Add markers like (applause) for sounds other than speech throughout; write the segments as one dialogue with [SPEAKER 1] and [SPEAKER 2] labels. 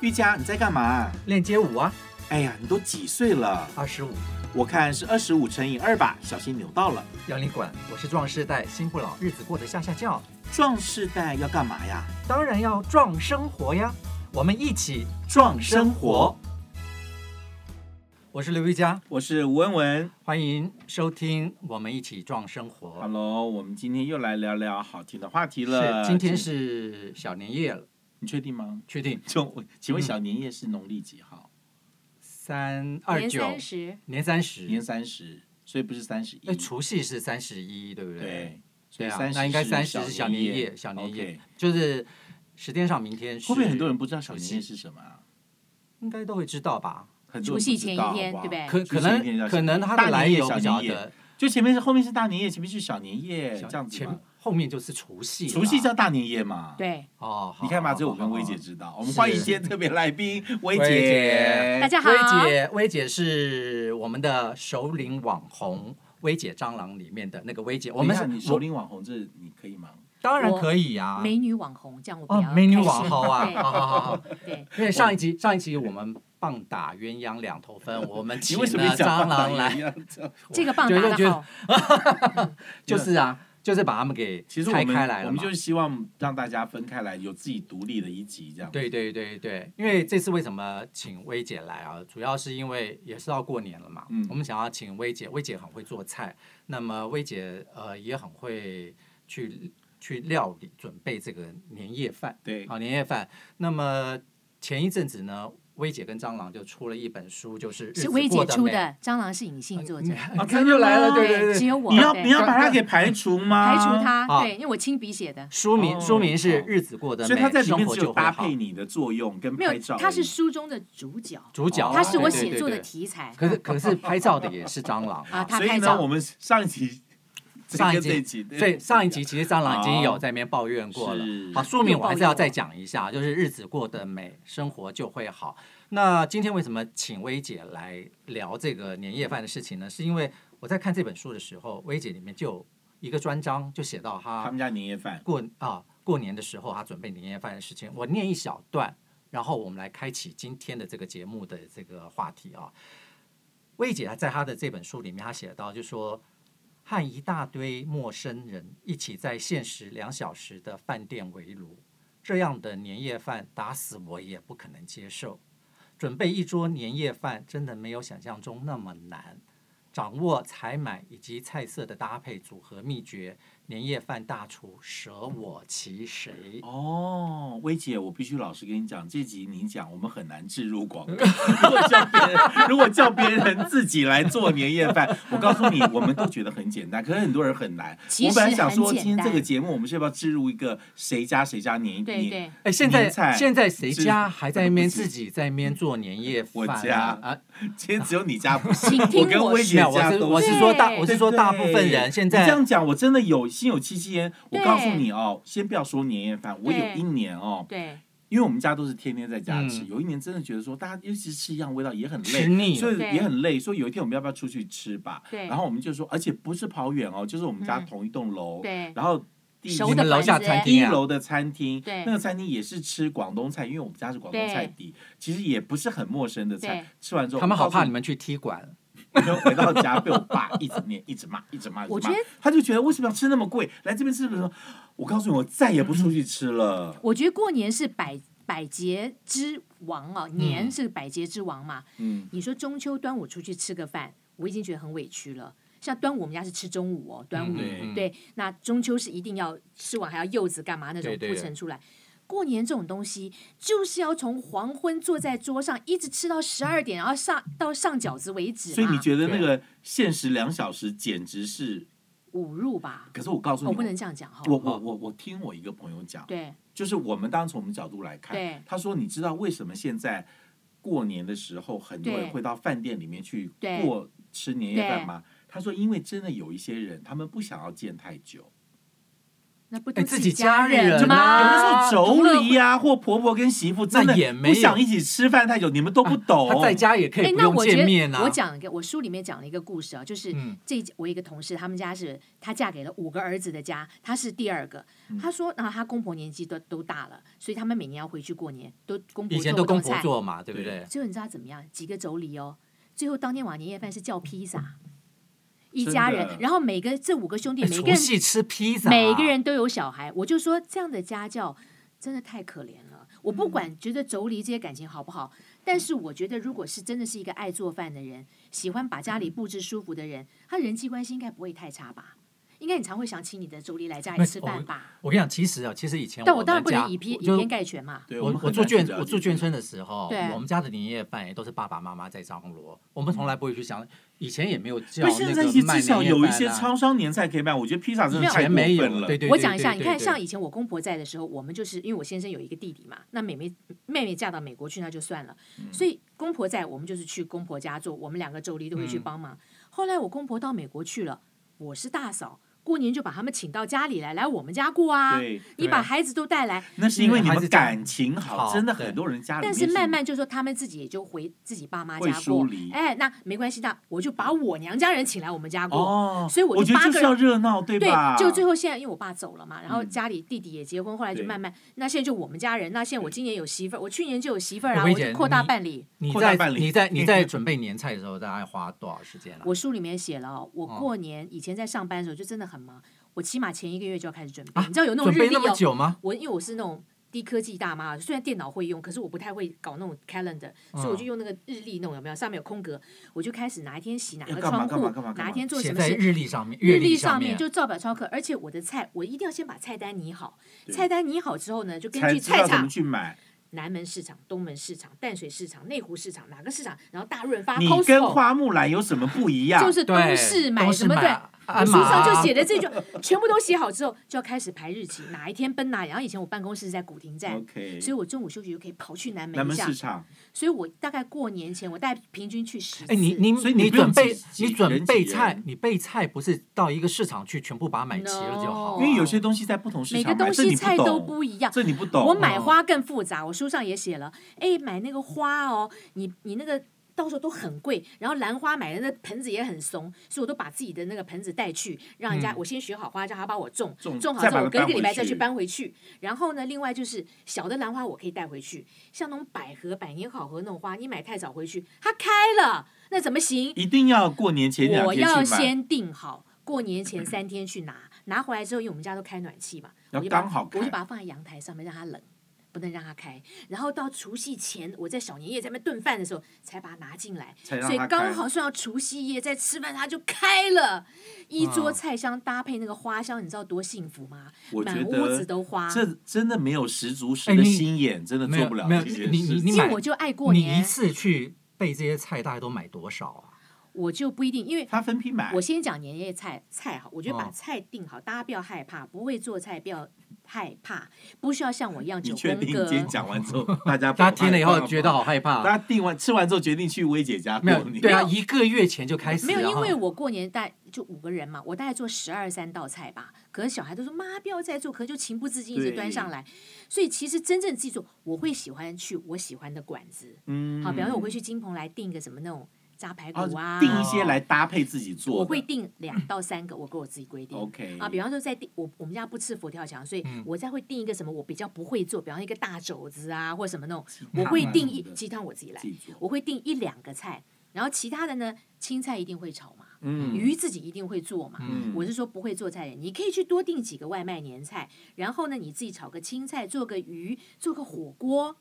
[SPEAKER 1] 瑜伽，你在干嘛？
[SPEAKER 2] 练街舞啊，
[SPEAKER 1] 哎呀，你都几岁了？
[SPEAKER 2] 二十五，
[SPEAKER 1] 我看是二十五乘以二吧，小心扭到了。
[SPEAKER 2] 要你管！我是壮世代，心不老，日子过得下下叫，
[SPEAKER 1] 壮世代要干嘛呀？
[SPEAKER 2] 当然要壮生活呀。我们一起，
[SPEAKER 1] 壮生活。
[SPEAKER 2] 我是刘瑜佳，
[SPEAKER 1] 我是吴文文。
[SPEAKER 2] 欢迎收听《我们一起壮生活
[SPEAKER 1] Hello，我们今天又来聊聊好听的话题》。了。
[SPEAKER 2] 是，今天是小年夜了，
[SPEAKER 1] 你确定吗？
[SPEAKER 2] 确定
[SPEAKER 1] 就请问
[SPEAKER 2] 嗯
[SPEAKER 1] 小年夜是农历几号？
[SPEAKER 2] 三二
[SPEAKER 3] 年
[SPEAKER 2] 九
[SPEAKER 3] 三十，
[SPEAKER 2] 年三十，
[SPEAKER 1] 年三十，所以不是三十一
[SPEAKER 2] 哎，。除夕是三十一，对不对？
[SPEAKER 1] 对，所以
[SPEAKER 2] 对啊
[SPEAKER 1] 三十
[SPEAKER 2] 那应该三十是
[SPEAKER 1] 小
[SPEAKER 2] 小年
[SPEAKER 1] 夜。
[SPEAKER 2] 夜小年夜
[SPEAKER 1] OK
[SPEAKER 2] 就是时间上明天是。
[SPEAKER 1] 会不会很多人不知道小年夜是什么啊？
[SPEAKER 2] 应该都会知道吧？
[SPEAKER 1] 很多人不
[SPEAKER 3] 除夕前一
[SPEAKER 1] 知道
[SPEAKER 3] 天
[SPEAKER 1] 好不好
[SPEAKER 3] 对不对
[SPEAKER 2] 可
[SPEAKER 1] 除夕
[SPEAKER 2] 可
[SPEAKER 1] 一天叫
[SPEAKER 2] 能
[SPEAKER 1] 小
[SPEAKER 2] 可能它
[SPEAKER 1] 大
[SPEAKER 2] 的
[SPEAKER 1] 年
[SPEAKER 2] 来
[SPEAKER 1] 夜
[SPEAKER 2] 源我
[SPEAKER 1] 小
[SPEAKER 2] 不晓
[SPEAKER 1] 年夜
[SPEAKER 2] 得，
[SPEAKER 1] 就前面是后面是大年夜，前面是小年夜，
[SPEAKER 2] 小
[SPEAKER 1] 这样子
[SPEAKER 2] 前
[SPEAKER 1] 吗。
[SPEAKER 2] 后面就是除夕了，
[SPEAKER 1] 除夕叫大年夜嘛？。
[SPEAKER 3] 对，
[SPEAKER 2] 哦，好
[SPEAKER 1] 你看嘛，
[SPEAKER 2] 啊好
[SPEAKER 1] 只有我
[SPEAKER 2] 好
[SPEAKER 1] 跟
[SPEAKER 2] 好
[SPEAKER 1] 薇
[SPEAKER 2] 好
[SPEAKER 1] 姐知道。我们欢迎
[SPEAKER 2] 是
[SPEAKER 1] 今天特别来宾薇
[SPEAKER 2] 薇
[SPEAKER 1] 姐
[SPEAKER 2] 姐。
[SPEAKER 3] 大家好，
[SPEAKER 2] 薇姐，薇姐是我们的首领网红，薇姐蟑螂里面的那个薇姐，我
[SPEAKER 1] 等一
[SPEAKER 2] 们
[SPEAKER 1] 下
[SPEAKER 2] 是
[SPEAKER 1] 你首领网红，这你可以吗？
[SPEAKER 2] 当然可以呀、
[SPEAKER 3] 美女网红，这样我比
[SPEAKER 2] 哦
[SPEAKER 3] 较，
[SPEAKER 2] 美女
[SPEAKER 3] 开心
[SPEAKER 2] 网红啊， (laughs) 好好好好，
[SPEAKER 3] 对对，
[SPEAKER 2] 因为上一集上一集我们棒打鸳鸯两头分，我们
[SPEAKER 1] (laughs) 你
[SPEAKER 2] 请
[SPEAKER 1] 为
[SPEAKER 2] 了
[SPEAKER 1] 什么讲
[SPEAKER 2] 蟑螂来，
[SPEAKER 1] 来？
[SPEAKER 3] 这个棒
[SPEAKER 2] 觉
[SPEAKER 3] 打
[SPEAKER 2] 得觉
[SPEAKER 3] 的
[SPEAKER 2] 得
[SPEAKER 3] 好，
[SPEAKER 2] 就是啊，就是把他们给
[SPEAKER 1] 其实我
[SPEAKER 2] 拆开来
[SPEAKER 1] 们
[SPEAKER 2] 了
[SPEAKER 1] 我们
[SPEAKER 2] 嘛
[SPEAKER 1] 就是希望让大家分开来，有自己独立的一集这样。
[SPEAKER 2] 对对对对，因为这次为什么请薇姐来啊？主要是因为也是要过年了嘛，
[SPEAKER 1] 嗯
[SPEAKER 2] 我们想要请薇姐，薇姐很会做菜，那么薇姐呃也很会去去料理准备这个年夜饭，啊
[SPEAKER 1] 对，啊
[SPEAKER 2] 好年夜饭。那么前一阵子呢，薇姐跟蟑螂就出了一本书，就是日
[SPEAKER 3] 是
[SPEAKER 2] 子
[SPEAKER 3] 薇姐
[SPEAKER 2] 过得
[SPEAKER 3] 出
[SPEAKER 2] 美，
[SPEAKER 3] 的，蟑螂是隐性作者，
[SPEAKER 2] 你
[SPEAKER 1] 真
[SPEAKER 2] 看
[SPEAKER 1] 的
[SPEAKER 2] 又来了，
[SPEAKER 1] 吗
[SPEAKER 2] 对对对
[SPEAKER 3] 只。有我，
[SPEAKER 1] 你要
[SPEAKER 3] 对
[SPEAKER 1] 你要把它
[SPEAKER 2] 刚
[SPEAKER 1] 给排除吗？
[SPEAKER 3] 排除。它，
[SPEAKER 2] 啊
[SPEAKER 3] 对，因为我亲笔写的，
[SPEAKER 2] 书名、
[SPEAKER 1] 哦
[SPEAKER 2] 书名是
[SPEAKER 1] 好
[SPEAKER 2] 《日子过得
[SPEAKER 1] 所
[SPEAKER 2] 美
[SPEAKER 1] 以它在》，里
[SPEAKER 2] 生
[SPEAKER 1] 面
[SPEAKER 2] 活
[SPEAKER 1] 只
[SPEAKER 2] 就
[SPEAKER 1] 有
[SPEAKER 2] 会
[SPEAKER 1] 搭
[SPEAKER 2] 好
[SPEAKER 1] 配。你的作用跟
[SPEAKER 3] 没
[SPEAKER 1] 拍
[SPEAKER 3] 有
[SPEAKER 1] 照而，已。
[SPEAKER 3] 它是书中的主角，
[SPEAKER 2] 主角啊
[SPEAKER 1] 哦
[SPEAKER 3] 它是
[SPEAKER 2] 对
[SPEAKER 3] 我
[SPEAKER 2] 对
[SPEAKER 3] 写
[SPEAKER 2] 对
[SPEAKER 3] 作的
[SPEAKER 2] 对
[SPEAKER 3] 题材，
[SPEAKER 2] 可是可是拍照的也是蟑
[SPEAKER 3] (laughs)
[SPEAKER 2] 螂
[SPEAKER 3] 啊，它
[SPEAKER 1] 所以
[SPEAKER 3] 拍
[SPEAKER 1] 呢，
[SPEAKER 3] 照
[SPEAKER 1] 我们上一集
[SPEAKER 2] 上一
[SPEAKER 1] 这跟这
[SPEAKER 2] 集
[SPEAKER 1] 集对
[SPEAKER 2] 所以上一集其实蟑螂已经
[SPEAKER 1] 好
[SPEAKER 2] 有在那边抱怨过了
[SPEAKER 1] 是。
[SPEAKER 2] 好，书名我还是要再讲一下，就是日子过得美，生活就会好。那今天为什么请薇姐来聊这个年夜饭的事情呢？是因为我在看这本书的时候，薇姐里面就有一个专章就写到
[SPEAKER 1] 他
[SPEAKER 2] 她
[SPEAKER 1] 们家年夜饭。
[SPEAKER 2] 过啊过年的时候她准备年夜饭的事情，我念一小段，然后我们来开启今天的这个节目的这个话题啊。薇姐她在她的这本书里面，她写到就说，和一大堆陌生人一起在限时两小时的饭店围炉，这样的年夜饭打死我也不可能接受。准备一桌年夜饭真的没有想象中那么难，掌握采买以及菜色的搭配组合秘诀，年夜饭大厨舍我其谁。
[SPEAKER 1] 哦，薇姐，我必须老实跟你讲，这集你讲我们很难置入广告。如果叫别人，如果叫别人自己来做年夜饭，我告诉你，我们都觉得很简单，可是很多人很难。
[SPEAKER 3] 其
[SPEAKER 1] 我本来
[SPEAKER 3] 实
[SPEAKER 1] 想
[SPEAKER 3] 很
[SPEAKER 1] 说，
[SPEAKER 3] 简
[SPEAKER 1] 今天这个
[SPEAKER 3] 单
[SPEAKER 1] 节目我们是要不要置入一个谁家谁家年
[SPEAKER 3] 对
[SPEAKER 1] 年
[SPEAKER 3] 对，
[SPEAKER 2] 哎，现在
[SPEAKER 1] 年菜
[SPEAKER 2] 现在谁
[SPEAKER 1] 是
[SPEAKER 2] 家还在那边
[SPEAKER 1] 不是
[SPEAKER 2] 自己在那边做年夜饭、啊？
[SPEAKER 1] 我家
[SPEAKER 2] 啊，
[SPEAKER 1] 今天只有你家不是，
[SPEAKER 3] 请听
[SPEAKER 1] 我跟
[SPEAKER 3] 我
[SPEAKER 1] 薇
[SPEAKER 3] 说
[SPEAKER 1] 姐
[SPEAKER 2] 没有，我
[SPEAKER 1] 家
[SPEAKER 2] 是
[SPEAKER 1] 都
[SPEAKER 2] 我是
[SPEAKER 3] 是
[SPEAKER 2] 说大，我
[SPEAKER 1] 对
[SPEAKER 2] 是说大部分人现
[SPEAKER 1] 你这
[SPEAKER 2] 在
[SPEAKER 1] 样讲，我真的有心有戚戚焉。我
[SPEAKER 3] 对
[SPEAKER 1] 告诉你哦，先不要说年夜饭，我有
[SPEAKER 3] 对
[SPEAKER 1] 一年哦，
[SPEAKER 3] 对，
[SPEAKER 1] 因为我们家都是天天在家吃，
[SPEAKER 2] 嗯
[SPEAKER 1] 有一年真的觉得说大家尤其吃一样味道也很累
[SPEAKER 2] 吃，腻
[SPEAKER 1] 所
[SPEAKER 2] 了。
[SPEAKER 1] 以
[SPEAKER 3] 对
[SPEAKER 1] 也很累，所以有一天我们要不要出去吃吧？
[SPEAKER 3] 对
[SPEAKER 1] 然后我们就说，而且不是跑远哦，就是我们家
[SPEAKER 3] 嗯
[SPEAKER 1] 同一栋楼，
[SPEAKER 3] 对
[SPEAKER 1] 然后第一
[SPEAKER 3] 熟
[SPEAKER 2] 你
[SPEAKER 3] 的
[SPEAKER 2] 们楼
[SPEAKER 3] 盘
[SPEAKER 2] 下
[SPEAKER 3] 子
[SPEAKER 2] 餐
[SPEAKER 1] 第一
[SPEAKER 2] 厅啊，
[SPEAKER 1] 楼的餐厅，
[SPEAKER 3] 对
[SPEAKER 1] 那个餐厅也是吃广东菜，因为我们家是广东菜底，其实也不是很陌生的菜
[SPEAKER 3] 对。
[SPEAKER 1] 吃完之后，
[SPEAKER 2] 他们好怕你
[SPEAKER 1] 们
[SPEAKER 2] 们去踢馆。
[SPEAKER 1] 回到家被我爸一直
[SPEAKER 2] (laughs)
[SPEAKER 1] 念，一直骂，一直骂，一直骂
[SPEAKER 3] 我觉得
[SPEAKER 1] 他就觉得为什么要吃那么贵？来这边吃的时候，我告诉你，我再也不出去吃了。
[SPEAKER 3] 我觉得过年是百百节之王哦，年
[SPEAKER 2] 嗯
[SPEAKER 3] 是百节之王嘛，
[SPEAKER 1] 嗯，
[SPEAKER 3] 你说中秋端午出去吃个饭，我已经觉得很委屈了。像端午，我们家是吃中午哦，端午、
[SPEAKER 1] 嗯
[SPEAKER 3] 对，那中秋是一定要吃完还要柚子干嘛那种
[SPEAKER 2] 对对
[SPEAKER 3] 铺陈出来。过年这种东西，就是要从黄昏坐在桌上一直吃到十二点，然后上到上饺子为止嘛。
[SPEAKER 1] 所以你觉得那个限时两小时简直是？
[SPEAKER 3] 五入吧？
[SPEAKER 1] 可是我告诉
[SPEAKER 3] 我
[SPEAKER 1] 你
[SPEAKER 3] 哦不，能这样讲哈。
[SPEAKER 1] 我我我我听我一个朋友讲，
[SPEAKER 3] 对
[SPEAKER 1] 就是我们当然从我们角度来
[SPEAKER 3] 对
[SPEAKER 1] 看，他说你知道为什么现在过年的时候很多人
[SPEAKER 3] 对
[SPEAKER 1] 会到饭店里面去
[SPEAKER 3] 对
[SPEAKER 1] 过吃年夜饭吗？他说因为真的有一些人他们不想要见太久，
[SPEAKER 3] 那不
[SPEAKER 2] 哎
[SPEAKER 3] 都
[SPEAKER 2] 自己家
[SPEAKER 3] 家
[SPEAKER 2] 人
[SPEAKER 1] 就
[SPEAKER 2] 啊
[SPEAKER 1] 有的时
[SPEAKER 3] 吗？
[SPEAKER 1] 候妯娌呀，或婆婆跟媳妇真的
[SPEAKER 2] 那也
[SPEAKER 1] 不
[SPEAKER 2] 没有啊
[SPEAKER 1] 想一起吃饭太久，你们都不懂。
[SPEAKER 2] 他在家也可
[SPEAKER 3] 哎
[SPEAKER 2] 以，不
[SPEAKER 3] 那
[SPEAKER 2] 用
[SPEAKER 3] 我觉
[SPEAKER 2] 见
[SPEAKER 3] 得
[SPEAKER 2] 面啊。
[SPEAKER 3] 我讲一个，我书里面讲了一个故事啊，就是
[SPEAKER 2] 嗯
[SPEAKER 3] 这一我一个同事，他们家是她嫁给了五个儿子的家，她是第二个。
[SPEAKER 2] 嗯
[SPEAKER 3] 她说，然后她公婆年纪都都大了，所以他们每年要回去过年，都公婆
[SPEAKER 2] 以前都
[SPEAKER 3] 做不
[SPEAKER 2] 公
[SPEAKER 3] 动
[SPEAKER 2] 婆
[SPEAKER 3] 菜。
[SPEAKER 2] 做嘛，对不对？
[SPEAKER 3] 结果你知道怎么样？几个妯娌哦，最后当天晚年夜饭是叫披萨，一
[SPEAKER 1] 真
[SPEAKER 3] 家
[SPEAKER 1] 的
[SPEAKER 3] 人，然后每个这五个兄弟，
[SPEAKER 2] 哎
[SPEAKER 3] 每个
[SPEAKER 2] 除
[SPEAKER 3] 人
[SPEAKER 2] 夕吃披萨，啊
[SPEAKER 3] 每个人都有小孩，我就说这样的家教真的太可怜了。我不
[SPEAKER 2] 嗯
[SPEAKER 3] 管觉得妯娌这些感情好不好，但是我觉得如果是真的是一个爱做饭的人，喜欢把家里布置舒服的人，他人际关系应该不会太差吧？应该你常会想请你的妯娌来家里
[SPEAKER 2] 没
[SPEAKER 3] 吃饭吧？
[SPEAKER 2] 我跟你讲，其实啊，其实以前
[SPEAKER 3] 但我
[SPEAKER 2] 我
[SPEAKER 3] 当然
[SPEAKER 2] 们
[SPEAKER 3] 不能
[SPEAKER 2] 家
[SPEAKER 3] 以偏以
[SPEAKER 2] 就
[SPEAKER 3] 偏概全嘛。
[SPEAKER 1] 对，
[SPEAKER 2] 我
[SPEAKER 1] 们
[SPEAKER 2] 我
[SPEAKER 1] 很
[SPEAKER 2] 住
[SPEAKER 1] 难去
[SPEAKER 2] 眷
[SPEAKER 1] 了
[SPEAKER 2] 我
[SPEAKER 1] 解
[SPEAKER 2] 住
[SPEAKER 1] 这
[SPEAKER 2] 眷
[SPEAKER 1] 个
[SPEAKER 2] 村的时候
[SPEAKER 3] 对，
[SPEAKER 2] 我们家的年夜饭也都是爸爸妈妈在张罗，我们从来不会去想，以前也没有叫
[SPEAKER 1] 不是
[SPEAKER 2] 那
[SPEAKER 1] 现在
[SPEAKER 2] 个
[SPEAKER 1] 其实
[SPEAKER 2] 卖
[SPEAKER 1] 至少
[SPEAKER 2] 年夜
[SPEAKER 1] 有一
[SPEAKER 2] 饭
[SPEAKER 1] 些
[SPEAKER 2] 啊
[SPEAKER 1] 超商年菜可以卖，我觉得披萨真
[SPEAKER 2] 以
[SPEAKER 1] 的太
[SPEAKER 2] 前
[SPEAKER 1] 过
[SPEAKER 2] 没有，
[SPEAKER 1] 分了。
[SPEAKER 2] 对对，
[SPEAKER 3] 我
[SPEAKER 2] 对
[SPEAKER 3] 讲一下，
[SPEAKER 2] 对
[SPEAKER 3] 你
[SPEAKER 2] 对
[SPEAKER 3] 看，
[SPEAKER 2] 对
[SPEAKER 3] 像以前我公婆在的时候，我们就是因为我先生有一个弟弟嘛，那妹妹妹妹嫁到美国去那就算了，所以公婆在，我们就是去公婆家做，我们两个妯娌都会去
[SPEAKER 2] 嗯
[SPEAKER 3] 帮忙。后来我公婆到美国去了，我是大嫂，过年就把他们请到家里来，来我们家过啊。
[SPEAKER 1] 对，
[SPEAKER 3] 你
[SPEAKER 2] 对
[SPEAKER 3] 把
[SPEAKER 2] 啊
[SPEAKER 3] 孩子都带来，
[SPEAKER 1] 那是因为你
[SPEAKER 2] 孩子
[SPEAKER 1] 们
[SPEAKER 2] 这样
[SPEAKER 1] 感情好，
[SPEAKER 2] 好
[SPEAKER 1] 真的
[SPEAKER 2] 对
[SPEAKER 1] 很多人家里
[SPEAKER 3] 但
[SPEAKER 1] 面
[SPEAKER 3] 是慢慢就说他们自己也就回自己爸妈
[SPEAKER 1] 会
[SPEAKER 3] 家
[SPEAKER 1] 疏
[SPEAKER 3] 过
[SPEAKER 1] 离。
[SPEAKER 3] 哎，那没关系，那我就把我娘家人请来我们家过。
[SPEAKER 1] 哦，
[SPEAKER 3] 所以我
[SPEAKER 1] 我
[SPEAKER 3] 就
[SPEAKER 1] 觉得
[SPEAKER 3] 八
[SPEAKER 1] 就
[SPEAKER 3] 个
[SPEAKER 1] 是要热闹，对
[SPEAKER 3] 对
[SPEAKER 1] 吧？，
[SPEAKER 3] 就最后现在因为我爸走了嘛，然后
[SPEAKER 1] 嗯
[SPEAKER 3] 家里弟弟也结婚，后来就
[SPEAKER 1] 对
[SPEAKER 3] 慢慢，那现在就我们家人，那现在我今年有媳妇儿，我去年就有媳妇儿啊，
[SPEAKER 2] 薇
[SPEAKER 3] 我
[SPEAKER 2] 姐
[SPEAKER 3] 就扩大
[SPEAKER 2] 你
[SPEAKER 3] 办理。
[SPEAKER 2] 你
[SPEAKER 1] 扩大
[SPEAKER 2] 在
[SPEAKER 1] 办理 (laughs)
[SPEAKER 2] 你在你在准备年菜的时候，大概花多少时间了？啊
[SPEAKER 3] 我书里面写了哦，我
[SPEAKER 2] 哦
[SPEAKER 3] 过年以前在上班的时候就真的很忙，我起码前一个月就要开始准备，
[SPEAKER 2] 啊
[SPEAKER 3] 你知道有那种
[SPEAKER 2] 准
[SPEAKER 3] 日
[SPEAKER 2] 备
[SPEAKER 3] 历
[SPEAKER 2] 那么
[SPEAKER 3] 哦，
[SPEAKER 2] 久吗？
[SPEAKER 3] 我因为我是那种。低科技大妈，虽然电脑会用，可是我不太会搞那种 calendar，、
[SPEAKER 2] 嗯
[SPEAKER 3] 所以我就用那个日历弄，有没有？上面有空格，我就开始哪一天洗哪
[SPEAKER 1] 要
[SPEAKER 3] 个
[SPEAKER 1] 干嘛
[SPEAKER 3] 窗
[SPEAKER 1] 干
[SPEAKER 3] 户
[SPEAKER 1] 嘛干嘛，干
[SPEAKER 3] 哪一
[SPEAKER 1] 嘛
[SPEAKER 3] 天做什
[SPEAKER 2] 写
[SPEAKER 3] 么
[SPEAKER 2] 在
[SPEAKER 3] 事，
[SPEAKER 2] 日历上面，
[SPEAKER 3] 日
[SPEAKER 2] 历
[SPEAKER 3] 历上
[SPEAKER 2] 面
[SPEAKER 3] 面就照表超课，而且我的菜我一定要先把菜单拟好，
[SPEAKER 1] 对
[SPEAKER 3] 菜单拟好之后呢，就根
[SPEAKER 1] 才
[SPEAKER 3] 据
[SPEAKER 1] 知道
[SPEAKER 3] 菜
[SPEAKER 1] 怎么
[SPEAKER 3] 场、
[SPEAKER 1] 去买。
[SPEAKER 3] 南门市场、东门市场、淡水市场、内湖市场哪个市场，然后大润发、
[SPEAKER 1] 你跟
[SPEAKER 3] Costco
[SPEAKER 1] 花木兰有什么不一样？
[SPEAKER 3] 就是
[SPEAKER 2] 对
[SPEAKER 3] 东市买
[SPEAKER 2] 东
[SPEAKER 3] 什
[SPEAKER 2] 市
[SPEAKER 3] 么
[SPEAKER 2] 买
[SPEAKER 3] 对。我
[SPEAKER 2] 鞍
[SPEAKER 3] 书
[SPEAKER 2] 马
[SPEAKER 3] 上
[SPEAKER 2] 啊
[SPEAKER 3] 就写的这句，全部都写好之后，就要开始排日期，哪一天奔哪里。然后以前我办公室是在古亭站，
[SPEAKER 1] OK，
[SPEAKER 3] 所以我中午休息就可以跑去南
[SPEAKER 1] 南
[SPEAKER 3] 门
[SPEAKER 1] 门
[SPEAKER 3] 一下
[SPEAKER 1] 市。场，
[SPEAKER 3] 所以我大概过年前，我大概平均去十次。
[SPEAKER 2] 哎，你你
[SPEAKER 1] 所以你
[SPEAKER 2] 你
[SPEAKER 1] 不用
[SPEAKER 2] 准备
[SPEAKER 1] 挤挤
[SPEAKER 2] 你准
[SPEAKER 1] 人
[SPEAKER 2] 备
[SPEAKER 1] 挤
[SPEAKER 2] 菜
[SPEAKER 1] 人，
[SPEAKER 2] 你备菜不是到一个市场去全部把它买齐了就
[SPEAKER 1] 因
[SPEAKER 2] 好
[SPEAKER 3] 哦
[SPEAKER 2] 了？
[SPEAKER 1] 为有些东西在不同市
[SPEAKER 3] 每个
[SPEAKER 1] 场买，
[SPEAKER 3] 东
[SPEAKER 1] 这
[SPEAKER 3] 西
[SPEAKER 1] 你
[SPEAKER 3] 菜都
[SPEAKER 1] 懂，
[SPEAKER 3] 不一样。
[SPEAKER 1] 这你不懂。嗯
[SPEAKER 3] 我买
[SPEAKER 2] 哦
[SPEAKER 3] 花更复杂，我书上也写了，哎，买那个花哦，你你那个到时候都很贵，然后兰花买的那盆子也很怂，所以我都把自己的那个盆子带去，让人家、
[SPEAKER 2] 嗯
[SPEAKER 3] 我先学好花，让他帮我种，
[SPEAKER 1] 种
[SPEAKER 3] 种好
[SPEAKER 1] 再
[SPEAKER 3] 之后
[SPEAKER 1] 把
[SPEAKER 3] 我
[SPEAKER 1] 它
[SPEAKER 3] 隔一
[SPEAKER 1] 搬
[SPEAKER 3] 个礼
[SPEAKER 1] 回
[SPEAKER 3] 拜再
[SPEAKER 1] 去
[SPEAKER 3] 去搬回去。然后呢，另外就是小的兰花我可以带回去，像那种百合、百年好合那种花，你买太早回去，它开了那怎么行？
[SPEAKER 1] 一定要过年前两
[SPEAKER 3] 我要
[SPEAKER 1] 天去买，
[SPEAKER 3] 先定好，过年前三天去拿，拿回来之后，因为我们家都开暖气嘛，
[SPEAKER 1] 要
[SPEAKER 3] 我就把
[SPEAKER 1] 刚好
[SPEAKER 3] 我
[SPEAKER 1] 开
[SPEAKER 3] 就把它放在阳台上面让它冷，不能让它开。然后到除夕前，我在小年夜在那边炖饭的时候，才把它拿进来。
[SPEAKER 1] 才让
[SPEAKER 3] 所以
[SPEAKER 1] 它
[SPEAKER 3] 刚
[SPEAKER 1] 开
[SPEAKER 3] 好算到除夕夜在吃饭，它就开了。一桌
[SPEAKER 2] 哇
[SPEAKER 3] 菜香搭配那个花香，你知道多幸福吗？
[SPEAKER 1] 嗯我觉
[SPEAKER 3] 满屋子
[SPEAKER 1] 得
[SPEAKER 3] 都花。
[SPEAKER 1] 这真的没有十足十
[SPEAKER 2] 哎
[SPEAKER 1] 的
[SPEAKER 2] 你
[SPEAKER 1] 心眼，真的
[SPEAKER 2] 没
[SPEAKER 1] 做
[SPEAKER 2] 有
[SPEAKER 1] 不了
[SPEAKER 2] 没有
[SPEAKER 1] 这件
[SPEAKER 2] 你
[SPEAKER 1] 事
[SPEAKER 2] 你
[SPEAKER 1] 情。
[SPEAKER 3] 因为
[SPEAKER 2] 买
[SPEAKER 3] 我就爱过
[SPEAKER 2] 你一
[SPEAKER 3] 年，
[SPEAKER 2] 次去备这些菜，大概都买多少啊？
[SPEAKER 3] 我就不一定，因为
[SPEAKER 1] 他分批买
[SPEAKER 3] 我，先讲年夜菜菜好，我觉得把
[SPEAKER 2] 哦
[SPEAKER 3] 菜定好，大家不要害怕，不会做菜不要害怕，不需要像我一样
[SPEAKER 1] 你
[SPEAKER 3] 九
[SPEAKER 1] 确定
[SPEAKER 3] 宫
[SPEAKER 1] 今
[SPEAKER 3] 格。
[SPEAKER 1] 天讲完之
[SPEAKER 3] (laughs)
[SPEAKER 1] 后，大家
[SPEAKER 2] 大家听了以后觉得
[SPEAKER 1] 好，
[SPEAKER 2] 好害怕，
[SPEAKER 1] 大家订完吃完之后决定去薇姐家
[SPEAKER 2] 没
[SPEAKER 1] 过
[SPEAKER 2] 有
[SPEAKER 1] 年。
[SPEAKER 2] 对啊，一个月前就开始
[SPEAKER 3] 没有，
[SPEAKER 2] 了
[SPEAKER 3] 因
[SPEAKER 1] 哦
[SPEAKER 2] 哈
[SPEAKER 3] 为我过年大就五个人嘛，我大概做十二三道菜吧。可是小孩都说妈不要再做，可是就情不自禁一直
[SPEAKER 1] 对
[SPEAKER 3] 端上来。所以其实真正自己做，我会喜欢去我喜欢的馆子。
[SPEAKER 1] 嗯
[SPEAKER 3] 好，比方说我会去金鹏来订一个什么那种炸排骨
[SPEAKER 1] 啊
[SPEAKER 3] 啊，
[SPEAKER 1] 定一些来搭配自己做的。
[SPEAKER 3] 我会定两到三个，我给我自己规定。
[SPEAKER 1] OK
[SPEAKER 3] 啊，比方说在定我我们家不吃佛跳墙，所以
[SPEAKER 1] 嗯
[SPEAKER 3] 我再会定一个什么我比较不会做，比方一个大肘子啊或什么那种，
[SPEAKER 1] 汤啊
[SPEAKER 3] 我会定一
[SPEAKER 1] 什么的
[SPEAKER 3] 鸡汤我自己来
[SPEAKER 1] 自己做，
[SPEAKER 3] 我会定一两个菜，然后其他的呢，青菜一定会炒嘛，
[SPEAKER 1] 嗯
[SPEAKER 3] 鱼自己一定会做嘛。
[SPEAKER 1] 嗯
[SPEAKER 3] 我是说不会做菜的人，你可以去多订几个外卖年菜，然后呢你自己炒个青菜，做个鱼，做个火锅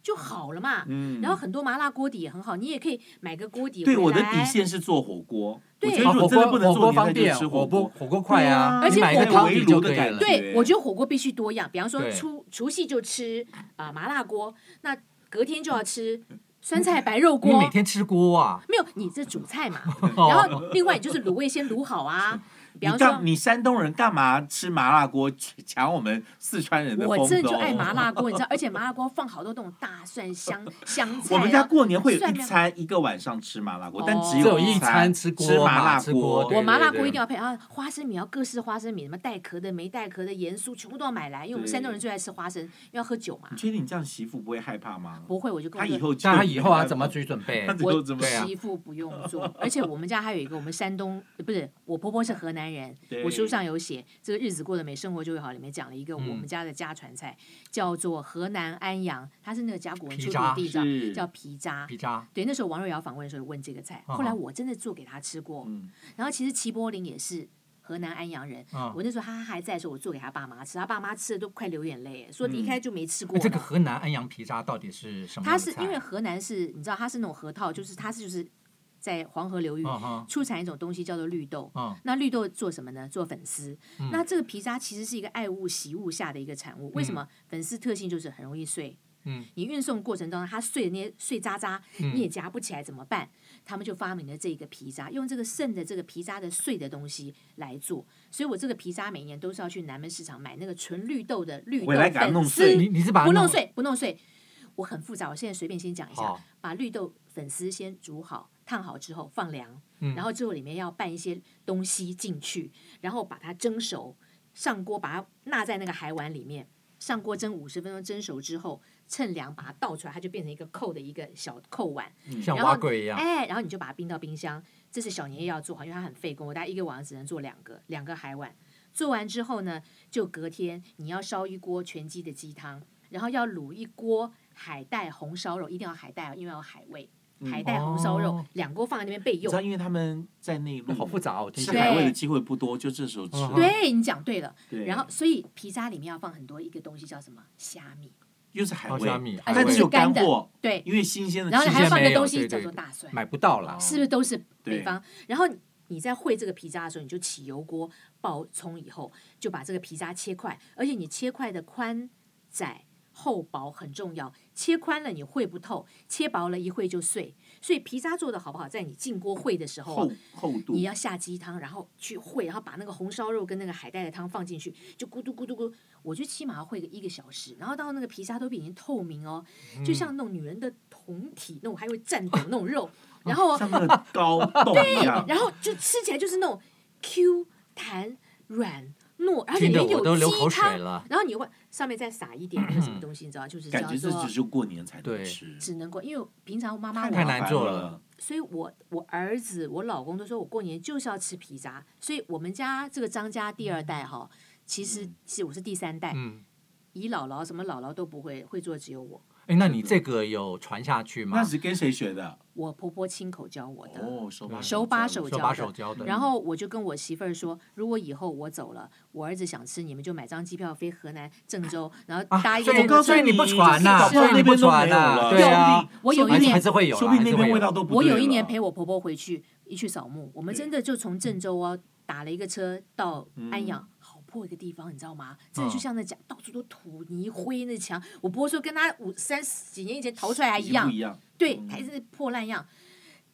[SPEAKER 3] 就好了嘛。
[SPEAKER 1] 嗯
[SPEAKER 3] 然后很多麻辣锅底也很好，你也可以买个锅底
[SPEAKER 1] 对
[SPEAKER 3] 回
[SPEAKER 1] 我的
[SPEAKER 3] 来
[SPEAKER 1] 底线是做火锅，我
[SPEAKER 3] 对
[SPEAKER 1] 觉得
[SPEAKER 2] 啊
[SPEAKER 1] 如
[SPEAKER 2] 火
[SPEAKER 1] 果真的
[SPEAKER 2] 锅
[SPEAKER 1] 不能
[SPEAKER 2] 火
[SPEAKER 1] 做
[SPEAKER 2] 锅方
[SPEAKER 1] 年菜，
[SPEAKER 2] 便，
[SPEAKER 1] 就吃
[SPEAKER 2] 火
[SPEAKER 1] 锅
[SPEAKER 2] 锅。火锅快
[SPEAKER 1] 对啊
[SPEAKER 2] 你买一
[SPEAKER 3] 而
[SPEAKER 2] 个
[SPEAKER 3] 且
[SPEAKER 2] 汤底就
[SPEAKER 1] 围炉
[SPEAKER 2] 可
[SPEAKER 1] 的
[SPEAKER 2] 以
[SPEAKER 1] 感
[SPEAKER 2] 了
[SPEAKER 1] 觉。
[SPEAKER 3] 对，
[SPEAKER 1] 对
[SPEAKER 3] 我觉得火锅必须多样。比方说
[SPEAKER 2] 对
[SPEAKER 3] 初除夕就吃啊、呃麻辣锅，那隔天就要吃酸菜白肉
[SPEAKER 2] 你
[SPEAKER 3] 锅
[SPEAKER 2] 每。天吃锅啊？
[SPEAKER 3] 没有，你这主菜嘛，然后另外你就是卤味先卤好啊，比
[SPEAKER 1] 你
[SPEAKER 3] 方说
[SPEAKER 1] 干，你山东人干嘛吃麻辣锅抢我们四川人的哦风头？
[SPEAKER 3] 我真的就爱麻辣锅，你知道，而且麻辣锅放好多那种大蒜香香菜
[SPEAKER 1] 我
[SPEAKER 3] 啊。
[SPEAKER 1] 们家过年会有
[SPEAKER 3] 蒜
[SPEAKER 1] 一
[SPEAKER 3] 苗
[SPEAKER 1] 餐一个晚上吃麻辣锅，但
[SPEAKER 3] 哦
[SPEAKER 1] 只
[SPEAKER 3] 只
[SPEAKER 2] 有一
[SPEAKER 1] 餐
[SPEAKER 2] 餐吃锅
[SPEAKER 1] 麻
[SPEAKER 2] 嘛
[SPEAKER 1] 辣
[SPEAKER 2] 吃锅对
[SPEAKER 3] 我麻辣锅一定要配啊，花生米要各式花生米，什么带壳的、没带壳的、盐酥，全部都要买来，因为我们
[SPEAKER 1] 对
[SPEAKER 3] 山东人最爱吃花生，因为要喝酒嘛
[SPEAKER 1] 你。确定你这样媳妇不会害怕吗？
[SPEAKER 3] 不会，我就跟
[SPEAKER 1] 她
[SPEAKER 3] 我
[SPEAKER 1] 以
[SPEAKER 3] 说
[SPEAKER 1] 后就
[SPEAKER 2] 那他以后啊怎么去准备 (laughs)
[SPEAKER 1] 她？以后
[SPEAKER 3] 我
[SPEAKER 1] 怎么
[SPEAKER 2] 对啊
[SPEAKER 3] 媳妇不用
[SPEAKER 2] (laughs)
[SPEAKER 3] 做，而且我们家还有一个，我们山东呃不是我婆婆是河南人，
[SPEAKER 1] 对
[SPEAKER 3] 我书上有写这个日子过得美，生活就会好，里面讲了一个我
[SPEAKER 2] 嗯
[SPEAKER 3] 们家的家传菜，叫做河南安阳，它是那个甲骨文
[SPEAKER 2] 皮
[SPEAKER 3] 出土
[SPEAKER 2] 渣
[SPEAKER 3] 地上
[SPEAKER 1] 是
[SPEAKER 3] 叫皮渣，
[SPEAKER 2] 皮渣，
[SPEAKER 3] 对，那时候王瑞瑶访问的时候有问这个菜，
[SPEAKER 2] 啊哈
[SPEAKER 3] 后来我真的做给他吃过。
[SPEAKER 1] 嗯
[SPEAKER 3] 然后其实齐柏林也是河南安阳人，
[SPEAKER 2] 嗯
[SPEAKER 3] 我那时候他还在的时候，我做给他爸妈吃，他爸妈吃的都快流眼泪，说
[SPEAKER 1] 嗯
[SPEAKER 3] 离开就没吃过
[SPEAKER 2] 哎
[SPEAKER 3] 了。
[SPEAKER 2] 这个河南安阳皮渣到底是
[SPEAKER 1] 哦
[SPEAKER 2] 什么
[SPEAKER 3] 他
[SPEAKER 2] 样的
[SPEAKER 3] 是
[SPEAKER 2] 菜？
[SPEAKER 3] 因为河南是你知道他是那种河套，就是他是就是在黄河流域
[SPEAKER 2] 嗯哼，
[SPEAKER 3] 出产一种东西叫做绿豆。
[SPEAKER 2] 嗯
[SPEAKER 3] 那绿豆做什么呢？做粉丝。
[SPEAKER 2] 嗯
[SPEAKER 3] 那这个皮渣其实是一个爱物喜物下的一个产物。为什么？
[SPEAKER 1] 嗯
[SPEAKER 3] 粉丝特性就是很容易碎。
[SPEAKER 2] 嗯，
[SPEAKER 3] 你运送过程当中，它碎的那些碎渣渣，
[SPEAKER 2] 嗯
[SPEAKER 3] 你也夹不起来，怎么办？他们就发明了这个皮渣，用这个剩的这个皮渣的碎的东西来做。所以我这个皮渣每年都是要去南门市场买那个纯绿豆的绿豆
[SPEAKER 1] 回来给它弄
[SPEAKER 3] 粉
[SPEAKER 1] 碎
[SPEAKER 3] 丝
[SPEAKER 2] 你，你是把它
[SPEAKER 3] 不弄碎，不弄碎。我很复杂，我现在随便先讲一下
[SPEAKER 2] 好，
[SPEAKER 3] 把绿豆粉丝先煮好、烫好之后放凉，
[SPEAKER 2] 嗯
[SPEAKER 3] 然后最后里面要拌一些东西进去，然后把它蒸熟，上锅把它纳在那个海碗里面，上锅蒸五十分钟，蒸熟之后趁凉把它倒出来，它就变成一个扣的一个小扣碗，
[SPEAKER 1] 嗯
[SPEAKER 2] 像
[SPEAKER 3] 然后
[SPEAKER 2] 蛙鬼一样，
[SPEAKER 3] 哎，然后你就把它冰到冰箱。这是小年夜要做好，因为它很费工，我大概一个晚上只能做两个，两个海碗。做完之后呢，就隔天你要烧一锅全鸡的鸡汤，然后要卤一锅海带红烧肉，一定要海带，哦，因为有海味。
[SPEAKER 1] 嗯
[SPEAKER 3] 海带红烧肉、
[SPEAKER 2] 哦
[SPEAKER 3] 两锅放在那边备
[SPEAKER 1] 你知
[SPEAKER 3] 用
[SPEAKER 1] 道，。因为他们在内陆
[SPEAKER 2] 好复杂哦，我听起
[SPEAKER 1] 吃
[SPEAKER 3] 对
[SPEAKER 1] 海
[SPEAKER 2] 来。
[SPEAKER 1] 味的机会不多，就这时候吃。
[SPEAKER 2] 嗯
[SPEAKER 3] 对你讲对了，
[SPEAKER 1] 对，
[SPEAKER 3] 然后所以皮渣里面要放很多一个东西叫什么虾米，
[SPEAKER 1] 又是海
[SPEAKER 2] 好虾米
[SPEAKER 1] 味，
[SPEAKER 2] 海
[SPEAKER 1] 但
[SPEAKER 2] 味
[SPEAKER 1] 只有干
[SPEAKER 3] 干的
[SPEAKER 1] 货，
[SPEAKER 3] 对，
[SPEAKER 1] 因为新鲜的
[SPEAKER 3] 然后
[SPEAKER 1] 新
[SPEAKER 3] 你还要
[SPEAKER 1] 鲜
[SPEAKER 3] 放一
[SPEAKER 2] 没
[SPEAKER 3] 个
[SPEAKER 2] 有
[SPEAKER 3] 东西
[SPEAKER 2] 对
[SPEAKER 3] 叫
[SPEAKER 2] 对
[SPEAKER 3] 做
[SPEAKER 2] 对
[SPEAKER 3] 大蒜，
[SPEAKER 2] 买不到了，
[SPEAKER 3] 是不是都是
[SPEAKER 1] 哦对
[SPEAKER 3] 北方？然后你在烩这个皮渣的时候，你就起油锅爆葱以后，就把这个皮渣切块，而且你切块的宽窄。厚薄很重要，切宽了你烩不透，切薄了一烩就碎。所以皮渣做的好不好，在你进锅烩的时候啊、
[SPEAKER 1] 厚厚度
[SPEAKER 3] 你。要下鸡汤，然后去烩，然后把那个红烧肉跟那个海带的汤放进去，就咕嘟咕嘟咕。我就起码要烩个一个小时，然后到那个皮虾都变已经透明哦，就像那种女人的酮体那种，还会颤抖那种
[SPEAKER 1] (laughs)
[SPEAKER 3] 肉，然后哦
[SPEAKER 1] 像那个高洞
[SPEAKER 2] 哎
[SPEAKER 1] 一样，
[SPEAKER 3] 然后就吃起来就是那种 Q 弹软糯，而且
[SPEAKER 2] 听
[SPEAKER 3] 里
[SPEAKER 2] 得
[SPEAKER 3] 面
[SPEAKER 2] 我都流
[SPEAKER 3] 有
[SPEAKER 2] 口
[SPEAKER 3] 鸡
[SPEAKER 2] 水
[SPEAKER 3] 汤，
[SPEAKER 2] 了。
[SPEAKER 3] 然后你会上面再撒一点那个什么东西，你知道，就是
[SPEAKER 1] 感
[SPEAKER 3] 叫
[SPEAKER 1] 觉这
[SPEAKER 3] 做
[SPEAKER 1] 只是过年才能
[SPEAKER 2] 对
[SPEAKER 1] 吃，
[SPEAKER 3] 只能够，因为平常妈妈
[SPEAKER 1] 太
[SPEAKER 3] 我
[SPEAKER 2] 太难
[SPEAKER 1] 麻烦
[SPEAKER 2] 做
[SPEAKER 1] 了
[SPEAKER 2] 了。
[SPEAKER 3] 所以我我儿子我老公都说我过年就是要吃皮渣，所以我们家这个张家第二代哈，其实
[SPEAKER 1] 嗯
[SPEAKER 3] 是我是第三代，
[SPEAKER 2] 嗯，
[SPEAKER 3] 姨姥姥什么姥姥都不会，会做只有我，
[SPEAKER 2] 哎，那你这个有传下去吗
[SPEAKER 1] 那？是跟谁学的？
[SPEAKER 3] 我婆婆亲口教我的。
[SPEAKER 1] 哦，手
[SPEAKER 2] 嗯
[SPEAKER 1] 把
[SPEAKER 3] 手把
[SPEAKER 1] 教
[SPEAKER 3] 手手
[SPEAKER 1] 的
[SPEAKER 2] 手把手教的，
[SPEAKER 1] 嗯
[SPEAKER 3] 然后我就跟我媳妇儿说，如果以后我走了，我儿子想吃，你们就买张机票飞河南郑州，然后
[SPEAKER 2] 啊
[SPEAKER 3] 搭一个
[SPEAKER 2] 所以
[SPEAKER 3] 那
[SPEAKER 1] 我
[SPEAKER 3] 个
[SPEAKER 1] 告诉
[SPEAKER 2] 所以
[SPEAKER 1] 你
[SPEAKER 2] 你不传呐、
[SPEAKER 3] 就是
[SPEAKER 2] 所以你不传呐、
[SPEAKER 1] 那边都没有了
[SPEAKER 2] 对啊，
[SPEAKER 3] 我有一
[SPEAKER 2] 还是
[SPEAKER 3] 年
[SPEAKER 2] 还是会有啦，
[SPEAKER 1] 说不定那
[SPEAKER 2] 还是会
[SPEAKER 1] 边
[SPEAKER 2] 有
[SPEAKER 1] 味道都不
[SPEAKER 3] 我
[SPEAKER 1] 对
[SPEAKER 3] 有一
[SPEAKER 1] 了啊
[SPEAKER 3] 年陪我婆婆回去，一去扫墓，我们
[SPEAKER 1] 对
[SPEAKER 3] 真的就从郑州哦打了一个车到安阳，
[SPEAKER 1] 嗯
[SPEAKER 3] 好破一个地方，你知道吗？真的就
[SPEAKER 2] 嗯
[SPEAKER 3] 像那讲，到处都土泥灰那墙。我婆婆说跟她五三十几年以前逃出来还
[SPEAKER 1] 已
[SPEAKER 3] 一
[SPEAKER 1] 经
[SPEAKER 3] 样
[SPEAKER 1] 不，一样。
[SPEAKER 3] 对
[SPEAKER 1] 嗯，
[SPEAKER 3] 还是破烂样。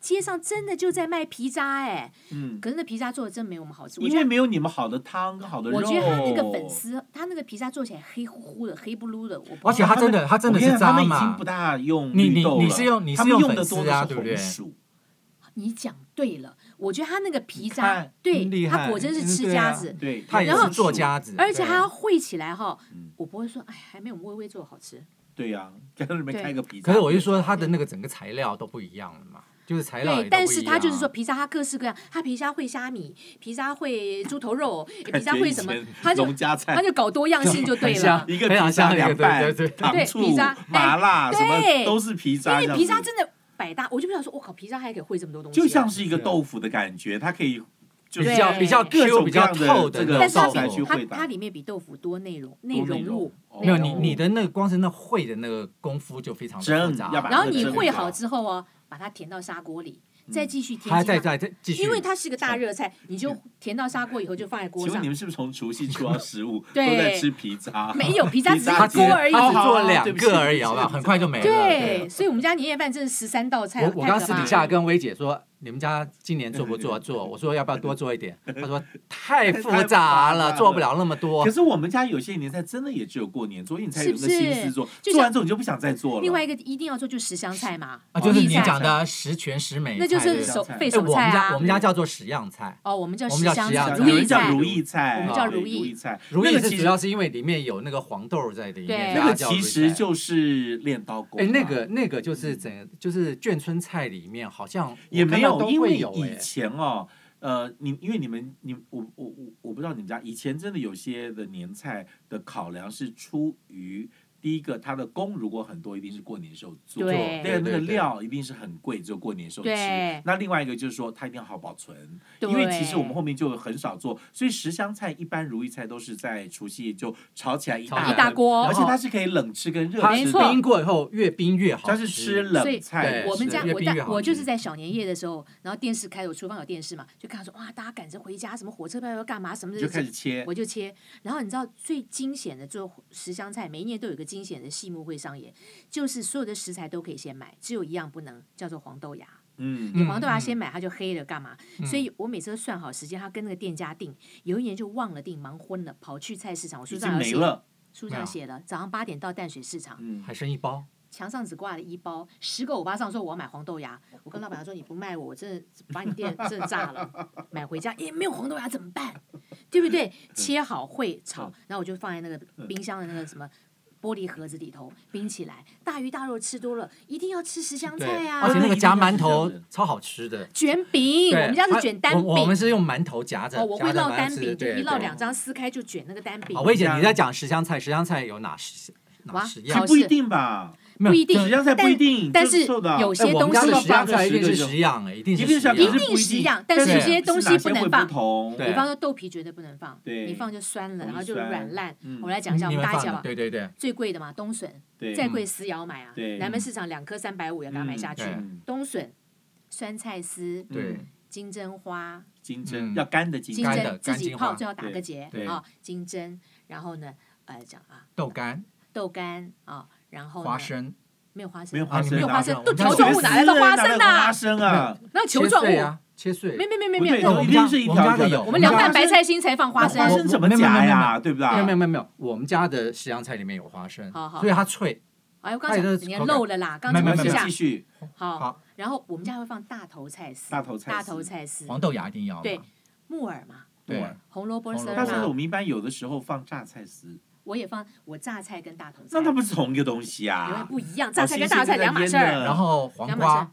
[SPEAKER 3] 街上真的就在卖皮渣哎、
[SPEAKER 1] 嗯，
[SPEAKER 3] 可是那皮渣做的真没我们好吃。我
[SPEAKER 1] 因
[SPEAKER 3] 觉
[SPEAKER 1] 为
[SPEAKER 3] 得，
[SPEAKER 1] 没有你们好的汤跟好的肉。
[SPEAKER 3] 我觉得他那个粉丝，他那个皮渣做起来黑乎乎的，黑不噜的。我婆
[SPEAKER 2] 而且他真的他真的
[SPEAKER 1] 我跟
[SPEAKER 2] 是
[SPEAKER 1] 你讲他
[SPEAKER 2] 渣
[SPEAKER 1] 们已经
[SPEAKER 2] 嘛
[SPEAKER 1] 不，大用
[SPEAKER 2] 你
[SPEAKER 1] 绿豆
[SPEAKER 2] 你
[SPEAKER 1] 了
[SPEAKER 2] 你是用你
[SPEAKER 1] 他
[SPEAKER 2] 是
[SPEAKER 1] 们
[SPEAKER 2] 用
[SPEAKER 1] 用的
[SPEAKER 2] 粉丝
[SPEAKER 1] 多的
[SPEAKER 2] 啊
[SPEAKER 1] 是
[SPEAKER 2] 对不对
[SPEAKER 1] 红薯，
[SPEAKER 3] 你讲对了，我觉得他那个皮
[SPEAKER 1] 你
[SPEAKER 3] 渣
[SPEAKER 1] 看，
[SPEAKER 3] 对
[SPEAKER 2] 嗯厉
[SPEAKER 3] 他
[SPEAKER 2] 害
[SPEAKER 3] 果真是
[SPEAKER 2] 嗯
[SPEAKER 3] 吃
[SPEAKER 2] 对
[SPEAKER 3] 家
[SPEAKER 2] 啊
[SPEAKER 3] 子。
[SPEAKER 1] 对，
[SPEAKER 2] 他也
[SPEAKER 1] 用
[SPEAKER 2] 是
[SPEAKER 1] 红薯
[SPEAKER 2] 做家子，
[SPEAKER 3] 而且
[SPEAKER 2] 对啊
[SPEAKER 3] 它要烩起来哈
[SPEAKER 1] 嗯，
[SPEAKER 3] 我不会说哎，还没有我们微微做的好吃。
[SPEAKER 1] 对呀，在那里面
[SPEAKER 3] 对
[SPEAKER 1] 开个皮。
[SPEAKER 2] 可是我就说它的那个整个材料都不一样了嘛，就是材料也
[SPEAKER 3] 对，
[SPEAKER 2] 都
[SPEAKER 3] 但
[SPEAKER 2] 不一
[SPEAKER 3] 是
[SPEAKER 2] 样
[SPEAKER 3] 它就是说，皮沙，它各式各样，它皮沙会虾米，皮沙会猪头
[SPEAKER 2] (laughs)
[SPEAKER 3] 肉，皮
[SPEAKER 1] 感
[SPEAKER 3] 沙
[SPEAKER 1] 觉
[SPEAKER 3] 会
[SPEAKER 1] 以
[SPEAKER 3] 什么
[SPEAKER 1] 前，
[SPEAKER 3] 它就
[SPEAKER 1] 农家
[SPEAKER 3] 它
[SPEAKER 1] 菜，
[SPEAKER 3] 就搞多样性就对
[SPEAKER 2] 很
[SPEAKER 3] 了
[SPEAKER 2] 像。
[SPEAKER 1] 一个
[SPEAKER 2] 非
[SPEAKER 1] 皮
[SPEAKER 2] 常
[SPEAKER 1] 沙
[SPEAKER 2] 像那
[SPEAKER 1] 凉
[SPEAKER 2] 个
[SPEAKER 1] 拌
[SPEAKER 2] 对对对，
[SPEAKER 1] 糖
[SPEAKER 3] 对
[SPEAKER 1] 醋
[SPEAKER 3] 皮渣
[SPEAKER 1] 麻辣
[SPEAKER 3] 哎
[SPEAKER 1] 什么
[SPEAKER 3] 对
[SPEAKER 1] 都是皮
[SPEAKER 3] 因
[SPEAKER 1] 渣，
[SPEAKER 3] 为皮沙
[SPEAKER 1] 沙
[SPEAKER 3] 真的百搭，我就不想说，我靠，皮沙还可以烩这么多东西啊，
[SPEAKER 1] 就像是一个豆腐的感觉，它可以就
[SPEAKER 2] 比
[SPEAKER 1] 是
[SPEAKER 3] 对
[SPEAKER 2] 较比较
[SPEAKER 1] 各种
[SPEAKER 2] Q 比较
[SPEAKER 1] 各样的
[SPEAKER 2] 透
[SPEAKER 1] 这
[SPEAKER 2] 的
[SPEAKER 1] 个
[SPEAKER 2] 那
[SPEAKER 3] 但
[SPEAKER 2] 种
[SPEAKER 3] 是它
[SPEAKER 2] 豆
[SPEAKER 1] 上来去
[SPEAKER 3] 比
[SPEAKER 2] 腐。
[SPEAKER 1] 会打
[SPEAKER 3] 它它里面比豆腐多内容内
[SPEAKER 1] 多内
[SPEAKER 3] 容
[SPEAKER 1] 容
[SPEAKER 3] 物
[SPEAKER 1] 哦，
[SPEAKER 2] 没有
[SPEAKER 3] 内
[SPEAKER 2] 你
[SPEAKER 3] 容
[SPEAKER 2] 你
[SPEAKER 3] 物
[SPEAKER 2] 的那个光是那会的那个功夫就非常的复
[SPEAKER 1] 蒸
[SPEAKER 2] 杂，
[SPEAKER 1] 要把
[SPEAKER 3] 然后
[SPEAKER 1] 那个
[SPEAKER 3] 你
[SPEAKER 1] 蒸嗯
[SPEAKER 3] 烩
[SPEAKER 1] 好
[SPEAKER 3] 好之后哦，把它填到砂锅里，再继续
[SPEAKER 2] 还
[SPEAKER 3] 填
[SPEAKER 2] 再
[SPEAKER 3] 进它，
[SPEAKER 2] 再再继续，
[SPEAKER 3] 因为它是个大热菜，你就填到砂锅以后就放在锅
[SPEAKER 1] 哦嗯请问
[SPEAKER 3] 上
[SPEAKER 1] 你。们是不是从除夕初到十五都
[SPEAKER 3] 对
[SPEAKER 1] 在吃皮渣？
[SPEAKER 3] 没有皮渣，只
[SPEAKER 1] 皮渣
[SPEAKER 2] 它只
[SPEAKER 3] 是锅而已。哦
[SPEAKER 2] 它只做
[SPEAKER 1] 对
[SPEAKER 2] 两
[SPEAKER 1] 不起
[SPEAKER 2] 个而已，好不好？
[SPEAKER 1] 对不起
[SPEAKER 2] 很快就没了。
[SPEAKER 3] 对，所以我们家年夜饭真是十三道菜。
[SPEAKER 2] 我我
[SPEAKER 3] 太
[SPEAKER 2] 刚
[SPEAKER 3] 可
[SPEAKER 2] 私
[SPEAKER 3] 怕
[SPEAKER 2] 底
[SPEAKER 3] 了
[SPEAKER 2] 下跟薇姐说，你们家今年做不做？做。我说要不要多做
[SPEAKER 1] (laughs)
[SPEAKER 2] 一点？他说太复杂
[SPEAKER 1] 太复杂
[SPEAKER 2] 了，
[SPEAKER 1] 了
[SPEAKER 2] 做不了那么
[SPEAKER 1] (laughs)
[SPEAKER 2] 多
[SPEAKER 1] 可。是我们家有些年菜真的也只有过年做，所以你才有那
[SPEAKER 3] 是
[SPEAKER 1] 个
[SPEAKER 3] 不是
[SPEAKER 1] 心思做。做
[SPEAKER 3] 就像
[SPEAKER 1] 完之后你就不想再做了。
[SPEAKER 3] 另外一个一定要做就十香菜嘛，
[SPEAKER 2] 啊，就是
[SPEAKER 3] 丽
[SPEAKER 2] 你
[SPEAKER 3] 菜
[SPEAKER 2] 讲的十全十美菜，
[SPEAKER 3] 那就
[SPEAKER 2] 对
[SPEAKER 3] 是
[SPEAKER 2] 不对
[SPEAKER 3] 手
[SPEAKER 1] 对
[SPEAKER 3] 费
[SPEAKER 2] 哎
[SPEAKER 3] 手
[SPEAKER 2] 我
[SPEAKER 3] 菜
[SPEAKER 2] 们家
[SPEAKER 3] 啊
[SPEAKER 2] 我。们家叫做十样菜，
[SPEAKER 3] 哦，我们叫
[SPEAKER 2] 哎我们
[SPEAKER 3] 十
[SPEAKER 2] 叫
[SPEAKER 3] 香
[SPEAKER 2] 十香
[SPEAKER 3] 菜、
[SPEAKER 2] 菜
[SPEAKER 1] 有
[SPEAKER 3] 如意
[SPEAKER 1] 人叫
[SPEAKER 3] 菜，
[SPEAKER 1] 如意菜，啊
[SPEAKER 3] 我们叫
[SPEAKER 1] 对
[SPEAKER 3] 如意
[SPEAKER 1] 如意菜，
[SPEAKER 2] 如意
[SPEAKER 1] 那个
[SPEAKER 2] 是
[SPEAKER 1] 其
[SPEAKER 2] 主
[SPEAKER 1] 实
[SPEAKER 2] 要是因为里面有那个黄豆在里面，
[SPEAKER 3] 对
[SPEAKER 1] 那
[SPEAKER 2] 大
[SPEAKER 1] 个
[SPEAKER 2] 家叫
[SPEAKER 1] 其
[SPEAKER 2] 如
[SPEAKER 1] 实
[SPEAKER 2] 意菜
[SPEAKER 1] 就是嗯练刀工嘛。
[SPEAKER 2] 哎，那个那个就是整就是眷村菜里面好像
[SPEAKER 1] 也
[SPEAKER 2] 我看
[SPEAKER 1] 没
[SPEAKER 2] 到都
[SPEAKER 1] 因为
[SPEAKER 2] 会有
[SPEAKER 1] 以
[SPEAKER 2] 哎，
[SPEAKER 1] 前哦，呃，你因为你们你我我我我不知道你们家以前真的有些的年菜的考量是出于。第一个，它的工如果很多，一定是过年时候做；
[SPEAKER 3] 对
[SPEAKER 1] 第二个那个
[SPEAKER 2] 对对对
[SPEAKER 1] 料一定是很贵，只有过年时候吃
[SPEAKER 3] 对。
[SPEAKER 1] 那另外一个就是说，它一定要好保存，
[SPEAKER 3] 对
[SPEAKER 1] 因为其实我们后面就很少做，所以十香菜一般如意菜都是在除夕就炒起来一
[SPEAKER 2] 炒
[SPEAKER 1] 大
[SPEAKER 2] 起来
[SPEAKER 3] 一大
[SPEAKER 1] 盆
[SPEAKER 3] 锅
[SPEAKER 1] 而且
[SPEAKER 2] 哦
[SPEAKER 1] 它是可以冷吃跟热
[SPEAKER 2] 它
[SPEAKER 1] 吃
[SPEAKER 3] 没
[SPEAKER 1] 的
[SPEAKER 3] 错，
[SPEAKER 2] 冰过以后越冰越好，嗯
[SPEAKER 1] 它是吃冷菜
[SPEAKER 2] 对
[SPEAKER 1] 的，
[SPEAKER 3] 我们家
[SPEAKER 2] 是越
[SPEAKER 3] 我
[SPEAKER 2] 冰越
[SPEAKER 3] 在
[SPEAKER 2] 好
[SPEAKER 3] 我
[SPEAKER 2] 吃
[SPEAKER 3] 就是在小年夜的时候，然后电视开，我厨房有电视嘛，就看到说哇，大家赶着回家，什么火车票要干嘛，什么
[SPEAKER 1] 你
[SPEAKER 3] 的，
[SPEAKER 1] 就开始切
[SPEAKER 3] 我就切。然后你知道最惊险的做十香菜，每一年都有一个惊险的戏幕会上演，就是所有的食材都可以先买，只有一样不能，叫做黄豆芽。
[SPEAKER 1] 嗯，
[SPEAKER 2] 嗯
[SPEAKER 3] 黄豆芽先买，它就黑了，干嘛？所以我每次都算好时间，他跟那个店家订，有一年就忘了订，忙昏了，跑去菜市场，我书
[SPEAKER 1] 已
[SPEAKER 3] 上
[SPEAKER 1] 经
[SPEAKER 3] 有
[SPEAKER 1] 没
[SPEAKER 3] 写，
[SPEAKER 1] 了。啊
[SPEAKER 3] 书上写了，早上八点到淡水市场，
[SPEAKER 1] 嗯，
[SPEAKER 2] 还剩一包，
[SPEAKER 3] 墙上只挂了一包，十个欧巴上说我要买黄豆芽，我跟老板娘说你不卖我，我真的把你店 (laughs) 真的炸了，买回家也没有黄豆芽怎么办？对不对？切好会
[SPEAKER 2] 嗯
[SPEAKER 3] 炒，然后我就放在那个冰箱的那个什么。玻璃盒子里头冰起来，大鱼大肉吃多了，一定要吃十香菜啊！
[SPEAKER 2] 而且那个夹馒
[SPEAKER 1] 一
[SPEAKER 2] 头
[SPEAKER 1] 定要是这样的
[SPEAKER 2] 超好吃的。
[SPEAKER 3] 卷饼，
[SPEAKER 2] 对
[SPEAKER 3] 我们家是卷单
[SPEAKER 2] 它
[SPEAKER 3] 饼，
[SPEAKER 2] 我我们是用馒头夹着，
[SPEAKER 3] 哦，我
[SPEAKER 2] 夹
[SPEAKER 3] 会
[SPEAKER 2] 着
[SPEAKER 3] 烙
[SPEAKER 2] 馒头
[SPEAKER 3] 单
[SPEAKER 2] 吃
[SPEAKER 3] 饼，就
[SPEAKER 2] 对
[SPEAKER 3] 一烙
[SPEAKER 2] 对
[SPEAKER 3] 两张撕开就卷那个单饼
[SPEAKER 2] 啊，。魏姐，你在讲十香菜，十香菜有哪十
[SPEAKER 3] 哇
[SPEAKER 2] 哪十
[SPEAKER 1] 还
[SPEAKER 2] 样
[SPEAKER 3] 好？
[SPEAKER 1] 不一
[SPEAKER 3] 是
[SPEAKER 1] 定吧？
[SPEAKER 2] 没有
[SPEAKER 3] 不一定
[SPEAKER 1] 十香菜不一定，
[SPEAKER 3] 但
[SPEAKER 1] 就是瘦的啊
[SPEAKER 3] 有
[SPEAKER 2] 哎
[SPEAKER 3] 些
[SPEAKER 2] 我们
[SPEAKER 3] 东
[SPEAKER 2] 家
[SPEAKER 3] 西
[SPEAKER 1] 是
[SPEAKER 2] 的十样菜一定
[SPEAKER 1] 八
[SPEAKER 2] 是
[SPEAKER 1] 个十个
[SPEAKER 2] 十样，哎，一定
[SPEAKER 1] 一
[SPEAKER 2] 是
[SPEAKER 1] 定
[SPEAKER 2] 十
[SPEAKER 1] 是啊
[SPEAKER 2] 样，
[SPEAKER 1] 可是
[SPEAKER 3] 一定
[SPEAKER 1] 不一
[SPEAKER 3] 十
[SPEAKER 1] 定
[SPEAKER 3] 样但
[SPEAKER 2] 是有
[SPEAKER 3] 些东西
[SPEAKER 1] 是哪些
[SPEAKER 3] 不能
[SPEAKER 1] 会
[SPEAKER 3] 放
[SPEAKER 1] 不同，
[SPEAKER 2] 对
[SPEAKER 3] 比方说豆皮绝对不能放，
[SPEAKER 1] 对
[SPEAKER 3] 你放就酸了，
[SPEAKER 1] 容易
[SPEAKER 3] 然后就
[SPEAKER 1] 酸
[SPEAKER 3] 软烂。
[SPEAKER 1] 嗯
[SPEAKER 3] 我来讲一下我
[SPEAKER 2] 你
[SPEAKER 3] 们
[SPEAKER 2] 们
[SPEAKER 3] 大
[SPEAKER 2] 放
[SPEAKER 3] 家
[SPEAKER 2] 的
[SPEAKER 3] 吧，
[SPEAKER 2] 对对对，
[SPEAKER 3] 最贵的嘛，冬笋，
[SPEAKER 1] 对，
[SPEAKER 3] 再贵丝瑶买啊
[SPEAKER 1] 对，
[SPEAKER 3] 南门市场两颗三百五也给它买下去
[SPEAKER 2] 嗯。
[SPEAKER 1] 嗯
[SPEAKER 3] 冬笋、酸菜丝、
[SPEAKER 2] 对
[SPEAKER 3] 金针花、
[SPEAKER 1] 金针
[SPEAKER 2] 嗯
[SPEAKER 1] 要干的金
[SPEAKER 3] 金
[SPEAKER 1] 针
[SPEAKER 2] 干的
[SPEAKER 3] 针自
[SPEAKER 2] 干
[SPEAKER 3] 己
[SPEAKER 2] 金
[SPEAKER 3] 泡，
[SPEAKER 2] 花
[SPEAKER 3] 最好打个结
[SPEAKER 2] 对
[SPEAKER 3] 啊，金针。然后呢，呃，讲啊，
[SPEAKER 2] 豆干、
[SPEAKER 3] 豆干啊，然后呢
[SPEAKER 2] 花生，
[SPEAKER 3] 没有花生，
[SPEAKER 1] 没有
[SPEAKER 2] 啊
[SPEAKER 1] 花
[SPEAKER 2] 你
[SPEAKER 1] 生，
[SPEAKER 2] 们
[SPEAKER 3] 没有花
[SPEAKER 2] 我
[SPEAKER 3] 生，
[SPEAKER 2] 们
[SPEAKER 3] 都
[SPEAKER 2] 家
[SPEAKER 3] 条
[SPEAKER 2] 有
[SPEAKER 3] 状物哪来的花
[SPEAKER 1] 哪来
[SPEAKER 3] 生
[SPEAKER 1] 的花
[SPEAKER 3] 呐？
[SPEAKER 1] 生啊？
[SPEAKER 3] 那球
[SPEAKER 2] 切
[SPEAKER 3] 状物，
[SPEAKER 2] 碎啊，切碎。
[SPEAKER 3] 没没没没
[SPEAKER 1] 不
[SPEAKER 3] 没
[SPEAKER 1] 对
[SPEAKER 3] 有，
[SPEAKER 1] 哦
[SPEAKER 2] 我
[SPEAKER 1] 一
[SPEAKER 2] 们
[SPEAKER 1] 定
[SPEAKER 2] 家
[SPEAKER 1] 是一
[SPEAKER 2] 我们
[SPEAKER 1] 条
[SPEAKER 2] 家的
[SPEAKER 1] 条的
[SPEAKER 2] 有，
[SPEAKER 3] 我们
[SPEAKER 1] 家
[SPEAKER 3] 凉拌
[SPEAKER 1] 花
[SPEAKER 3] 白
[SPEAKER 1] 生
[SPEAKER 3] 菜心才放花
[SPEAKER 1] 那花
[SPEAKER 3] 生。
[SPEAKER 1] 生怎么夹呀？对不
[SPEAKER 2] 没有没
[SPEAKER 1] 对？
[SPEAKER 2] 有没有没有，我们家的十香菜里面有花生，
[SPEAKER 3] 啊好好
[SPEAKER 2] 所以啊它脆。
[SPEAKER 3] 哎，我刚才
[SPEAKER 2] 哎那
[SPEAKER 3] 人
[SPEAKER 2] 是
[SPEAKER 3] 家
[SPEAKER 2] 口感
[SPEAKER 3] 漏了啦，刚
[SPEAKER 2] 没
[SPEAKER 3] 才
[SPEAKER 2] 有没
[SPEAKER 3] 我
[SPEAKER 2] 有
[SPEAKER 3] 一
[SPEAKER 2] 没有
[SPEAKER 3] 下
[SPEAKER 1] 继续
[SPEAKER 3] 好
[SPEAKER 2] 好。
[SPEAKER 3] 然后我们家会放大头菜丝，
[SPEAKER 1] 大头菜丝
[SPEAKER 3] 大头菜丝，
[SPEAKER 2] 黄豆芽一定要嘛
[SPEAKER 3] 对木耳嘛，
[SPEAKER 2] 对
[SPEAKER 1] 木耳
[SPEAKER 3] 红萝卜丝
[SPEAKER 2] 红萝
[SPEAKER 3] 儿
[SPEAKER 1] 但
[SPEAKER 2] 卜
[SPEAKER 1] 是
[SPEAKER 3] 嘛
[SPEAKER 1] 我，们一般有的时候放榨菜丝，
[SPEAKER 3] 我也放，我榨菜跟大头菜
[SPEAKER 1] 那，它不是同一个东西
[SPEAKER 3] 因为
[SPEAKER 1] 啊？
[SPEAKER 3] 不一样，榨菜
[SPEAKER 1] 新
[SPEAKER 3] 跟
[SPEAKER 1] 鲜
[SPEAKER 3] 大菜
[SPEAKER 1] 的
[SPEAKER 3] 两码
[SPEAKER 1] 腌
[SPEAKER 3] 事儿，
[SPEAKER 1] 的
[SPEAKER 2] 然后黄
[SPEAKER 3] 两码事
[SPEAKER 2] 瓜
[SPEAKER 3] 儿，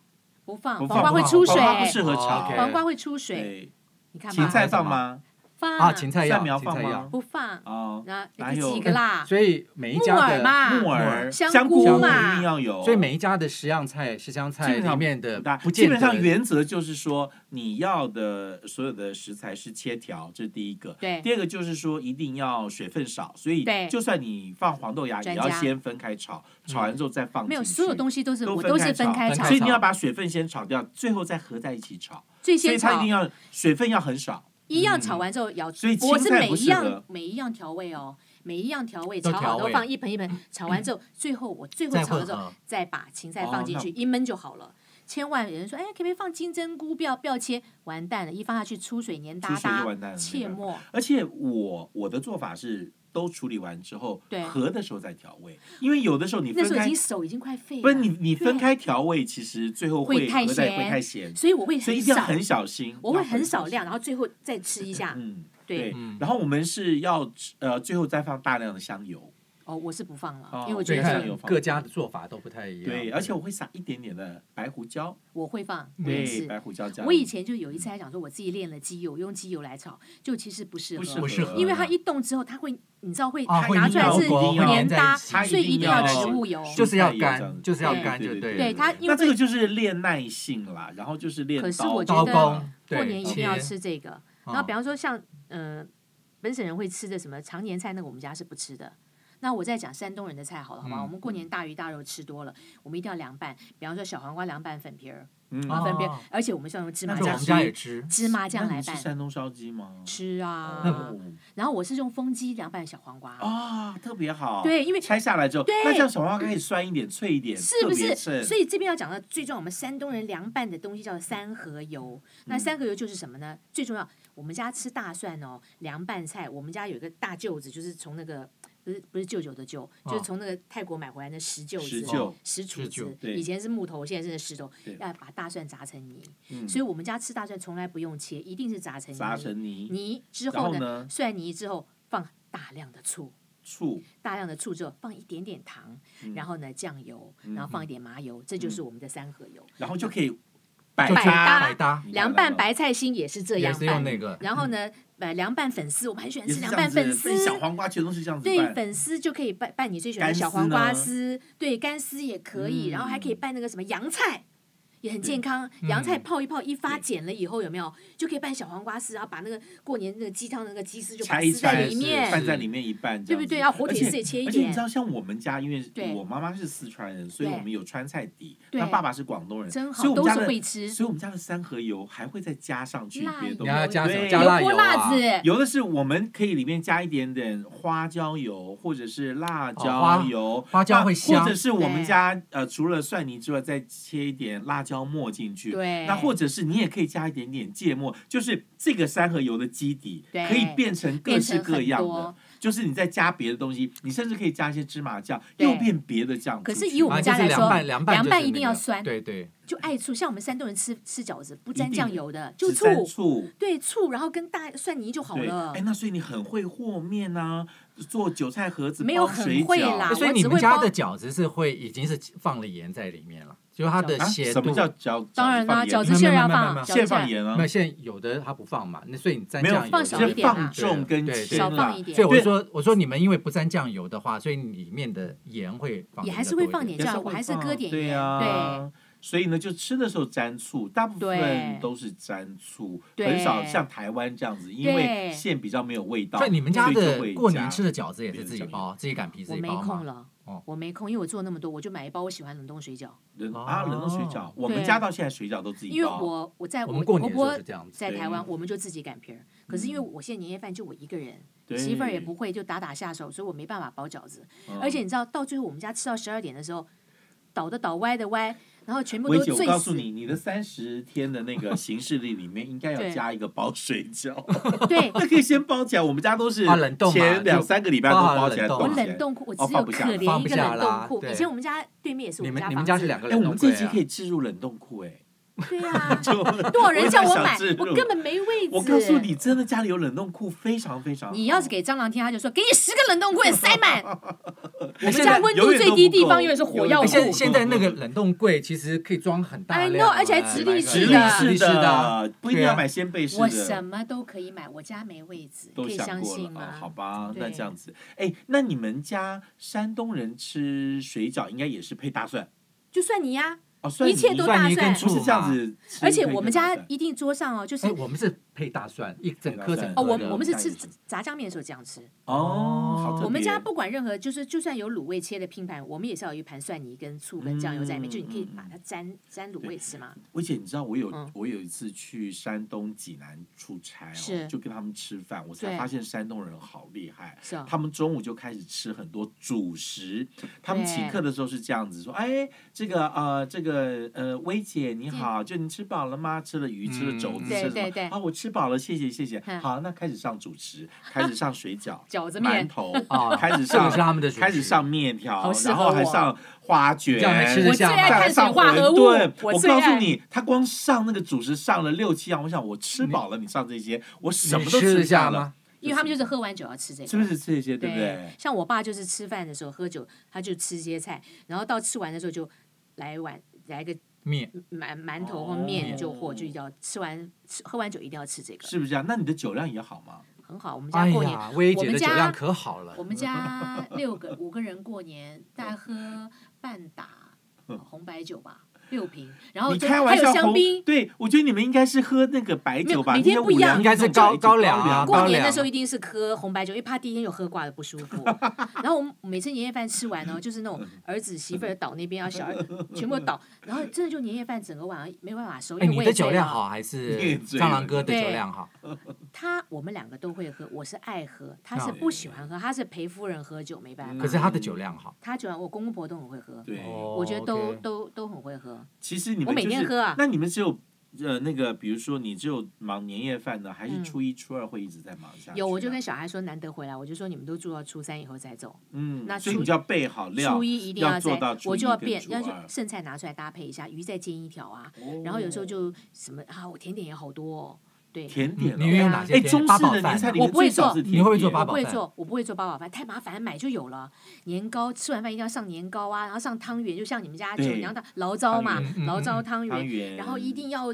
[SPEAKER 3] 不放，
[SPEAKER 1] 不
[SPEAKER 3] 嗯黄
[SPEAKER 1] 放
[SPEAKER 3] 瓜会
[SPEAKER 2] 不放
[SPEAKER 3] 出
[SPEAKER 2] 黄
[SPEAKER 3] 水，
[SPEAKER 1] 瓜不适合炒
[SPEAKER 2] 哦，OK
[SPEAKER 3] 黄瓜会出水，
[SPEAKER 1] 对，
[SPEAKER 3] 你看
[SPEAKER 1] 芹
[SPEAKER 3] 嘛，
[SPEAKER 1] 菜放吗？
[SPEAKER 3] 放
[SPEAKER 2] 啊，芹菜
[SPEAKER 1] 蒜
[SPEAKER 2] 要，
[SPEAKER 1] 苗
[SPEAKER 2] 芹菜
[SPEAKER 1] 放
[SPEAKER 2] 要
[SPEAKER 1] 吗。
[SPEAKER 3] 不放，
[SPEAKER 1] 哦，
[SPEAKER 3] 然后
[SPEAKER 1] 哪
[SPEAKER 3] 就
[SPEAKER 1] 有
[SPEAKER 3] 几个啦，
[SPEAKER 2] 所以每一
[SPEAKER 3] 木
[SPEAKER 2] 家
[SPEAKER 3] 耳
[SPEAKER 2] 的，
[SPEAKER 3] 嘛，
[SPEAKER 1] 木耳、
[SPEAKER 3] 香
[SPEAKER 1] 香菇
[SPEAKER 3] 菇
[SPEAKER 1] 一
[SPEAKER 3] 嘛
[SPEAKER 1] 定要有。
[SPEAKER 2] 所以每一家的十样菜、十香菜里面的
[SPEAKER 1] 大
[SPEAKER 2] 不
[SPEAKER 1] 基
[SPEAKER 2] 见
[SPEAKER 1] 本上
[SPEAKER 2] 得
[SPEAKER 1] 原则就是说，你要的所有的食材是切条，这是第一个。
[SPEAKER 3] 对
[SPEAKER 1] 第二个就是说，一定要水分少，所以
[SPEAKER 3] 对
[SPEAKER 1] 就算你放黄豆芽，也
[SPEAKER 3] 专
[SPEAKER 1] 要
[SPEAKER 3] 家
[SPEAKER 1] 先分开炒，
[SPEAKER 2] 嗯
[SPEAKER 1] 炒完之后再放进去。
[SPEAKER 3] 没有，所有东西都是
[SPEAKER 1] 都
[SPEAKER 3] 我
[SPEAKER 1] 分
[SPEAKER 3] 都
[SPEAKER 1] 开
[SPEAKER 3] 是分
[SPEAKER 1] 炒
[SPEAKER 3] 开
[SPEAKER 2] 分
[SPEAKER 3] 炒
[SPEAKER 2] 开
[SPEAKER 1] 所以
[SPEAKER 2] 炒
[SPEAKER 1] 你要把水分先炒掉，最后再合在一起炒。
[SPEAKER 3] 最
[SPEAKER 1] 所以
[SPEAKER 3] 先
[SPEAKER 1] 它一
[SPEAKER 3] 炒
[SPEAKER 1] 定要水分要很少。
[SPEAKER 3] 一样炒完之后舀，
[SPEAKER 1] 所以
[SPEAKER 3] 我
[SPEAKER 1] 青
[SPEAKER 3] 是
[SPEAKER 1] 菜
[SPEAKER 3] 每
[SPEAKER 1] 不
[SPEAKER 3] 一
[SPEAKER 1] 适
[SPEAKER 3] 样
[SPEAKER 1] 合
[SPEAKER 3] 每一样调味哦，每一样调味
[SPEAKER 2] 都
[SPEAKER 3] 炒好
[SPEAKER 2] 调
[SPEAKER 3] 都
[SPEAKER 2] 味
[SPEAKER 3] 放一盆一盆，炒完之后，最后我最后
[SPEAKER 2] 再
[SPEAKER 3] 炒的
[SPEAKER 2] 混
[SPEAKER 3] 时候
[SPEAKER 2] 合。
[SPEAKER 3] 再把芹菜
[SPEAKER 1] 哦
[SPEAKER 3] 放进
[SPEAKER 1] 那
[SPEAKER 3] 去一焖就好了。千万有人说，哎，可不可以放金针菇？不要不要切，完蛋了，一放下去出水黏哒
[SPEAKER 1] 出水就
[SPEAKER 3] 哒
[SPEAKER 1] 完蛋了，没
[SPEAKER 3] 切
[SPEAKER 1] 办法
[SPEAKER 3] 莫。
[SPEAKER 1] 而且我我的做法是，都处理完之后
[SPEAKER 3] 对，
[SPEAKER 1] 合的时候再调味，因为有的时候你
[SPEAKER 3] 那
[SPEAKER 1] 分
[SPEAKER 3] 时候已
[SPEAKER 1] 开
[SPEAKER 3] 经手已经快废了，
[SPEAKER 1] 不是你，你分
[SPEAKER 3] 啊对
[SPEAKER 1] 开调味，其实最后
[SPEAKER 3] 会太
[SPEAKER 1] 合在
[SPEAKER 3] 咸
[SPEAKER 1] 会太咸，
[SPEAKER 3] 所以我会
[SPEAKER 1] 所以
[SPEAKER 3] 很
[SPEAKER 1] 一定要
[SPEAKER 3] 少，
[SPEAKER 1] 很小心。
[SPEAKER 3] 我会
[SPEAKER 1] 要
[SPEAKER 3] 很少
[SPEAKER 1] 心
[SPEAKER 3] 量，然后最后再吃一下。
[SPEAKER 1] 嗯，
[SPEAKER 3] 对
[SPEAKER 1] 对
[SPEAKER 2] 嗯。
[SPEAKER 1] 然后我们是要呃，最后再放大量的香油，
[SPEAKER 3] 哦，我是不放了，
[SPEAKER 1] 哦
[SPEAKER 3] 因为我
[SPEAKER 2] 所
[SPEAKER 3] 觉
[SPEAKER 2] 以
[SPEAKER 3] 得
[SPEAKER 1] 对有
[SPEAKER 3] 这
[SPEAKER 2] 看
[SPEAKER 3] 个
[SPEAKER 1] 放
[SPEAKER 2] 各家的做法都不太一样。
[SPEAKER 1] 对，而且我会撒一点点的白胡椒，
[SPEAKER 3] 我会放，我
[SPEAKER 1] 对，
[SPEAKER 3] 也嗯是。
[SPEAKER 1] 白胡椒酱。
[SPEAKER 3] 我以前就有一次还想说，我自己炼了鸡油，用鸡油来炒，就其实不适合，
[SPEAKER 1] 不适合哦
[SPEAKER 2] 不适合
[SPEAKER 3] 因为它一冻之后，它会，你知道会，
[SPEAKER 2] 啊
[SPEAKER 3] 它
[SPEAKER 2] 会
[SPEAKER 3] 拿出来
[SPEAKER 1] 凝
[SPEAKER 3] 是
[SPEAKER 1] 胶
[SPEAKER 2] 果会
[SPEAKER 3] 黏
[SPEAKER 2] 粘在
[SPEAKER 3] 搭，
[SPEAKER 2] 一起
[SPEAKER 3] 所以一定要
[SPEAKER 1] 它一定
[SPEAKER 3] 植
[SPEAKER 1] 要
[SPEAKER 3] 物油。
[SPEAKER 2] 就是要
[SPEAKER 1] 蔬菜也有这样
[SPEAKER 2] 干，
[SPEAKER 1] 子
[SPEAKER 2] 就是要
[SPEAKER 3] 对
[SPEAKER 2] 干，就
[SPEAKER 1] 对对
[SPEAKER 2] 对
[SPEAKER 3] 对
[SPEAKER 2] 了。
[SPEAKER 3] 它因为
[SPEAKER 1] 那这个就是练耐性啦，然后就是练刀。
[SPEAKER 3] 可是我觉
[SPEAKER 2] 刀
[SPEAKER 3] 得
[SPEAKER 2] 工
[SPEAKER 3] 过
[SPEAKER 2] 对
[SPEAKER 3] 年一定要
[SPEAKER 2] 切
[SPEAKER 3] 吃这个。
[SPEAKER 2] 嗯
[SPEAKER 3] 然后比方说像呃，本省人会吃的什么常年菜，那个我们家是不吃的。那我再讲山东人的菜好了，好吧？
[SPEAKER 2] 嗯
[SPEAKER 3] 我们过年大鱼大肉吃多了，我们一定要凉拌。比方说小黄瓜凉拌粉皮儿，
[SPEAKER 1] 嗯
[SPEAKER 3] 啊，分辨
[SPEAKER 2] 哦。
[SPEAKER 3] 而且我们像用芝
[SPEAKER 2] 那
[SPEAKER 3] 麻
[SPEAKER 2] 就我
[SPEAKER 3] 酱
[SPEAKER 2] 们，家也吃，
[SPEAKER 3] 芝麻酱
[SPEAKER 1] 那
[SPEAKER 3] 来
[SPEAKER 1] 你吃
[SPEAKER 3] 拌
[SPEAKER 1] 山东烧鸡吗？
[SPEAKER 3] 吃啊
[SPEAKER 1] 哦。
[SPEAKER 3] 然后我哦是用风鸡凉拌小黄瓜，
[SPEAKER 1] 啊，特别好。
[SPEAKER 3] 对，因为
[SPEAKER 1] 拆下来之后，
[SPEAKER 3] 对
[SPEAKER 1] 那这样小黄瓜可以酸一点、脆一点，
[SPEAKER 3] 是
[SPEAKER 1] 特
[SPEAKER 3] 不
[SPEAKER 1] 别
[SPEAKER 3] 是？
[SPEAKER 1] 衬
[SPEAKER 3] 所以这边要讲到最重要，我们山东人凉拌的东西叫三合油。那三合油就是什么呢？最重要，我们家吃大蒜哦，凉拌菜，我们家有一个大舅子，就是从那个。不是不是舅舅的舅，
[SPEAKER 2] 哦
[SPEAKER 3] 就是从那个泰国买回来的石臼
[SPEAKER 1] 石
[SPEAKER 3] 子、哦
[SPEAKER 1] 臼
[SPEAKER 3] 石杵
[SPEAKER 2] 石臼
[SPEAKER 3] 子，
[SPEAKER 1] 对
[SPEAKER 3] 以前是木头，现在是石头
[SPEAKER 1] 对，
[SPEAKER 3] 要把大蒜砸成泥。
[SPEAKER 1] 嗯
[SPEAKER 3] 所以我们家吃大蒜从来不用切，一定是砸成泥。
[SPEAKER 1] 砸成泥，
[SPEAKER 3] 泥之
[SPEAKER 1] 然
[SPEAKER 3] 后
[SPEAKER 1] 后
[SPEAKER 3] 呢，
[SPEAKER 1] 呢
[SPEAKER 3] 蒜泥之后放大量的醋，
[SPEAKER 1] 醋，
[SPEAKER 3] 大量的醋之后放一点点糖，
[SPEAKER 1] 嗯
[SPEAKER 3] 然后呢酱油，然后放一点麻油，这就是我们的三合油。
[SPEAKER 1] 然后就可以百
[SPEAKER 2] 就
[SPEAKER 3] 百搭
[SPEAKER 2] 百搭，
[SPEAKER 1] 你看
[SPEAKER 3] 凉
[SPEAKER 1] 到
[SPEAKER 3] 拌
[SPEAKER 1] 吗
[SPEAKER 3] 白菜心也是这
[SPEAKER 2] 也
[SPEAKER 3] 样
[SPEAKER 2] 是用
[SPEAKER 3] 拌，
[SPEAKER 2] 那个，
[SPEAKER 3] 然后呢，呃，凉拌粉丝，我们很喜欢
[SPEAKER 1] 也
[SPEAKER 3] 吃
[SPEAKER 1] 是
[SPEAKER 3] 凉
[SPEAKER 1] 这
[SPEAKER 3] 拌
[SPEAKER 1] 样
[SPEAKER 3] 粉
[SPEAKER 1] 子，所以
[SPEAKER 3] 丝。
[SPEAKER 1] 小黄瓜全都是这样子
[SPEAKER 3] 对
[SPEAKER 1] 拌。
[SPEAKER 3] 粉丝就可以拌拌你最喜欢的
[SPEAKER 1] 干
[SPEAKER 3] 小
[SPEAKER 1] 丝
[SPEAKER 3] 黄
[SPEAKER 1] 呢
[SPEAKER 3] 瓜
[SPEAKER 1] 嗯
[SPEAKER 3] 丝，对干丝也可以，然后还可以拌那个什么洋菜，也很健康。洋菜
[SPEAKER 2] 嗯
[SPEAKER 3] 泡一泡，一发
[SPEAKER 1] 对
[SPEAKER 3] 碱了以后有没有，就可以拌小黄瓜丝，然后把那个过年那个鸡汤的那个鸡丝就把
[SPEAKER 1] 拆一
[SPEAKER 3] 它撕在
[SPEAKER 1] 拆
[SPEAKER 3] 里
[SPEAKER 2] 是
[SPEAKER 3] 面，
[SPEAKER 1] 拌在里面一拌，
[SPEAKER 3] 对不对？
[SPEAKER 1] 啊，
[SPEAKER 3] 然后火腿
[SPEAKER 1] 而且
[SPEAKER 3] 丝也切一
[SPEAKER 1] 而且你
[SPEAKER 3] 点
[SPEAKER 1] 知，道，像我们家，因
[SPEAKER 3] 对
[SPEAKER 1] 为我妈妈是四川人，所以
[SPEAKER 3] 对
[SPEAKER 1] 我们有川菜底。
[SPEAKER 3] 对
[SPEAKER 1] 那爸爸是广东人，
[SPEAKER 3] 真
[SPEAKER 1] 所以
[SPEAKER 3] 好，
[SPEAKER 1] 我们
[SPEAKER 3] 都
[SPEAKER 1] 家
[SPEAKER 3] 是
[SPEAKER 1] 的，
[SPEAKER 3] 会吃。
[SPEAKER 1] 所以我们家的三合油还会再加上去
[SPEAKER 3] 辣
[SPEAKER 1] 别的
[SPEAKER 3] 油
[SPEAKER 1] 东
[SPEAKER 2] 你
[SPEAKER 1] 西。
[SPEAKER 2] 要加什么？
[SPEAKER 1] 对
[SPEAKER 2] 加辣
[SPEAKER 3] 泼
[SPEAKER 2] 油
[SPEAKER 3] 辣
[SPEAKER 2] 啊
[SPEAKER 3] 子，，
[SPEAKER 1] 有的是我们可以里面加一点点花椒油，或者是辣椒油，
[SPEAKER 2] 哦花椒会香
[SPEAKER 1] 或者是我们家呃除了蒜泥之外，再切一点辣椒末进去。
[SPEAKER 3] 对，
[SPEAKER 1] 那或者是你也可以加一点点芥末，就是这个三合油的基底
[SPEAKER 3] 对
[SPEAKER 1] 可以变成各式各样
[SPEAKER 3] 变成很
[SPEAKER 1] 的
[SPEAKER 3] 多，
[SPEAKER 1] 就是你再加别的东西，你甚至可以加一些芝麻酱，
[SPEAKER 3] 对
[SPEAKER 1] 又变别的酱出
[SPEAKER 3] 可
[SPEAKER 1] 去。
[SPEAKER 3] 是以我
[SPEAKER 2] 啊
[SPEAKER 3] 们
[SPEAKER 2] 就
[SPEAKER 3] 家
[SPEAKER 2] 是
[SPEAKER 3] 来
[SPEAKER 2] 凉
[SPEAKER 3] 说，
[SPEAKER 2] 拌，凉拌
[SPEAKER 3] 凉
[SPEAKER 2] 就是
[SPEAKER 3] 拌一
[SPEAKER 2] 那
[SPEAKER 3] 定要
[SPEAKER 2] 个
[SPEAKER 3] 酸，
[SPEAKER 2] 对对，
[SPEAKER 3] 就爱醋。像我们山东人吃吃饺子不
[SPEAKER 1] 一
[SPEAKER 3] 沾
[SPEAKER 1] 定
[SPEAKER 3] 酱
[SPEAKER 1] 的
[SPEAKER 3] 油的，就
[SPEAKER 1] 只沾
[SPEAKER 3] 醋，
[SPEAKER 1] 醋。
[SPEAKER 3] 对醋，然后跟大蒜泥就好
[SPEAKER 1] 对，
[SPEAKER 3] 了
[SPEAKER 1] 哎，。那所以你很会和面啊，做韭菜盒子，
[SPEAKER 3] 没有
[SPEAKER 1] 包
[SPEAKER 3] 很
[SPEAKER 1] 水
[SPEAKER 3] 会
[SPEAKER 1] 饺
[SPEAKER 3] 啦
[SPEAKER 2] 所以
[SPEAKER 3] 啊我
[SPEAKER 2] 你
[SPEAKER 3] 只
[SPEAKER 2] 们
[SPEAKER 3] 会
[SPEAKER 2] 家
[SPEAKER 3] 包
[SPEAKER 2] 的饺子是会已经是放了盐在里面了，就是它的
[SPEAKER 1] 啊
[SPEAKER 2] 咸
[SPEAKER 1] 什
[SPEAKER 2] 度
[SPEAKER 1] 么。叫饺？
[SPEAKER 3] 当然啦，
[SPEAKER 1] 饺
[SPEAKER 3] 饺
[SPEAKER 1] 子
[SPEAKER 3] 子馅儿要
[SPEAKER 2] 没有没有
[SPEAKER 3] 放，
[SPEAKER 2] 没有
[SPEAKER 3] 饺
[SPEAKER 1] 馅放
[SPEAKER 3] 子馅儿
[SPEAKER 1] 盐啊
[SPEAKER 2] 那，现在有的它不放嘛，那所以你沾
[SPEAKER 1] 没有
[SPEAKER 2] 酱油
[SPEAKER 1] 放
[SPEAKER 3] 少
[SPEAKER 2] 就
[SPEAKER 3] 一
[SPEAKER 1] 是
[SPEAKER 3] 点啊
[SPEAKER 1] 放重跟
[SPEAKER 2] 对对
[SPEAKER 1] 轻
[SPEAKER 3] 少
[SPEAKER 1] 啦
[SPEAKER 3] 放一点
[SPEAKER 2] 所以我说，我说你们因为不沾酱油的话，所以里面的盐会放得
[SPEAKER 3] 也还
[SPEAKER 2] 比较
[SPEAKER 3] 是会
[SPEAKER 2] 多一
[SPEAKER 3] 放
[SPEAKER 1] 也
[SPEAKER 3] 点酱
[SPEAKER 1] 是
[SPEAKER 3] 油我
[SPEAKER 1] 会
[SPEAKER 3] 还是
[SPEAKER 1] 放
[SPEAKER 3] 搁点
[SPEAKER 1] 对
[SPEAKER 3] 盐
[SPEAKER 1] 啊。所以呢，就吃的时候沾醋，大部
[SPEAKER 3] 对
[SPEAKER 1] 分都是沾醋，
[SPEAKER 3] 对
[SPEAKER 1] 很少像台湾这样子，因为
[SPEAKER 3] 对
[SPEAKER 1] 馅比较没有味道。
[SPEAKER 2] 所以你们
[SPEAKER 1] 所
[SPEAKER 2] 家
[SPEAKER 1] 以就
[SPEAKER 2] 的
[SPEAKER 1] 会
[SPEAKER 2] 过
[SPEAKER 1] 加
[SPEAKER 2] 年吃的饺子也是自己
[SPEAKER 1] 别的
[SPEAKER 2] 包，自己擀皮自
[SPEAKER 3] 我
[SPEAKER 2] 己
[SPEAKER 3] 没
[SPEAKER 2] 包
[SPEAKER 3] 空
[SPEAKER 2] 嘛。
[SPEAKER 3] 了
[SPEAKER 2] 哦，
[SPEAKER 3] 我没空，因为我做那么多，我就买一包我喜欢冷冻水饺，
[SPEAKER 1] 冷啊，冷冻水饺，我们
[SPEAKER 3] 对
[SPEAKER 1] 家到现在水饺都自己包。
[SPEAKER 3] 因为我我在
[SPEAKER 2] 我
[SPEAKER 3] 我
[SPEAKER 2] 们过年
[SPEAKER 3] 婆
[SPEAKER 2] 的时候
[SPEAKER 3] 婆
[SPEAKER 2] 是这样子，
[SPEAKER 3] 在台湾，
[SPEAKER 1] 对
[SPEAKER 3] 我们就自己擀皮儿。可是因为
[SPEAKER 1] 嗯
[SPEAKER 3] 我现在年夜饭就我一个人，
[SPEAKER 1] 对
[SPEAKER 3] 媳妇儿也不，会，就打打下手，所以我没办法包饺子。
[SPEAKER 1] 嗯
[SPEAKER 3] 而且你知道，到最后我们家吃到十二点的时候，倒的倒，歪的歪，然后全部
[SPEAKER 1] 薇
[SPEAKER 3] 都
[SPEAKER 1] 姐，我
[SPEAKER 3] 醉
[SPEAKER 1] 告诉
[SPEAKER 3] 死。
[SPEAKER 1] 你，你的三十天的那
[SPEAKER 3] (laughs)
[SPEAKER 1] 个行事历里面应该要
[SPEAKER 3] 对
[SPEAKER 1] 加一个包水饺， (laughs)
[SPEAKER 3] 对，
[SPEAKER 1] 那可以先包起来。我们家都是
[SPEAKER 2] 啊冷冻嘛
[SPEAKER 1] 前
[SPEAKER 2] 就
[SPEAKER 1] 两三个礼拜都
[SPEAKER 2] 包好了
[SPEAKER 1] 包起来
[SPEAKER 2] 冷冻
[SPEAKER 3] 我
[SPEAKER 1] 冻起来哦
[SPEAKER 3] 冷。冻库，我只
[SPEAKER 1] 放
[SPEAKER 3] 有
[SPEAKER 1] 不
[SPEAKER 3] 可
[SPEAKER 1] 下
[SPEAKER 3] 怜
[SPEAKER 2] 放
[SPEAKER 3] 一
[SPEAKER 2] 不
[SPEAKER 3] 个
[SPEAKER 2] 下
[SPEAKER 3] 冷
[SPEAKER 2] 啦
[SPEAKER 3] 冻库。
[SPEAKER 2] 对
[SPEAKER 3] 以前我们家对面也是我
[SPEAKER 2] 你们
[SPEAKER 3] 家
[SPEAKER 2] 你
[SPEAKER 3] 房
[SPEAKER 2] 们家是
[SPEAKER 3] 子，
[SPEAKER 2] 两个
[SPEAKER 1] 哎、
[SPEAKER 2] 人
[SPEAKER 1] 我
[SPEAKER 2] 都
[SPEAKER 1] 们这
[SPEAKER 2] 对
[SPEAKER 1] 集
[SPEAKER 2] 啊
[SPEAKER 1] 可以置入冷冻库
[SPEAKER 3] (laughs)
[SPEAKER 1] 哎、，
[SPEAKER 3] 对呀
[SPEAKER 1] 就 (laughs)
[SPEAKER 3] 多少人叫我买
[SPEAKER 1] 想置，入
[SPEAKER 3] 我根本没位置。
[SPEAKER 1] 我告诉你，，真的家里有冷冻库，非常非常好。
[SPEAKER 3] 哎你要是给蟑螂听，他就说给你十个冷冻柜塞
[SPEAKER 1] (laughs)
[SPEAKER 3] 满。我们
[SPEAKER 1] 现
[SPEAKER 3] 家嗯
[SPEAKER 1] 在
[SPEAKER 3] 温度
[SPEAKER 1] 永远
[SPEAKER 3] 最
[SPEAKER 1] 都
[SPEAKER 3] 低
[SPEAKER 1] 不
[SPEAKER 3] 地方
[SPEAKER 1] 够嗯
[SPEAKER 3] 永远是火
[SPEAKER 1] 永远
[SPEAKER 3] 药
[SPEAKER 1] 都
[SPEAKER 3] 库
[SPEAKER 1] 不。
[SPEAKER 2] 哎现
[SPEAKER 1] 够
[SPEAKER 2] 现在那个冷冻柜其实可以装很大
[SPEAKER 3] I
[SPEAKER 2] 量啊，
[SPEAKER 3] 哎 know，而且还直立
[SPEAKER 1] 直
[SPEAKER 3] 式
[SPEAKER 1] 立
[SPEAKER 3] 的
[SPEAKER 1] 式
[SPEAKER 2] 直立式啊，
[SPEAKER 1] 的，不一定要
[SPEAKER 2] 对啊
[SPEAKER 1] 买先贝式的。
[SPEAKER 3] 我什么都可以买，我家没位置，
[SPEAKER 1] 都
[SPEAKER 3] 可以
[SPEAKER 1] 想
[SPEAKER 3] 相
[SPEAKER 1] 过
[SPEAKER 3] 信
[SPEAKER 1] 了啊、
[SPEAKER 3] 吗？
[SPEAKER 1] 好吧，
[SPEAKER 3] 对
[SPEAKER 1] 那这样子，哎，那你们家山东人吃水饺应该也是配大蒜
[SPEAKER 3] 就算你呀、
[SPEAKER 1] 哦，蒜
[SPEAKER 3] 一切
[SPEAKER 1] 泥
[SPEAKER 3] 都
[SPEAKER 2] 蒜
[SPEAKER 3] 大
[SPEAKER 2] 泥跟
[SPEAKER 3] 蒜
[SPEAKER 1] 不是这样子吃配
[SPEAKER 3] 而
[SPEAKER 1] 一个大蒜，
[SPEAKER 3] 且我们家一定桌上哦，就是、
[SPEAKER 2] 哎，我们是配大蒜，一整颗整颗
[SPEAKER 3] 哦，我
[SPEAKER 2] 的。
[SPEAKER 3] 我们是吃
[SPEAKER 1] 大蒜
[SPEAKER 3] 炸酱面的时候这样吃。
[SPEAKER 1] 哦，好特别
[SPEAKER 3] 我们家不管任何，就是就算有卤味切的拼盘，我们也是要有一盘蒜泥跟醋跟酱油在里面，
[SPEAKER 1] 嗯
[SPEAKER 3] 就你可以
[SPEAKER 1] 嗯
[SPEAKER 3] 把它沾沾卤味吃嘛。
[SPEAKER 1] 而且你知道，我有、
[SPEAKER 3] 嗯
[SPEAKER 1] 我有一次去山东济南出差哦
[SPEAKER 3] 是，
[SPEAKER 1] 就跟他们吃饭，我才
[SPEAKER 3] 对
[SPEAKER 1] 发现山东人好厉害。
[SPEAKER 3] 是啊，
[SPEAKER 1] 他们中午就开始吃很多主食。他们请
[SPEAKER 3] 对
[SPEAKER 1] 客的时候是这样子说：“哎，这个呃，这个呃，薇姐你好，就你吃饱了吗？吃了鱼，吃了肘子，
[SPEAKER 2] 嗯
[SPEAKER 1] 吃了什么
[SPEAKER 3] 嗯对对对
[SPEAKER 1] 啊，我吃饱了，谢谢谢谢。
[SPEAKER 3] 嗯、
[SPEAKER 1] 好，那开始上主食，开始上水饺
[SPEAKER 3] 饺子
[SPEAKER 1] 馒
[SPEAKER 3] 面，
[SPEAKER 1] 头
[SPEAKER 2] 啊，
[SPEAKER 1] 开始
[SPEAKER 2] 这个
[SPEAKER 1] 上
[SPEAKER 2] 是他们的主食
[SPEAKER 1] 开始上面条
[SPEAKER 3] 好，适
[SPEAKER 1] 然
[SPEAKER 3] 合
[SPEAKER 1] 后还
[SPEAKER 3] 我
[SPEAKER 1] 上花卷，
[SPEAKER 2] 这样还吃得
[SPEAKER 3] 我
[SPEAKER 2] 下
[SPEAKER 3] 最
[SPEAKER 2] 吗
[SPEAKER 1] 再
[SPEAKER 3] 爱
[SPEAKER 1] 来
[SPEAKER 3] 看
[SPEAKER 1] 上
[SPEAKER 3] 水化
[SPEAKER 1] 馄
[SPEAKER 3] 合物
[SPEAKER 1] 饨，，
[SPEAKER 3] 我
[SPEAKER 1] 我
[SPEAKER 3] 最
[SPEAKER 1] 告诉
[SPEAKER 3] 爱。
[SPEAKER 1] 你，他光上那个主食上了六七样，我想我吃饱了，你上这些，我什么
[SPEAKER 2] 你
[SPEAKER 1] 都
[SPEAKER 2] 吃
[SPEAKER 1] 不
[SPEAKER 2] 得下
[SPEAKER 1] 了，
[SPEAKER 2] 吗？
[SPEAKER 3] 因为他们就是喝完酒要吃这个，
[SPEAKER 1] 是不是吃这些，对不对？
[SPEAKER 3] 像我爸就是吃饭的时候喝酒，他就吃这些菜，然后到吃完的时候就来一碗来个
[SPEAKER 2] 面
[SPEAKER 3] 馒馒头或
[SPEAKER 1] 哦
[SPEAKER 3] 面就或就一定要吃完吃喝完酒一定要吃这个，
[SPEAKER 1] 是不是这样？那你的酒量也好吗？
[SPEAKER 3] 很好。我们家
[SPEAKER 2] 哎
[SPEAKER 3] 过年，
[SPEAKER 2] 呀，薇
[SPEAKER 3] 我
[SPEAKER 2] 姐
[SPEAKER 3] 们
[SPEAKER 2] 的酒
[SPEAKER 3] 家
[SPEAKER 2] 量可好了
[SPEAKER 3] 我。们家六个五个人过年，大概喝半打、呃红白酒吧，六瓶，然后
[SPEAKER 1] 你
[SPEAKER 3] 这
[SPEAKER 1] 开玩
[SPEAKER 3] 还有
[SPEAKER 1] 笑，
[SPEAKER 3] 香
[SPEAKER 1] 红
[SPEAKER 3] 槟，
[SPEAKER 1] 对我觉得你们应该是喝那个白
[SPEAKER 3] 没有
[SPEAKER 1] 酒吧，
[SPEAKER 3] 每天
[SPEAKER 1] 因为
[SPEAKER 3] 不一
[SPEAKER 1] 五
[SPEAKER 3] 样
[SPEAKER 1] 粮
[SPEAKER 3] 应
[SPEAKER 2] 该是
[SPEAKER 1] 那种
[SPEAKER 2] 高高粱啊
[SPEAKER 1] 高
[SPEAKER 2] 高
[SPEAKER 3] 过年的
[SPEAKER 2] 粱
[SPEAKER 3] 时候一定是喝红白酒，因为怕第一天有喝挂的不舒
[SPEAKER 2] (laughs)
[SPEAKER 3] 服。然后我们每次年夜饭吃完哦，就是那种儿子媳妇儿倒那边啊，小儿
[SPEAKER 2] (laughs)
[SPEAKER 3] 全部倒，然后真的就年夜饭整个晚上没办法收，
[SPEAKER 2] 哎，
[SPEAKER 3] 因为
[SPEAKER 2] 你
[SPEAKER 3] 我
[SPEAKER 2] 的
[SPEAKER 3] 也
[SPEAKER 2] 酒
[SPEAKER 3] 醉
[SPEAKER 2] 量
[SPEAKER 3] 了。
[SPEAKER 2] 好还
[SPEAKER 1] 你也
[SPEAKER 2] 是
[SPEAKER 1] 醉
[SPEAKER 2] 蟑螂
[SPEAKER 1] 了
[SPEAKER 2] 哥的酒
[SPEAKER 3] 对
[SPEAKER 2] 量好？
[SPEAKER 3] 他我们两个都会喝，我是爱喝，他是
[SPEAKER 2] 啊嗯
[SPEAKER 3] 不喜欢喝，他是陪夫人喝酒，没办
[SPEAKER 2] 可
[SPEAKER 3] 法。
[SPEAKER 2] 是他的酒量好。
[SPEAKER 3] 他喜欢我公公婆都很会喝，
[SPEAKER 1] 对，
[SPEAKER 2] 哦
[SPEAKER 3] 我觉得都
[SPEAKER 2] OK
[SPEAKER 3] 都都很会喝。
[SPEAKER 1] 其实你们
[SPEAKER 3] 我每
[SPEAKER 1] 就是
[SPEAKER 3] 天喝啊
[SPEAKER 1] 那你们只有呃那个，比如说你只有忙年夜饭呢，还是
[SPEAKER 3] 嗯
[SPEAKER 1] 初一初二会一直在忙下去啊？
[SPEAKER 3] 有我就跟小孩说，难得回来，我就说你们都住到初三以后再走，
[SPEAKER 1] 嗯，
[SPEAKER 3] 那
[SPEAKER 1] 所以
[SPEAKER 3] 初
[SPEAKER 1] 你就要备好料
[SPEAKER 3] 初，一一定
[SPEAKER 1] 要
[SPEAKER 3] 在
[SPEAKER 1] 做到，初
[SPEAKER 3] 我
[SPEAKER 1] 一
[SPEAKER 3] 就要
[SPEAKER 1] 跟
[SPEAKER 3] 变，
[SPEAKER 1] 初
[SPEAKER 3] 要就
[SPEAKER 1] 二
[SPEAKER 3] 剩菜拿出来搭配一下，鱼再煎一条啊，
[SPEAKER 1] 哦
[SPEAKER 3] 然后有时候就什么啊，我甜点也好多哦，对，
[SPEAKER 1] 甜点
[SPEAKER 2] 你
[SPEAKER 1] 了。
[SPEAKER 2] 运用
[SPEAKER 3] 啊
[SPEAKER 2] 哪些
[SPEAKER 1] 哎，
[SPEAKER 2] 甜？
[SPEAKER 1] 中
[SPEAKER 2] 八
[SPEAKER 1] 式
[SPEAKER 2] 宝
[SPEAKER 1] 的年
[SPEAKER 2] 饭
[SPEAKER 1] 菜
[SPEAKER 2] 啊
[SPEAKER 1] 里
[SPEAKER 3] 我
[SPEAKER 1] 面
[SPEAKER 3] 不会
[SPEAKER 1] 最少
[SPEAKER 3] 做
[SPEAKER 1] 是
[SPEAKER 3] 你
[SPEAKER 1] 甜
[SPEAKER 2] 会不会
[SPEAKER 1] 点
[SPEAKER 2] 做八
[SPEAKER 3] 我
[SPEAKER 2] 宝
[SPEAKER 3] 不会
[SPEAKER 2] 饭
[SPEAKER 3] 做，我不会做八宝饭，太麻烦，买就有了。年糕吃完饭一定要上年糕啊，然后上汤圆，就像你们家
[SPEAKER 1] 对
[SPEAKER 3] 九娘汤醪糟嘛
[SPEAKER 1] 汤
[SPEAKER 2] 圆嗯，
[SPEAKER 3] 醪糟
[SPEAKER 2] 嗯
[SPEAKER 3] 汤
[SPEAKER 1] 汤
[SPEAKER 3] 圆，
[SPEAKER 1] 圆，
[SPEAKER 3] 然后一定要呃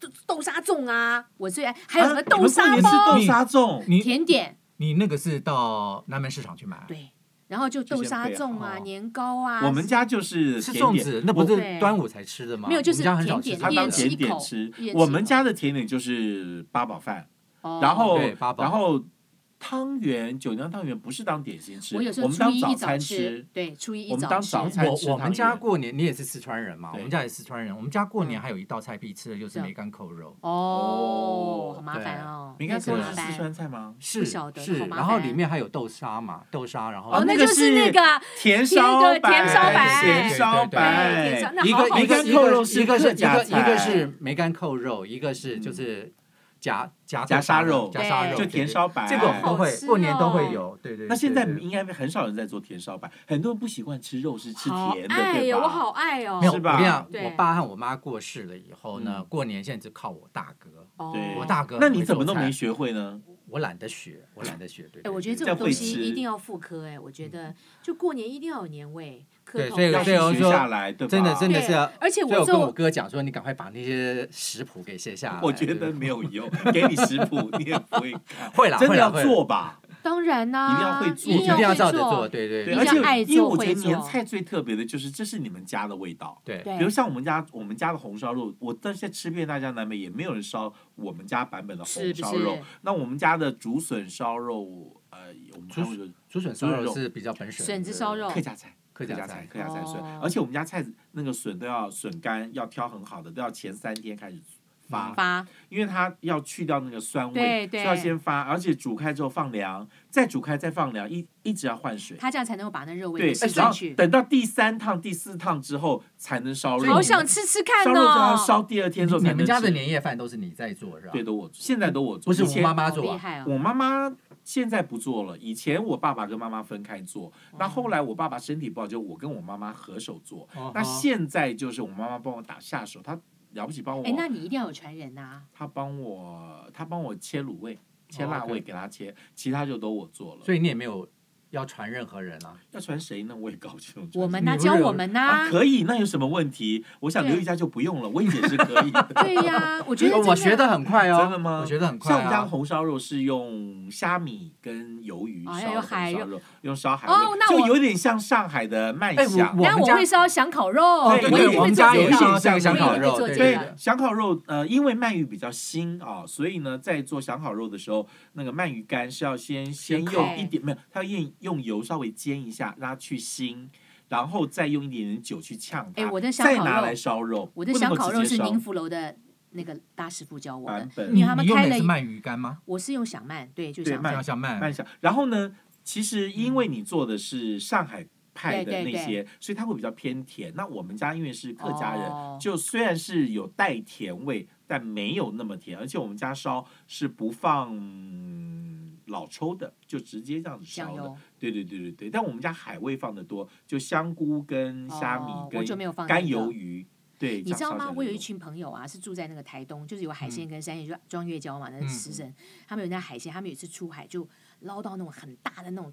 [SPEAKER 3] 豆豆沙粽啊，我最爱，还有什
[SPEAKER 1] 啊
[SPEAKER 3] 么
[SPEAKER 1] 你
[SPEAKER 3] 豆
[SPEAKER 1] 们过
[SPEAKER 3] 沙
[SPEAKER 1] 年吃
[SPEAKER 3] 包、
[SPEAKER 1] 豆沙粽，
[SPEAKER 2] 你
[SPEAKER 3] 甜点，
[SPEAKER 2] 你那个是到南门市场去买啊？
[SPEAKER 3] 对，然后就
[SPEAKER 1] 就
[SPEAKER 3] 豆
[SPEAKER 1] 先
[SPEAKER 3] 沙
[SPEAKER 1] 备
[SPEAKER 3] 粽
[SPEAKER 2] 好
[SPEAKER 3] 啊、年糕啊，
[SPEAKER 1] 我们家就是
[SPEAKER 2] 吃
[SPEAKER 1] 甜
[SPEAKER 2] 粽
[SPEAKER 1] 点
[SPEAKER 2] 子，那不
[SPEAKER 1] 我
[SPEAKER 2] 是
[SPEAKER 3] 对
[SPEAKER 2] 端午才吃的吗？
[SPEAKER 3] 没有就是
[SPEAKER 2] 我们家很少吃
[SPEAKER 3] 甜
[SPEAKER 1] 他
[SPEAKER 2] 粽
[SPEAKER 3] 点
[SPEAKER 2] 子
[SPEAKER 1] 当甜
[SPEAKER 3] 一人吃一
[SPEAKER 1] 点
[SPEAKER 3] 口
[SPEAKER 1] 吃
[SPEAKER 3] 一人吃一。口
[SPEAKER 1] 我们家的甜点就是八宝饭，
[SPEAKER 3] 哦
[SPEAKER 1] 然后
[SPEAKER 2] 对八宝
[SPEAKER 1] 然后汤圆九娘汤圆不是当点心吃，
[SPEAKER 3] 我有时
[SPEAKER 1] 我
[SPEAKER 3] 候
[SPEAKER 1] 们
[SPEAKER 3] 初
[SPEAKER 1] 当
[SPEAKER 3] 一
[SPEAKER 1] 早
[SPEAKER 3] 一
[SPEAKER 1] 餐
[SPEAKER 3] 早
[SPEAKER 1] 吃
[SPEAKER 3] 吃，，对，初一
[SPEAKER 1] 我们
[SPEAKER 3] 一
[SPEAKER 1] 当早
[SPEAKER 3] 吃，
[SPEAKER 1] 餐吃
[SPEAKER 2] 我我们
[SPEAKER 1] 汤
[SPEAKER 2] 家
[SPEAKER 1] 圆
[SPEAKER 2] 过年，你也是四川人嘛？我
[SPEAKER 1] 对
[SPEAKER 2] 们家也是四川人，我们家过年
[SPEAKER 3] 嗯
[SPEAKER 2] 还有一道菜必吃的就是
[SPEAKER 3] 这样
[SPEAKER 2] 梅干扣肉，
[SPEAKER 1] 哦
[SPEAKER 3] 哦，好麻烦哦，
[SPEAKER 1] 你看
[SPEAKER 3] 那个
[SPEAKER 1] 说
[SPEAKER 2] 扣
[SPEAKER 1] 的是
[SPEAKER 3] 麻
[SPEAKER 1] 四
[SPEAKER 3] 烦。
[SPEAKER 1] 川菜吗？
[SPEAKER 2] 是
[SPEAKER 3] 不晓得
[SPEAKER 2] 是，
[SPEAKER 3] 好麻
[SPEAKER 2] 然后
[SPEAKER 3] 烦啊
[SPEAKER 2] 里面还有豆沙嘛，豆沙，然后
[SPEAKER 1] 哦
[SPEAKER 3] 哦，
[SPEAKER 1] 那
[SPEAKER 3] 那
[SPEAKER 1] 个
[SPEAKER 3] 就是那
[SPEAKER 1] 是
[SPEAKER 3] 个
[SPEAKER 1] 甜
[SPEAKER 3] 甜
[SPEAKER 1] 烧
[SPEAKER 3] 的
[SPEAKER 1] 白，
[SPEAKER 3] 甜烧白
[SPEAKER 1] 咸烧
[SPEAKER 2] 对对对
[SPEAKER 1] 白，
[SPEAKER 3] 甜烧哎那
[SPEAKER 2] 一
[SPEAKER 3] 好
[SPEAKER 2] 个
[SPEAKER 3] 好
[SPEAKER 2] 一个
[SPEAKER 1] 吃
[SPEAKER 2] 一
[SPEAKER 1] 扣
[SPEAKER 2] 个
[SPEAKER 1] 肉是
[SPEAKER 2] 一个
[SPEAKER 1] 客
[SPEAKER 2] 是一
[SPEAKER 1] 家
[SPEAKER 2] 个一
[SPEAKER 1] 菜
[SPEAKER 2] 个是梅干扣肉，一个是
[SPEAKER 3] 嗯
[SPEAKER 2] 就是夹夹
[SPEAKER 1] 夹
[SPEAKER 2] 豆
[SPEAKER 1] 沙肉
[SPEAKER 2] 夹沙肉
[SPEAKER 1] 就
[SPEAKER 2] 对
[SPEAKER 1] 甜
[SPEAKER 2] 对
[SPEAKER 1] 烧白。
[SPEAKER 2] 这个我们
[SPEAKER 3] 好
[SPEAKER 2] 都会
[SPEAKER 3] 吃
[SPEAKER 2] 过年都会
[SPEAKER 3] 哦
[SPEAKER 2] 有，对对。
[SPEAKER 1] 那
[SPEAKER 2] 对
[SPEAKER 1] 现在
[SPEAKER 2] 对
[SPEAKER 1] 应该很少人在做甜烧白，很多人不习惯吃肉，是吃
[SPEAKER 3] 好
[SPEAKER 1] 甜的，
[SPEAKER 3] 爱
[SPEAKER 1] 对
[SPEAKER 3] 哟，我
[SPEAKER 1] 吧？
[SPEAKER 3] 好爱哦，
[SPEAKER 2] 没有，
[SPEAKER 1] 是
[SPEAKER 2] 我
[SPEAKER 1] 吧
[SPEAKER 2] 跟你讲，
[SPEAKER 3] 对
[SPEAKER 2] 我爸和我妈过世了以后呢，
[SPEAKER 1] 嗯
[SPEAKER 2] 过年现在只靠我大哥，
[SPEAKER 3] 哦
[SPEAKER 1] 对
[SPEAKER 2] 我大哥
[SPEAKER 1] 那
[SPEAKER 2] 很
[SPEAKER 1] 你
[SPEAKER 2] 会
[SPEAKER 1] 怎
[SPEAKER 2] 做
[SPEAKER 1] 么都
[SPEAKER 2] 菜
[SPEAKER 1] 没学会呢？
[SPEAKER 2] 我懒得学，我懒得学，对。
[SPEAKER 3] 哎，我觉得这
[SPEAKER 1] 要
[SPEAKER 3] 种
[SPEAKER 1] 会
[SPEAKER 3] 东西
[SPEAKER 1] 吃嗯
[SPEAKER 3] 一定要复刻哎，我觉得就过年一定要有年味，磕
[SPEAKER 2] 对
[SPEAKER 3] 头
[SPEAKER 2] 所以
[SPEAKER 1] 要
[SPEAKER 3] 拜
[SPEAKER 2] 所以
[SPEAKER 3] 年
[SPEAKER 2] 我
[SPEAKER 1] 学
[SPEAKER 2] 说
[SPEAKER 1] 下来，对吧？
[SPEAKER 2] 真的真的是要。
[SPEAKER 3] 而且
[SPEAKER 2] 所以我
[SPEAKER 3] 我
[SPEAKER 2] 跟我
[SPEAKER 3] 做
[SPEAKER 2] 哥讲说，你赶快把那些食谱给写下来。
[SPEAKER 1] 我觉得
[SPEAKER 2] 对
[SPEAKER 1] 没有
[SPEAKER 2] (laughs)
[SPEAKER 1] 用，给你食谱你也不会看，
[SPEAKER 2] 会啦，
[SPEAKER 1] 真的
[SPEAKER 2] 会啦
[SPEAKER 1] 要，
[SPEAKER 2] 会啦
[SPEAKER 1] 做吧？
[SPEAKER 3] 当然啦，
[SPEAKER 1] 一定要会做
[SPEAKER 2] 一
[SPEAKER 3] 一
[SPEAKER 1] 定
[SPEAKER 3] 定
[SPEAKER 2] 定要
[SPEAKER 3] 会
[SPEAKER 2] 照着做，，对对
[SPEAKER 1] 对，
[SPEAKER 3] 比
[SPEAKER 1] 而
[SPEAKER 2] 对
[SPEAKER 3] 较
[SPEAKER 1] 且
[SPEAKER 3] 爱
[SPEAKER 1] 因为
[SPEAKER 3] 做
[SPEAKER 1] 我觉
[SPEAKER 3] 会
[SPEAKER 1] 得年
[SPEAKER 3] 做
[SPEAKER 1] 菜最特别的就是这是你们家的味道。
[SPEAKER 2] 对。
[SPEAKER 3] 对，
[SPEAKER 1] 比如像我们家，我们家的红烧肉，我到现在吃遍大江南北，也没有人烧我们家版本的
[SPEAKER 3] 是
[SPEAKER 1] 红
[SPEAKER 3] 不
[SPEAKER 1] 烧肉。
[SPEAKER 3] 是
[SPEAKER 1] 那我们家的竹笋烧肉，呃，我们还会有
[SPEAKER 2] 竹
[SPEAKER 1] 竹
[SPEAKER 2] 笋烧
[SPEAKER 1] 笋
[SPEAKER 2] 肉
[SPEAKER 1] 肉
[SPEAKER 2] 是比较本省的
[SPEAKER 3] 笋子烧肉
[SPEAKER 1] 客家菜，
[SPEAKER 2] 客
[SPEAKER 1] 家
[SPEAKER 2] 家
[SPEAKER 1] 菜，
[SPEAKER 2] 菜。
[SPEAKER 1] 客家菜笋，
[SPEAKER 3] 哦
[SPEAKER 1] 而且我们家菜子那个笋都要笋干，要挑很好的，都要前三天开始发，
[SPEAKER 3] 嗯发
[SPEAKER 1] 因为它要去掉那个酸味，
[SPEAKER 3] 对
[SPEAKER 1] 所
[SPEAKER 3] 对
[SPEAKER 1] 以要先发，而且煮开之后放凉，再煮开再放凉，一一直要换水。
[SPEAKER 3] 它这样才能够把那肉
[SPEAKER 1] 对
[SPEAKER 3] 味吃，
[SPEAKER 1] 然
[SPEAKER 3] 进
[SPEAKER 1] 后
[SPEAKER 3] 去。
[SPEAKER 1] 等到第三趟、第四趟之后才能烧肉，
[SPEAKER 3] 好想吃吃看
[SPEAKER 1] 烧肉就要烧
[SPEAKER 3] 哦，
[SPEAKER 1] 第二天之后才
[SPEAKER 2] 你
[SPEAKER 1] 能
[SPEAKER 2] 们家的
[SPEAKER 1] 吃
[SPEAKER 2] 年夜饭都是你在做是吧？
[SPEAKER 1] 对，都我现在都我做，
[SPEAKER 2] 不是
[SPEAKER 1] 以
[SPEAKER 2] 我
[SPEAKER 1] 前
[SPEAKER 2] 妈妈
[SPEAKER 3] 好
[SPEAKER 2] 做
[SPEAKER 3] 厉
[SPEAKER 2] 啊。
[SPEAKER 3] 害哦，
[SPEAKER 1] 我妈妈现在不做了，以前我爸爸跟妈妈分开做，那后来我爸爸身体不好，就我跟我妈妈合手做。
[SPEAKER 2] 哦
[SPEAKER 1] 那
[SPEAKER 2] 哦
[SPEAKER 1] 现在就是我妈妈帮我打下手，她了不起帮我
[SPEAKER 3] 哎，，那你一定要有传人呐，
[SPEAKER 1] 她帮我，她帮我切卤味、切
[SPEAKER 2] 哦
[SPEAKER 1] 辣
[SPEAKER 2] ，OK
[SPEAKER 1] 味给她切，其他就都我做了。
[SPEAKER 2] 所以你也没有要传任何人啊。
[SPEAKER 1] 要传谁呢？我也搞不清楚。
[SPEAKER 3] 我们
[SPEAKER 2] 你
[SPEAKER 3] 呐
[SPEAKER 2] 不是有
[SPEAKER 3] 教我们
[SPEAKER 1] 啊，
[SPEAKER 3] 呐，
[SPEAKER 1] 可以，那有什么问题？我想
[SPEAKER 3] 对
[SPEAKER 1] 留一家就不用了，我也解是可以的。
[SPEAKER 3] (laughs) (laughs) 对呀，我觉得
[SPEAKER 1] 呃
[SPEAKER 2] 哦我
[SPEAKER 3] 真
[SPEAKER 2] 学
[SPEAKER 3] 的
[SPEAKER 2] 的很快哦，
[SPEAKER 1] 真的吗
[SPEAKER 2] 我学的很快
[SPEAKER 1] 像我们家的
[SPEAKER 2] 啊。
[SPEAKER 1] 红烧肉是用虾米跟鱿鱼
[SPEAKER 3] 哦要
[SPEAKER 1] 烧的
[SPEAKER 3] 有
[SPEAKER 1] 红
[SPEAKER 3] 海
[SPEAKER 1] 烧
[SPEAKER 3] 肉
[SPEAKER 1] 肉，用烧海味，
[SPEAKER 3] 哦那
[SPEAKER 1] 就
[SPEAKER 3] 我
[SPEAKER 1] 有点像上海的慢
[SPEAKER 2] 哎
[SPEAKER 1] 享。
[SPEAKER 2] 我
[SPEAKER 3] 但
[SPEAKER 2] 们
[SPEAKER 3] 我
[SPEAKER 2] 家
[SPEAKER 3] 会烧小烤肉，
[SPEAKER 1] 哦
[SPEAKER 2] 对
[SPEAKER 1] 我
[SPEAKER 2] 对，
[SPEAKER 1] 也
[SPEAKER 2] 我们
[SPEAKER 1] 会
[SPEAKER 2] 家
[SPEAKER 1] 做
[SPEAKER 2] 也
[SPEAKER 1] 这个
[SPEAKER 2] 烧这个香
[SPEAKER 1] 我也
[SPEAKER 2] 烤
[SPEAKER 1] 会
[SPEAKER 2] 肉，对
[SPEAKER 3] 做这
[SPEAKER 2] 对
[SPEAKER 1] 对
[SPEAKER 3] 个
[SPEAKER 2] 对，
[SPEAKER 1] 小烤肉，呃，因为鳗鱼比较新啊、所以呢，在做小烤肉的时候，那个鳗鱼干是要先先用
[SPEAKER 2] 先
[SPEAKER 3] 烤
[SPEAKER 1] 一点，没有，它要用用油稍微煎一下，让它去腥，然后再用一点点酒去呛它，
[SPEAKER 3] 哎我的小
[SPEAKER 1] 再
[SPEAKER 3] 烤
[SPEAKER 1] 拿
[SPEAKER 3] 肉
[SPEAKER 1] 来烧肉。
[SPEAKER 3] 我的
[SPEAKER 1] 不能
[SPEAKER 3] 小
[SPEAKER 1] 够
[SPEAKER 3] 烤
[SPEAKER 1] 直
[SPEAKER 3] 肉
[SPEAKER 1] 接
[SPEAKER 3] 是
[SPEAKER 1] 烧嗯
[SPEAKER 3] 宁福楼的那个大师傅教我的
[SPEAKER 1] 版，本
[SPEAKER 3] 因为他们
[SPEAKER 2] 你用
[SPEAKER 3] 开
[SPEAKER 2] 的
[SPEAKER 3] 了
[SPEAKER 2] 是
[SPEAKER 3] 一
[SPEAKER 2] 鳗鱼干吗？
[SPEAKER 3] 我是用小曼，对，就
[SPEAKER 1] 对
[SPEAKER 3] 小
[SPEAKER 1] 慢
[SPEAKER 3] 曼
[SPEAKER 2] 叫，小
[SPEAKER 1] 慢
[SPEAKER 2] 鳗，
[SPEAKER 1] 想。然后呢，其实因为你做的是上海派的
[SPEAKER 3] 嗯
[SPEAKER 1] 那
[SPEAKER 3] 对对
[SPEAKER 1] 些，所以它会比较偏甜。那我们家因为是客家人，
[SPEAKER 3] 哦
[SPEAKER 1] 就虽然是有带甜味，但没有那么甜。而且我们家烧是不放。嗯老抽的就直接这样子
[SPEAKER 3] 酱
[SPEAKER 1] 烧的
[SPEAKER 3] 油，，
[SPEAKER 1] 对对对对对。但我们家海味放的多，就香菇跟虾米
[SPEAKER 3] 哦我
[SPEAKER 1] 跟
[SPEAKER 3] 就没有放
[SPEAKER 1] 干
[SPEAKER 3] 那个
[SPEAKER 1] 鱿鱼，对。
[SPEAKER 3] 你
[SPEAKER 1] 这样
[SPEAKER 3] 知道
[SPEAKER 1] 烧
[SPEAKER 3] 吗
[SPEAKER 1] 起来？
[SPEAKER 3] 我有
[SPEAKER 1] 就
[SPEAKER 3] 一群朋友啊，是住在那个台东，就是有海
[SPEAKER 1] 嗯
[SPEAKER 3] 鲜跟山野，就庄月娇嘛，那
[SPEAKER 2] 嗯
[SPEAKER 3] 是食神，他们有那海鲜，他们有一次出海就捞到那种很大的那种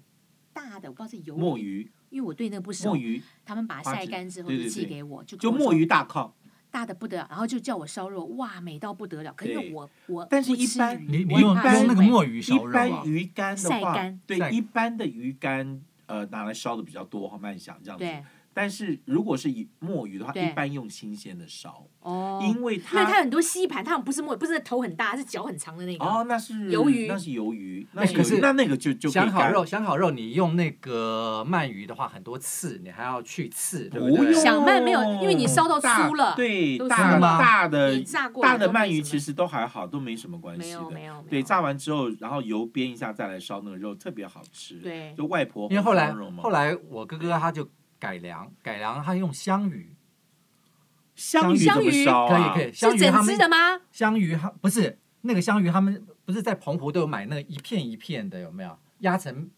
[SPEAKER 3] 大的，我不知道是鱿
[SPEAKER 1] 墨
[SPEAKER 3] 鱼，
[SPEAKER 1] 鱼，
[SPEAKER 3] 因为我对那个不
[SPEAKER 1] 墨
[SPEAKER 3] 熟，
[SPEAKER 1] 鱼
[SPEAKER 3] 他们把它
[SPEAKER 1] 花
[SPEAKER 3] 晒
[SPEAKER 1] 枝
[SPEAKER 3] 干之后
[SPEAKER 1] 对
[SPEAKER 3] 就
[SPEAKER 1] 对
[SPEAKER 3] 寄
[SPEAKER 1] 对
[SPEAKER 3] 给我，就
[SPEAKER 1] 就
[SPEAKER 3] 跟我
[SPEAKER 1] 墨
[SPEAKER 3] 说
[SPEAKER 1] 鱼大靠，
[SPEAKER 3] 大的不得了，然后就叫我烧肉，哇，美到不得了，可是因为
[SPEAKER 1] 对
[SPEAKER 3] 我我
[SPEAKER 1] 但是
[SPEAKER 3] 不
[SPEAKER 1] 一
[SPEAKER 3] 吃
[SPEAKER 1] 般
[SPEAKER 3] 鱼
[SPEAKER 2] 你你
[SPEAKER 3] 我很
[SPEAKER 2] 用
[SPEAKER 3] 怕
[SPEAKER 2] 用那
[SPEAKER 3] 腥
[SPEAKER 2] 个
[SPEAKER 3] 味
[SPEAKER 2] 墨鱼
[SPEAKER 1] 一
[SPEAKER 2] 烧肉啊
[SPEAKER 1] 般？鱼干的
[SPEAKER 3] 晒
[SPEAKER 1] 话
[SPEAKER 3] 干，
[SPEAKER 1] 对
[SPEAKER 2] 晒
[SPEAKER 1] 一般的鱼干，呃，拿来烧的比较多哈，慢想这样子。
[SPEAKER 3] 对，
[SPEAKER 1] 但是如果是以墨鱼的话，
[SPEAKER 3] 对
[SPEAKER 1] 一般用新鲜的烧，
[SPEAKER 3] 哦
[SPEAKER 1] 因为
[SPEAKER 3] 那它
[SPEAKER 1] 它
[SPEAKER 3] 很多吸盘，它很不是墨，不是头很大，是脚很长的那个。
[SPEAKER 1] 哦，那是
[SPEAKER 3] 鱿鱼
[SPEAKER 1] 那是鱿鱼，那是
[SPEAKER 2] 可
[SPEAKER 1] 鱿
[SPEAKER 2] 是
[SPEAKER 1] 鱼，那那个就就可以
[SPEAKER 2] 想烤
[SPEAKER 1] 干
[SPEAKER 2] 肉，想烤肉，你用那个鳗鱼的话，很多刺，你还要去刺，对
[SPEAKER 1] 不
[SPEAKER 2] 对？
[SPEAKER 1] 用，
[SPEAKER 3] 小鳗没有因为你烧到酥了
[SPEAKER 1] 大对，
[SPEAKER 3] 都酥
[SPEAKER 1] 大
[SPEAKER 2] 了
[SPEAKER 1] 大的
[SPEAKER 3] 你炸过
[SPEAKER 1] 呃大
[SPEAKER 3] 了
[SPEAKER 1] 的
[SPEAKER 3] 都
[SPEAKER 1] 鳗
[SPEAKER 3] 没
[SPEAKER 1] 鱼
[SPEAKER 3] 什么
[SPEAKER 1] 其实都还好，都没什么关
[SPEAKER 3] 没
[SPEAKER 1] 系
[SPEAKER 3] 有没
[SPEAKER 1] 的。
[SPEAKER 3] 有没有。
[SPEAKER 1] 对，炸完之后，然后油煸一下再来烧那个肉，特别好吃。，
[SPEAKER 3] 对
[SPEAKER 1] 就外婆
[SPEAKER 2] 因为后来
[SPEAKER 1] 红烧肉嘛
[SPEAKER 2] 后来我哥哥他就改良，改良他用香鱼，
[SPEAKER 1] 香鱼
[SPEAKER 3] 香
[SPEAKER 1] 怎么
[SPEAKER 3] 鱼
[SPEAKER 1] 烧
[SPEAKER 2] 可以
[SPEAKER 1] 啊？
[SPEAKER 2] 可以，香
[SPEAKER 3] 是
[SPEAKER 2] 鱼
[SPEAKER 3] 整
[SPEAKER 2] 他
[SPEAKER 3] 只
[SPEAKER 2] 们
[SPEAKER 3] 的吗？
[SPEAKER 2] 香鱼他不是那个香鱼，他们不是在澎湖都有买那个一片一片的，有没有压成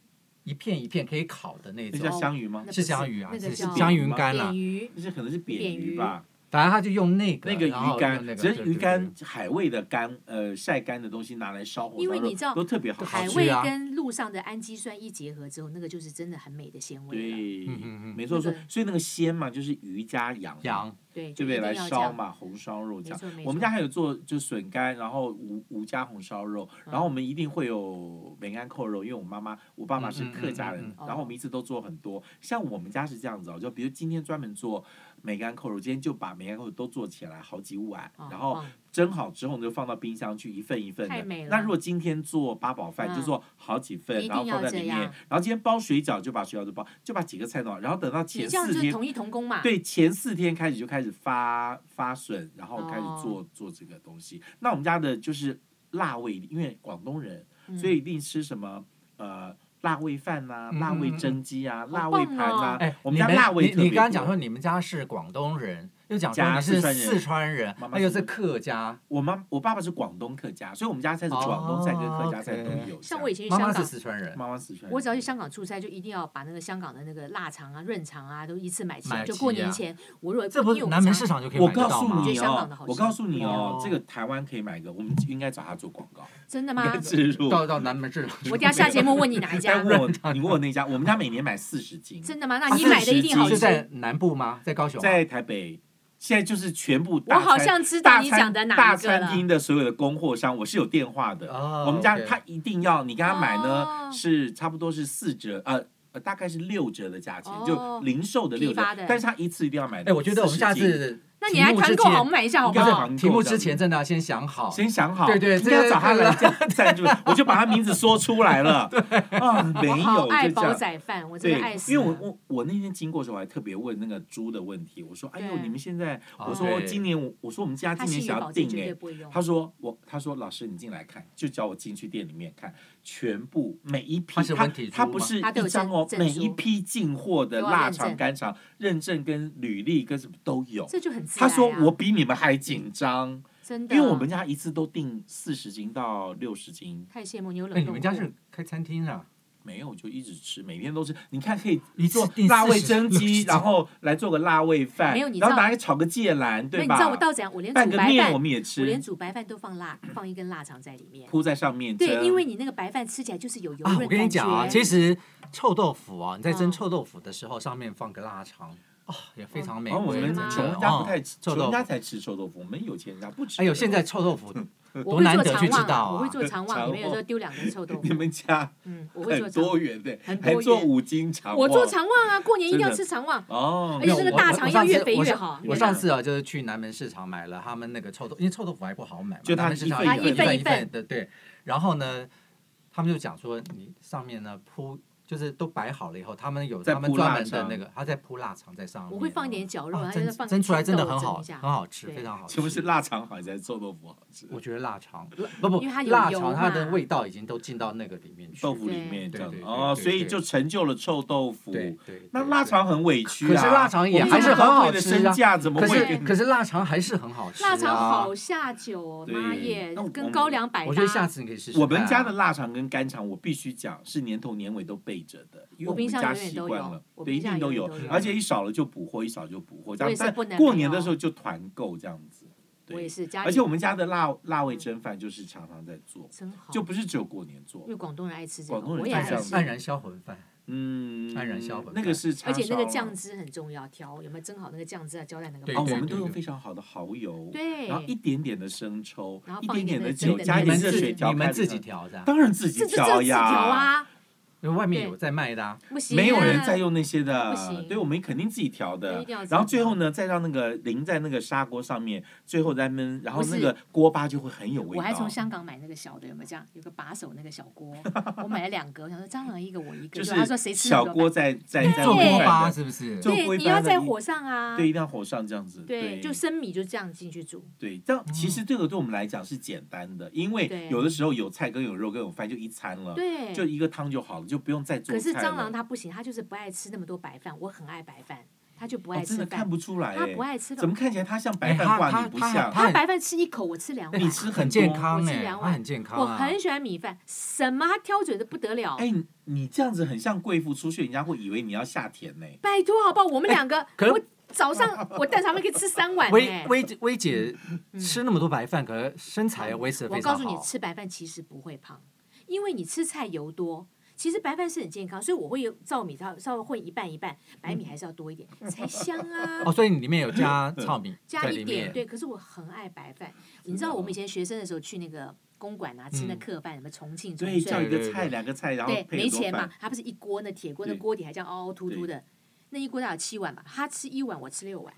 [SPEAKER 2] 一片一片可以烤的那
[SPEAKER 1] 那
[SPEAKER 2] 种
[SPEAKER 1] 叫？香鱼吗
[SPEAKER 3] 那？
[SPEAKER 2] 是香鱼啊，
[SPEAKER 3] 那个
[SPEAKER 2] 是
[SPEAKER 3] 叫
[SPEAKER 2] 香云干啦、
[SPEAKER 3] 扁鱼
[SPEAKER 1] 那是可能是
[SPEAKER 3] 扁
[SPEAKER 1] 扁
[SPEAKER 3] 鱼
[SPEAKER 1] 鱼吧，
[SPEAKER 2] 反正他就用那个
[SPEAKER 1] 那个
[SPEAKER 2] 然后
[SPEAKER 1] 鱼干，
[SPEAKER 2] 用那个
[SPEAKER 1] 只
[SPEAKER 2] 对
[SPEAKER 1] 是
[SPEAKER 2] 对
[SPEAKER 1] 鱼
[SPEAKER 2] 对
[SPEAKER 1] 干海味的干，呃，晒干的东西拿来烧红烧肉，
[SPEAKER 3] 因为你知道
[SPEAKER 1] 都特别好
[SPEAKER 3] 海
[SPEAKER 1] 吃。
[SPEAKER 3] 味
[SPEAKER 2] 吃啊
[SPEAKER 3] 跟路上的氨基酸一结合之后，那个就是真的很美的鲜味了。
[SPEAKER 1] 对，
[SPEAKER 2] 嗯嗯嗯
[SPEAKER 1] 没错，
[SPEAKER 3] 那
[SPEAKER 1] 所
[SPEAKER 3] 个
[SPEAKER 1] 以所以那个鲜嘛，就是鱼加羊，
[SPEAKER 2] 羊，
[SPEAKER 3] 对，
[SPEAKER 1] 对不对？
[SPEAKER 3] 一定
[SPEAKER 1] 来
[SPEAKER 3] 要这样
[SPEAKER 1] 烧。嘛，红烧肉
[SPEAKER 3] 没
[SPEAKER 1] 酱
[SPEAKER 3] 错没。
[SPEAKER 1] 我们
[SPEAKER 3] 错
[SPEAKER 1] 家还有做就笋干，然后吴吴家红烧肉，
[SPEAKER 3] 嗯
[SPEAKER 1] 然后我们一定会有梅干扣肉，因为我妈妈我爸爸是
[SPEAKER 2] 嗯嗯
[SPEAKER 1] 客家人
[SPEAKER 2] 嗯嗯，
[SPEAKER 3] 嗯
[SPEAKER 1] 然后我们一直都做很多。像我们家是这样子哦，就比如今天专门做梅干扣肉，今天就把梅干扣肉都做起来好几碗，
[SPEAKER 3] 哦
[SPEAKER 1] 然后
[SPEAKER 3] 哦
[SPEAKER 1] 蒸好之后呢，就放到冰箱去一份一份
[SPEAKER 3] 太
[SPEAKER 1] 的
[SPEAKER 3] 美了。
[SPEAKER 1] 那如果今天做八宝饭，
[SPEAKER 3] 嗯
[SPEAKER 1] 就做好几份，
[SPEAKER 3] 一定
[SPEAKER 1] 然后放在里面
[SPEAKER 3] 要这样。
[SPEAKER 1] 然后今天包水饺，就把水饺就包，就把几个菜弄好。然后等到
[SPEAKER 3] 你
[SPEAKER 1] 前
[SPEAKER 3] 这样
[SPEAKER 1] 四
[SPEAKER 3] 就是
[SPEAKER 1] 天，
[SPEAKER 3] 同一同工嘛？
[SPEAKER 1] 对，前四天开始就开始发发笋，然后开始
[SPEAKER 3] 哦
[SPEAKER 1] 做、做这个东西。那我们家的就是辣味，因为广东人，
[SPEAKER 3] 嗯，
[SPEAKER 1] 所以一定吃什么呃辣味饭呐、
[SPEAKER 2] 嗯
[SPEAKER 1] 辣味
[SPEAKER 2] 嗯嗯
[SPEAKER 1] 蒸鸡啊、
[SPEAKER 3] 好
[SPEAKER 1] 辣味盘呐、
[SPEAKER 3] 棒哦
[SPEAKER 2] 哎，
[SPEAKER 1] 我们
[SPEAKER 2] 你
[SPEAKER 1] 家辣味
[SPEAKER 2] 你
[SPEAKER 1] 特别
[SPEAKER 2] 你刚刚讲
[SPEAKER 1] 多
[SPEAKER 2] 说你们家是广东人，又讲说
[SPEAKER 1] 家
[SPEAKER 2] 你
[SPEAKER 1] 四
[SPEAKER 2] 是
[SPEAKER 1] 川人
[SPEAKER 2] 四川人
[SPEAKER 1] 妈，妈
[SPEAKER 2] 那又
[SPEAKER 1] 是
[SPEAKER 2] 是客家，
[SPEAKER 1] 我妈我爸爸是广东客家，所以我们家菜是广东菜跟客家菜
[SPEAKER 2] 哦
[SPEAKER 1] 都
[SPEAKER 2] ，OK
[SPEAKER 1] 有。
[SPEAKER 3] 哦像我以前去
[SPEAKER 2] 妈
[SPEAKER 3] 香
[SPEAKER 2] 妈是
[SPEAKER 3] 港，
[SPEAKER 2] 四川人，
[SPEAKER 1] 妈妈四川人，
[SPEAKER 3] 我只要去香港出差，就一定要把那个香港的那个腊肠啊、润肠啊都一次买齐
[SPEAKER 2] 买。
[SPEAKER 3] 就
[SPEAKER 2] 齐
[SPEAKER 3] 过年
[SPEAKER 2] 啊
[SPEAKER 3] 前，我如果
[SPEAKER 2] 这不
[SPEAKER 3] 因为
[SPEAKER 2] 是
[SPEAKER 3] 我
[SPEAKER 2] 南
[SPEAKER 3] 们
[SPEAKER 2] 门
[SPEAKER 3] 常
[SPEAKER 2] 市场就可以
[SPEAKER 1] 我
[SPEAKER 2] 买得
[SPEAKER 1] 告
[SPEAKER 2] 到
[SPEAKER 1] 诉
[SPEAKER 2] 吗
[SPEAKER 3] 我觉？
[SPEAKER 1] 你
[SPEAKER 3] 得香港的
[SPEAKER 1] 哦
[SPEAKER 3] 好，吃
[SPEAKER 1] 我告诉你哦
[SPEAKER 2] 哦，
[SPEAKER 1] 这个台湾可以买个，我们应该找他做广告，
[SPEAKER 3] 真的吗？
[SPEAKER 1] 应该 (laughs) 植入。
[SPEAKER 2] 到到南门市场去买，
[SPEAKER 3] 我等一下下节目问你哪一
[SPEAKER 1] 哎 (laughs) 问。啊
[SPEAKER 3] 家
[SPEAKER 1] 我，你问我那家，我们家每年买四十斤，
[SPEAKER 3] 真的吗？那你买的一定好
[SPEAKER 2] 是
[SPEAKER 3] 吃。
[SPEAKER 2] 在南部吗？在高雄吗？
[SPEAKER 1] 在台北现在就是全部
[SPEAKER 3] 我
[SPEAKER 1] 大
[SPEAKER 3] 好
[SPEAKER 1] 餐
[SPEAKER 3] 像知道
[SPEAKER 1] 大
[SPEAKER 3] 你
[SPEAKER 1] 餐
[SPEAKER 3] 讲的哪
[SPEAKER 1] 大
[SPEAKER 3] 一个
[SPEAKER 1] 餐
[SPEAKER 3] 了。
[SPEAKER 1] 厅的所有的供货商，我是有电话的。
[SPEAKER 2] 哦
[SPEAKER 1] 我们家
[SPEAKER 2] OK
[SPEAKER 1] 他一定要你跟他买
[SPEAKER 3] 哦
[SPEAKER 1] 呢，是差不多是四折，呃。呃大概是六折的价钱，
[SPEAKER 3] 哦
[SPEAKER 1] 就零售的六
[SPEAKER 3] 批
[SPEAKER 1] 折
[SPEAKER 3] 发的，
[SPEAKER 1] 但是他一次一定要买。
[SPEAKER 2] 哎，我觉得我们下次
[SPEAKER 3] 那你来团购好，我们买一下好不
[SPEAKER 1] 你看？
[SPEAKER 3] 好
[SPEAKER 1] 团购
[SPEAKER 2] 题目之
[SPEAKER 1] 这
[SPEAKER 2] 前
[SPEAKER 1] 样
[SPEAKER 2] 真的要先想好，
[SPEAKER 1] 先想好，
[SPEAKER 2] 对对
[SPEAKER 1] 应该要找他来
[SPEAKER 2] 这
[SPEAKER 1] 赞
[SPEAKER 2] (laughs)
[SPEAKER 1] 助，我就把他名字说出来了。啊，没
[SPEAKER 3] 我好
[SPEAKER 1] 有，
[SPEAKER 3] 爱
[SPEAKER 1] 就这
[SPEAKER 3] 煲
[SPEAKER 1] 样。
[SPEAKER 3] 仔饭，我真
[SPEAKER 1] 对
[SPEAKER 3] 的爱，死
[SPEAKER 1] 因为我
[SPEAKER 3] 了。
[SPEAKER 1] 我我那天经过的时候，我还特别问那个猪的问题，我说：“哎呦，
[SPEAKER 3] 对
[SPEAKER 1] 你们现在，
[SPEAKER 2] 哦
[SPEAKER 1] 我说
[SPEAKER 2] 对
[SPEAKER 1] 今年我我说我们家
[SPEAKER 3] 他
[SPEAKER 1] 今
[SPEAKER 3] 信
[SPEAKER 1] 年
[SPEAKER 3] 誉
[SPEAKER 1] 想要
[SPEAKER 3] 保证
[SPEAKER 1] 定
[SPEAKER 3] 绝
[SPEAKER 1] 哎
[SPEAKER 3] 对，不会用。
[SPEAKER 1] 他说我，他说老师你进来看，就叫我进去店里面看，全部每一批，
[SPEAKER 2] 他是
[SPEAKER 1] 他
[SPEAKER 2] 温体猪
[SPEAKER 1] 他不
[SPEAKER 2] 吗
[SPEAKER 1] 是
[SPEAKER 3] 他都有
[SPEAKER 1] 一张哦，
[SPEAKER 3] 证证
[SPEAKER 1] 每
[SPEAKER 3] 书
[SPEAKER 1] 一批进货的
[SPEAKER 3] 都要
[SPEAKER 1] 腊
[SPEAKER 3] 认
[SPEAKER 1] 肠、
[SPEAKER 3] 证
[SPEAKER 1] 干肠认证跟履历跟什么都有。
[SPEAKER 3] 这就很自
[SPEAKER 1] 他
[SPEAKER 3] 然、啊。
[SPEAKER 1] 说我比你们还紧张，
[SPEAKER 3] 真的，
[SPEAKER 1] 因为我们家一次都订四十斤到六十斤，
[SPEAKER 3] 太羡慕你有冷
[SPEAKER 2] 哎，
[SPEAKER 3] 冻
[SPEAKER 2] 你
[SPEAKER 3] 库。
[SPEAKER 2] 们家是开餐厅啊？
[SPEAKER 1] 没有就一直吃，每天都吃。你看可以
[SPEAKER 2] 一
[SPEAKER 1] 做
[SPEAKER 2] 次订
[SPEAKER 1] 辣
[SPEAKER 2] 40
[SPEAKER 1] 味蒸鸡，
[SPEAKER 2] 60
[SPEAKER 1] 然后来做个辣味饭，
[SPEAKER 3] 没有你知
[SPEAKER 1] 然后
[SPEAKER 3] 道
[SPEAKER 1] 拿来炒个芥蓝，
[SPEAKER 3] 那
[SPEAKER 1] 对
[SPEAKER 3] 你
[SPEAKER 1] 吧？
[SPEAKER 3] 知道我到怎样？我连
[SPEAKER 1] 拌
[SPEAKER 3] 煮
[SPEAKER 1] 个
[SPEAKER 3] 白
[SPEAKER 1] 面
[SPEAKER 3] 饭，
[SPEAKER 1] 我
[SPEAKER 3] 我
[SPEAKER 1] 们也
[SPEAKER 3] 连
[SPEAKER 1] 吃，
[SPEAKER 3] 煮白饭都放辣，放一根腊肠在里面。
[SPEAKER 1] 铺在上面蒸。
[SPEAKER 3] 对，因为你那个白饭吃起来就是有油
[SPEAKER 2] 啊
[SPEAKER 3] 润，
[SPEAKER 2] 我跟你讲啊，
[SPEAKER 3] 感觉
[SPEAKER 2] 其实臭豆腐啊，你在
[SPEAKER 3] 嗯
[SPEAKER 2] 蒸臭豆腐的时候，上面放个腊肠，哦，也非常美
[SPEAKER 1] 然后我
[SPEAKER 2] 味。
[SPEAKER 1] 们
[SPEAKER 3] 真的吗
[SPEAKER 1] 穷人家不太
[SPEAKER 2] 哦
[SPEAKER 1] 吃，
[SPEAKER 2] 臭
[SPEAKER 1] 穷
[SPEAKER 2] 豆
[SPEAKER 1] 人家
[SPEAKER 2] 腐。
[SPEAKER 1] 才吃臭豆腐，我们有钱人家不吃。
[SPEAKER 2] 哎呦，现
[SPEAKER 3] (laughs)
[SPEAKER 2] 在臭豆腐
[SPEAKER 3] 我
[SPEAKER 2] 多
[SPEAKER 3] 会
[SPEAKER 2] 难
[SPEAKER 3] 做
[SPEAKER 2] 得去
[SPEAKER 3] 肠
[SPEAKER 2] 知
[SPEAKER 3] 旺
[SPEAKER 2] 道
[SPEAKER 3] 啊，我
[SPEAKER 2] 啊
[SPEAKER 3] 会！做肠旺，
[SPEAKER 1] 肠
[SPEAKER 3] 里面有时候
[SPEAKER 1] 旺
[SPEAKER 3] 丢两根臭豆腐
[SPEAKER 1] 你。们家
[SPEAKER 3] 嗯，我会做
[SPEAKER 1] 很
[SPEAKER 3] 肠
[SPEAKER 1] 多，元的
[SPEAKER 3] 很，多
[SPEAKER 1] 还
[SPEAKER 3] 元
[SPEAKER 1] 做五金肠旺。
[SPEAKER 3] 我做肠旺啊，过年一定要
[SPEAKER 1] 真的
[SPEAKER 3] 吃肠旺。
[SPEAKER 1] 哦，
[SPEAKER 3] 而且
[SPEAKER 1] 没有
[SPEAKER 3] 哎这个
[SPEAKER 1] 我
[SPEAKER 3] 大
[SPEAKER 2] 我
[SPEAKER 3] 肠
[SPEAKER 2] 我
[SPEAKER 3] 要
[SPEAKER 2] 上
[SPEAKER 3] 越
[SPEAKER 2] 次
[SPEAKER 3] 肥
[SPEAKER 2] 我
[SPEAKER 3] 越
[SPEAKER 2] 上
[SPEAKER 3] 好
[SPEAKER 2] 我
[SPEAKER 3] 越
[SPEAKER 2] 上
[SPEAKER 3] 好
[SPEAKER 2] 次啊，就是去南门市场买了他们那个臭豆，因为臭豆腐还不好买嘛，
[SPEAKER 1] 就它
[SPEAKER 2] 南门市场
[SPEAKER 1] 一份
[SPEAKER 2] 有
[SPEAKER 1] 一份
[SPEAKER 2] 份一
[SPEAKER 3] 啊一份一份
[SPEAKER 2] 的对。然后呢，他们就讲说，你上面呢铺就是都摆好了以后，他们有
[SPEAKER 1] 再
[SPEAKER 2] 他们
[SPEAKER 1] 铺
[SPEAKER 2] 专
[SPEAKER 1] 腊
[SPEAKER 2] 门的那
[SPEAKER 1] 肠
[SPEAKER 2] 个，他在铺腊肠在上面。
[SPEAKER 3] 我会放一点绞肉，
[SPEAKER 2] 哦
[SPEAKER 3] 然后再
[SPEAKER 2] 蒸
[SPEAKER 3] 放
[SPEAKER 2] 蒸出来真的
[SPEAKER 3] 豆
[SPEAKER 2] 很
[SPEAKER 3] 蒸
[SPEAKER 2] 好，啊
[SPEAKER 3] 一下
[SPEAKER 2] 很好吃，
[SPEAKER 3] 对
[SPEAKER 2] 非常好吃。
[SPEAKER 1] 请问是腊肠好还是臭豆腐好吃？
[SPEAKER 2] 我觉得腊肠不不，
[SPEAKER 3] 因为它有
[SPEAKER 2] 腊
[SPEAKER 3] 油
[SPEAKER 2] 肠它的
[SPEAKER 3] 嘛
[SPEAKER 2] 味道已经都进到那个里面去了。
[SPEAKER 1] 豆腐里面这
[SPEAKER 2] 对
[SPEAKER 1] 样
[SPEAKER 2] 对对
[SPEAKER 1] 哦，
[SPEAKER 2] 对对
[SPEAKER 1] 所以就成就了臭豆腐。
[SPEAKER 2] 对对，对
[SPEAKER 1] 那腊肠很委屈啊，
[SPEAKER 2] 可是腊肠也
[SPEAKER 1] 我们这么
[SPEAKER 3] 还是
[SPEAKER 2] 很好
[SPEAKER 1] 高贵的
[SPEAKER 2] 吃啊
[SPEAKER 1] 身价怎么
[SPEAKER 2] 可
[SPEAKER 1] 会
[SPEAKER 2] 是
[SPEAKER 1] 给？
[SPEAKER 2] 可是腊肠还是很好吃、啊。
[SPEAKER 3] 腊肠好，下酒哦，妈
[SPEAKER 1] 对
[SPEAKER 3] 耶
[SPEAKER 1] 那我，
[SPEAKER 3] 跟高粱百搭。
[SPEAKER 2] 我觉得下次你可以试试看啊。
[SPEAKER 1] 我们家的腊肠跟干肠，我必须讲是年头年尾都备着的，因为
[SPEAKER 3] 我
[SPEAKER 1] 们
[SPEAKER 3] 冰箱
[SPEAKER 1] 家
[SPEAKER 3] 永远
[SPEAKER 1] 习
[SPEAKER 3] 都
[SPEAKER 1] 惯
[SPEAKER 3] 有
[SPEAKER 1] 了，
[SPEAKER 3] 我
[SPEAKER 1] 对，
[SPEAKER 3] 冰
[SPEAKER 1] 一定
[SPEAKER 3] 箱
[SPEAKER 1] 都
[SPEAKER 3] 永
[SPEAKER 1] 有
[SPEAKER 3] 远都，有
[SPEAKER 1] 而且一少了就补货，一少就补货，这样。
[SPEAKER 3] 我也是不
[SPEAKER 1] 但
[SPEAKER 3] 能
[SPEAKER 1] 过
[SPEAKER 3] 没
[SPEAKER 1] 年的
[SPEAKER 3] 有
[SPEAKER 1] 时候就团购这样子，
[SPEAKER 3] 我也
[SPEAKER 1] 对。
[SPEAKER 3] 是家里，
[SPEAKER 1] 而且我们家的腊腊味蒸饭就是常常在做，
[SPEAKER 3] 真好，
[SPEAKER 1] 就不是只有过年
[SPEAKER 3] 因
[SPEAKER 1] 做，
[SPEAKER 3] 为广东人爱吃这个，
[SPEAKER 1] 广东人
[SPEAKER 3] 我也
[SPEAKER 1] 爱
[SPEAKER 3] 爱
[SPEAKER 1] 这样
[SPEAKER 3] 吃
[SPEAKER 1] 子。
[SPEAKER 2] 黯然销魂饭，
[SPEAKER 1] 嗯，
[SPEAKER 2] 黯然销魂
[SPEAKER 1] 那个是叉
[SPEAKER 3] 而且那
[SPEAKER 1] 烧
[SPEAKER 3] 个
[SPEAKER 1] 了
[SPEAKER 3] 酱汁很重要，调有没有蒸好那个酱汁啊，浇在那个
[SPEAKER 2] 对
[SPEAKER 1] 哦，
[SPEAKER 3] 饭
[SPEAKER 1] 我
[SPEAKER 3] 上
[SPEAKER 1] 们
[SPEAKER 3] 面
[SPEAKER 1] 都用非常好的蚝油，
[SPEAKER 3] 对，
[SPEAKER 1] 然后一点点的生抽
[SPEAKER 3] 然后，
[SPEAKER 1] 一
[SPEAKER 3] 放一
[SPEAKER 1] 点点的
[SPEAKER 3] 点的真
[SPEAKER 1] 酒，
[SPEAKER 3] 的
[SPEAKER 1] 加一
[SPEAKER 2] 你
[SPEAKER 1] 点
[SPEAKER 2] 们
[SPEAKER 1] 热
[SPEAKER 2] 自
[SPEAKER 1] 水
[SPEAKER 2] 己
[SPEAKER 1] 调，
[SPEAKER 2] 你们
[SPEAKER 1] 开
[SPEAKER 2] 自
[SPEAKER 1] 始
[SPEAKER 2] 己
[SPEAKER 1] 上
[SPEAKER 2] 调的啊，
[SPEAKER 1] 当然自己
[SPEAKER 3] 这就这自己调
[SPEAKER 1] 呀，
[SPEAKER 3] 啊，
[SPEAKER 2] 因为外面
[SPEAKER 4] 对
[SPEAKER 2] 有在卖的啊，
[SPEAKER 4] 不行啊，
[SPEAKER 1] 没有人再用那些的
[SPEAKER 4] 不行，
[SPEAKER 1] 对我们肯定自己调
[SPEAKER 4] 对
[SPEAKER 1] 的
[SPEAKER 4] 一定要自。己
[SPEAKER 1] 然后最后呢，再让那个淋在那个砂锅上面，最后在焖，然后
[SPEAKER 3] 不是
[SPEAKER 1] 那个锅巴就会很有味
[SPEAKER 3] 我还
[SPEAKER 1] 道
[SPEAKER 3] 从。香港买那个小的，有没有这样？有个把手那个小锅，我买了两个，我想说蟑螂一个我一个，
[SPEAKER 1] 就是
[SPEAKER 3] 他说谁吃
[SPEAKER 1] 小
[SPEAKER 3] 我就
[SPEAKER 1] 锅
[SPEAKER 3] 买
[SPEAKER 1] 在在在
[SPEAKER 2] 做锅巴
[SPEAKER 1] 饭的，
[SPEAKER 2] 是不是？
[SPEAKER 1] 做
[SPEAKER 3] 对，
[SPEAKER 1] 龟
[SPEAKER 3] 你
[SPEAKER 1] 巴
[SPEAKER 3] 要
[SPEAKER 1] 的
[SPEAKER 3] 在
[SPEAKER 1] 一
[SPEAKER 3] 火上啊，
[SPEAKER 1] 对，一定要火上这样子。
[SPEAKER 3] 对，就生米就这样进去煮，
[SPEAKER 1] 对，但
[SPEAKER 2] 嗯
[SPEAKER 1] 其实这个对我们来讲是简单的，因为
[SPEAKER 3] 对
[SPEAKER 1] 有的时候有菜跟有肉跟有饭就一餐了，
[SPEAKER 3] 对，
[SPEAKER 1] 啊就一个汤就好了，就不用再做
[SPEAKER 3] 可
[SPEAKER 1] 菜
[SPEAKER 3] 是
[SPEAKER 1] 了。
[SPEAKER 3] 蟑螂它不行，它就是不爱吃那么多白饭。我很爱白饭，它就不
[SPEAKER 1] 哦
[SPEAKER 3] 爱
[SPEAKER 1] 真
[SPEAKER 3] 吃
[SPEAKER 1] 的
[SPEAKER 3] 饭
[SPEAKER 1] 看，不出来
[SPEAKER 3] 它
[SPEAKER 1] 欸，
[SPEAKER 3] 不爱吃
[SPEAKER 1] 怎
[SPEAKER 3] 饭
[SPEAKER 1] 么。看起来他像白
[SPEAKER 2] 哎
[SPEAKER 1] 饭
[SPEAKER 2] 他
[SPEAKER 1] 挂
[SPEAKER 2] 他
[SPEAKER 1] 你不
[SPEAKER 2] 他
[SPEAKER 1] 像？
[SPEAKER 2] 他
[SPEAKER 3] 它白饭吃一口，我吃两碗。
[SPEAKER 1] 你吃
[SPEAKER 2] 哎很
[SPEAKER 1] 很
[SPEAKER 2] 健
[SPEAKER 1] 多
[SPEAKER 2] 康
[SPEAKER 3] 我是
[SPEAKER 2] 哎、
[SPEAKER 3] 两
[SPEAKER 2] 它
[SPEAKER 3] 碗
[SPEAKER 2] 很健康、啊。
[SPEAKER 3] 我很喜欢米饭，什么它挑嘴的不得了。
[SPEAKER 1] 哎、你你这样子很像贵妇出去，人家会以为你要下田呢、
[SPEAKER 3] 拜托好不好？我
[SPEAKER 1] 哎
[SPEAKER 3] 们两个，
[SPEAKER 2] 可是
[SPEAKER 3] 我早上我蛋炒饭可以吃三碗
[SPEAKER 2] 薇
[SPEAKER 3] 呢。
[SPEAKER 2] 薇姐薇姐吃那么多白饭，可是身材维持的
[SPEAKER 3] 嗯我
[SPEAKER 2] 非
[SPEAKER 3] 告
[SPEAKER 2] 常
[SPEAKER 3] 诉你，
[SPEAKER 2] 好。
[SPEAKER 3] 吃白饭其实不会胖，因为你吃菜油多。其实白饭是很健康，所以我会有糙米稍稍微混一半一半，白
[SPEAKER 1] 嗯
[SPEAKER 3] 米还是要多一点才香啊。
[SPEAKER 2] 哦，所以你里面有加糙米
[SPEAKER 3] 加
[SPEAKER 2] 在
[SPEAKER 3] 一
[SPEAKER 2] 里
[SPEAKER 3] 点，
[SPEAKER 2] 面，
[SPEAKER 3] 对。可是我很爱白饭，你知道我们以前学生的时候去那个公馆啊，吃那
[SPEAKER 2] 嗯
[SPEAKER 3] 客饭，什么重庆、重
[SPEAKER 1] 对，叫
[SPEAKER 3] 顺，
[SPEAKER 1] 一
[SPEAKER 2] 对
[SPEAKER 1] 个
[SPEAKER 2] 对
[SPEAKER 1] 菜两个菜，然后
[SPEAKER 3] 对，
[SPEAKER 1] 配
[SPEAKER 3] 没
[SPEAKER 1] 很多
[SPEAKER 3] 钱嘛
[SPEAKER 1] 饭，，
[SPEAKER 3] 他不是一锅那铁锅，那
[SPEAKER 1] 对
[SPEAKER 3] 锅底还这样凹凹凸凸的，那一锅大概有七碗吧，他吃一碗，我
[SPEAKER 1] (laughs)
[SPEAKER 3] 吃六碗，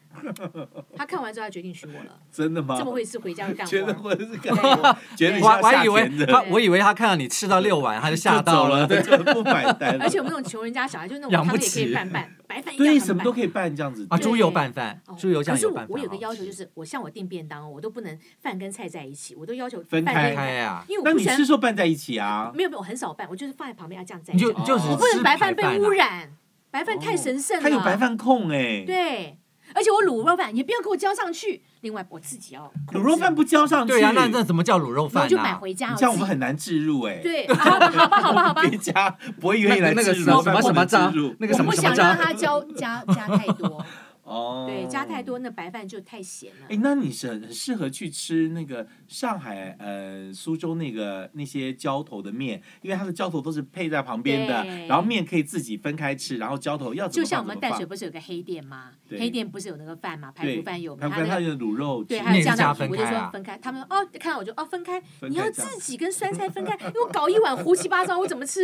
[SPEAKER 3] 他看完之后他决定娶我了，
[SPEAKER 1] 真的吗？
[SPEAKER 3] 这
[SPEAKER 1] (laughs)
[SPEAKER 3] 么会吃回家会干
[SPEAKER 1] 觉得
[SPEAKER 3] 活。
[SPEAKER 1] 我是干嘛？觉得你
[SPEAKER 2] 我
[SPEAKER 1] 是要
[SPEAKER 2] 我
[SPEAKER 1] 下
[SPEAKER 2] 还以为
[SPEAKER 1] 田的，
[SPEAKER 2] 他，我以为他看到你吃到六碗，他就吓
[SPEAKER 1] 就走
[SPEAKER 2] 到
[SPEAKER 1] 了，
[SPEAKER 2] 了。
[SPEAKER 1] 就不买单 (laughs) 了
[SPEAKER 3] 而且我们那种穷人家小孩，就那种
[SPEAKER 2] 养
[SPEAKER 3] 汤
[SPEAKER 2] 不
[SPEAKER 3] 也可
[SPEAKER 2] 起
[SPEAKER 3] 以拌拌，白饭一定要
[SPEAKER 1] 对
[SPEAKER 3] 拌
[SPEAKER 1] 什么都
[SPEAKER 3] 拌
[SPEAKER 1] 可以拌这样子
[SPEAKER 2] 啊，
[SPEAKER 3] 对
[SPEAKER 2] 猪油拌饭
[SPEAKER 3] 哦，
[SPEAKER 2] 猪油
[SPEAKER 3] 可
[SPEAKER 2] 酱
[SPEAKER 3] 是
[SPEAKER 2] 油
[SPEAKER 3] 我
[SPEAKER 2] 拌饭。
[SPEAKER 3] 我有个要求，
[SPEAKER 2] 好
[SPEAKER 3] 就
[SPEAKER 2] 吃
[SPEAKER 3] 是我像我订便当哦，我都不能饭跟菜在一起，我都要求
[SPEAKER 1] 分
[SPEAKER 3] 饭
[SPEAKER 1] 开
[SPEAKER 3] 跟
[SPEAKER 2] 开啊，
[SPEAKER 3] 因为
[SPEAKER 1] 那
[SPEAKER 3] 我不
[SPEAKER 1] 你
[SPEAKER 3] 喜欢
[SPEAKER 1] 吃时候拌在一起啊，
[SPEAKER 3] 没有没有，我很少拌，我就是放在旁边要这样蘸
[SPEAKER 2] 你就
[SPEAKER 3] 一
[SPEAKER 1] 哦
[SPEAKER 3] 下。
[SPEAKER 2] 就只
[SPEAKER 3] 我不
[SPEAKER 2] 吃
[SPEAKER 3] 能白饭
[SPEAKER 2] 啊
[SPEAKER 3] 被污。染，白饭太神圣了。
[SPEAKER 1] 哦他有白饭控哎、
[SPEAKER 3] 对，而且我卤肉饭也不要给我浇上去。另外，我自己要
[SPEAKER 1] 卤肉饭不浇上去，
[SPEAKER 2] 对啊呀，那那怎么叫卤肉
[SPEAKER 3] 我
[SPEAKER 2] 饭
[SPEAKER 3] 就买
[SPEAKER 2] 呢？
[SPEAKER 3] 回家。
[SPEAKER 1] 你这样我
[SPEAKER 3] 自己
[SPEAKER 1] 们很难置入哎、 (laughs)
[SPEAKER 3] 对，好吧，好吧，好吧，好吧。
[SPEAKER 1] 别加不会愿意来
[SPEAKER 2] 那个
[SPEAKER 1] 置
[SPEAKER 2] 什
[SPEAKER 1] 入
[SPEAKER 2] 么
[SPEAKER 1] 饭
[SPEAKER 2] 什么
[SPEAKER 1] 不能置
[SPEAKER 2] 章
[SPEAKER 1] 入
[SPEAKER 2] 那个
[SPEAKER 3] 我
[SPEAKER 2] 什么
[SPEAKER 3] 不
[SPEAKER 2] 什
[SPEAKER 3] 想
[SPEAKER 2] 么
[SPEAKER 3] 让
[SPEAKER 2] 章？
[SPEAKER 3] 它浇加加太多，
[SPEAKER 1] 哦，
[SPEAKER 3] 对，加太多那白饭就太咸了
[SPEAKER 1] 哎，。那你是很适合去吃那个上海、呃苏州那个那些浇头的面，因为它的浇头都是配在旁边的，
[SPEAKER 3] 对
[SPEAKER 1] 然后面可以自己分开吃，然后浇头要怎
[SPEAKER 3] 就
[SPEAKER 1] 么
[SPEAKER 3] 像
[SPEAKER 1] 放
[SPEAKER 3] 我
[SPEAKER 1] 怎
[SPEAKER 3] 们
[SPEAKER 1] 么
[SPEAKER 3] 淡水
[SPEAKER 1] 放。
[SPEAKER 3] 不是有个黑店吗？
[SPEAKER 1] 对
[SPEAKER 3] 黑店不是有那个饭吗？排
[SPEAKER 1] 对
[SPEAKER 3] 骨饭有
[SPEAKER 1] 排
[SPEAKER 3] 吗？
[SPEAKER 1] 骨
[SPEAKER 3] 它
[SPEAKER 1] 饭它
[SPEAKER 3] 那个
[SPEAKER 1] 有卤肉汁，
[SPEAKER 3] 对，还
[SPEAKER 2] 那
[SPEAKER 3] 有
[SPEAKER 2] 也
[SPEAKER 3] 酱
[SPEAKER 2] 是加
[SPEAKER 3] 料，
[SPEAKER 2] 分
[SPEAKER 3] 我
[SPEAKER 2] 开
[SPEAKER 3] 就
[SPEAKER 2] 啊
[SPEAKER 3] 说分开。他们说哦，看到我就哦分开，
[SPEAKER 1] 分
[SPEAKER 3] 你
[SPEAKER 1] 开
[SPEAKER 3] 要
[SPEAKER 1] 这样
[SPEAKER 3] 自己跟酸菜分开，因为我搞一碗胡七八糟，我怎
[SPEAKER 1] (laughs)
[SPEAKER 3] 么吃？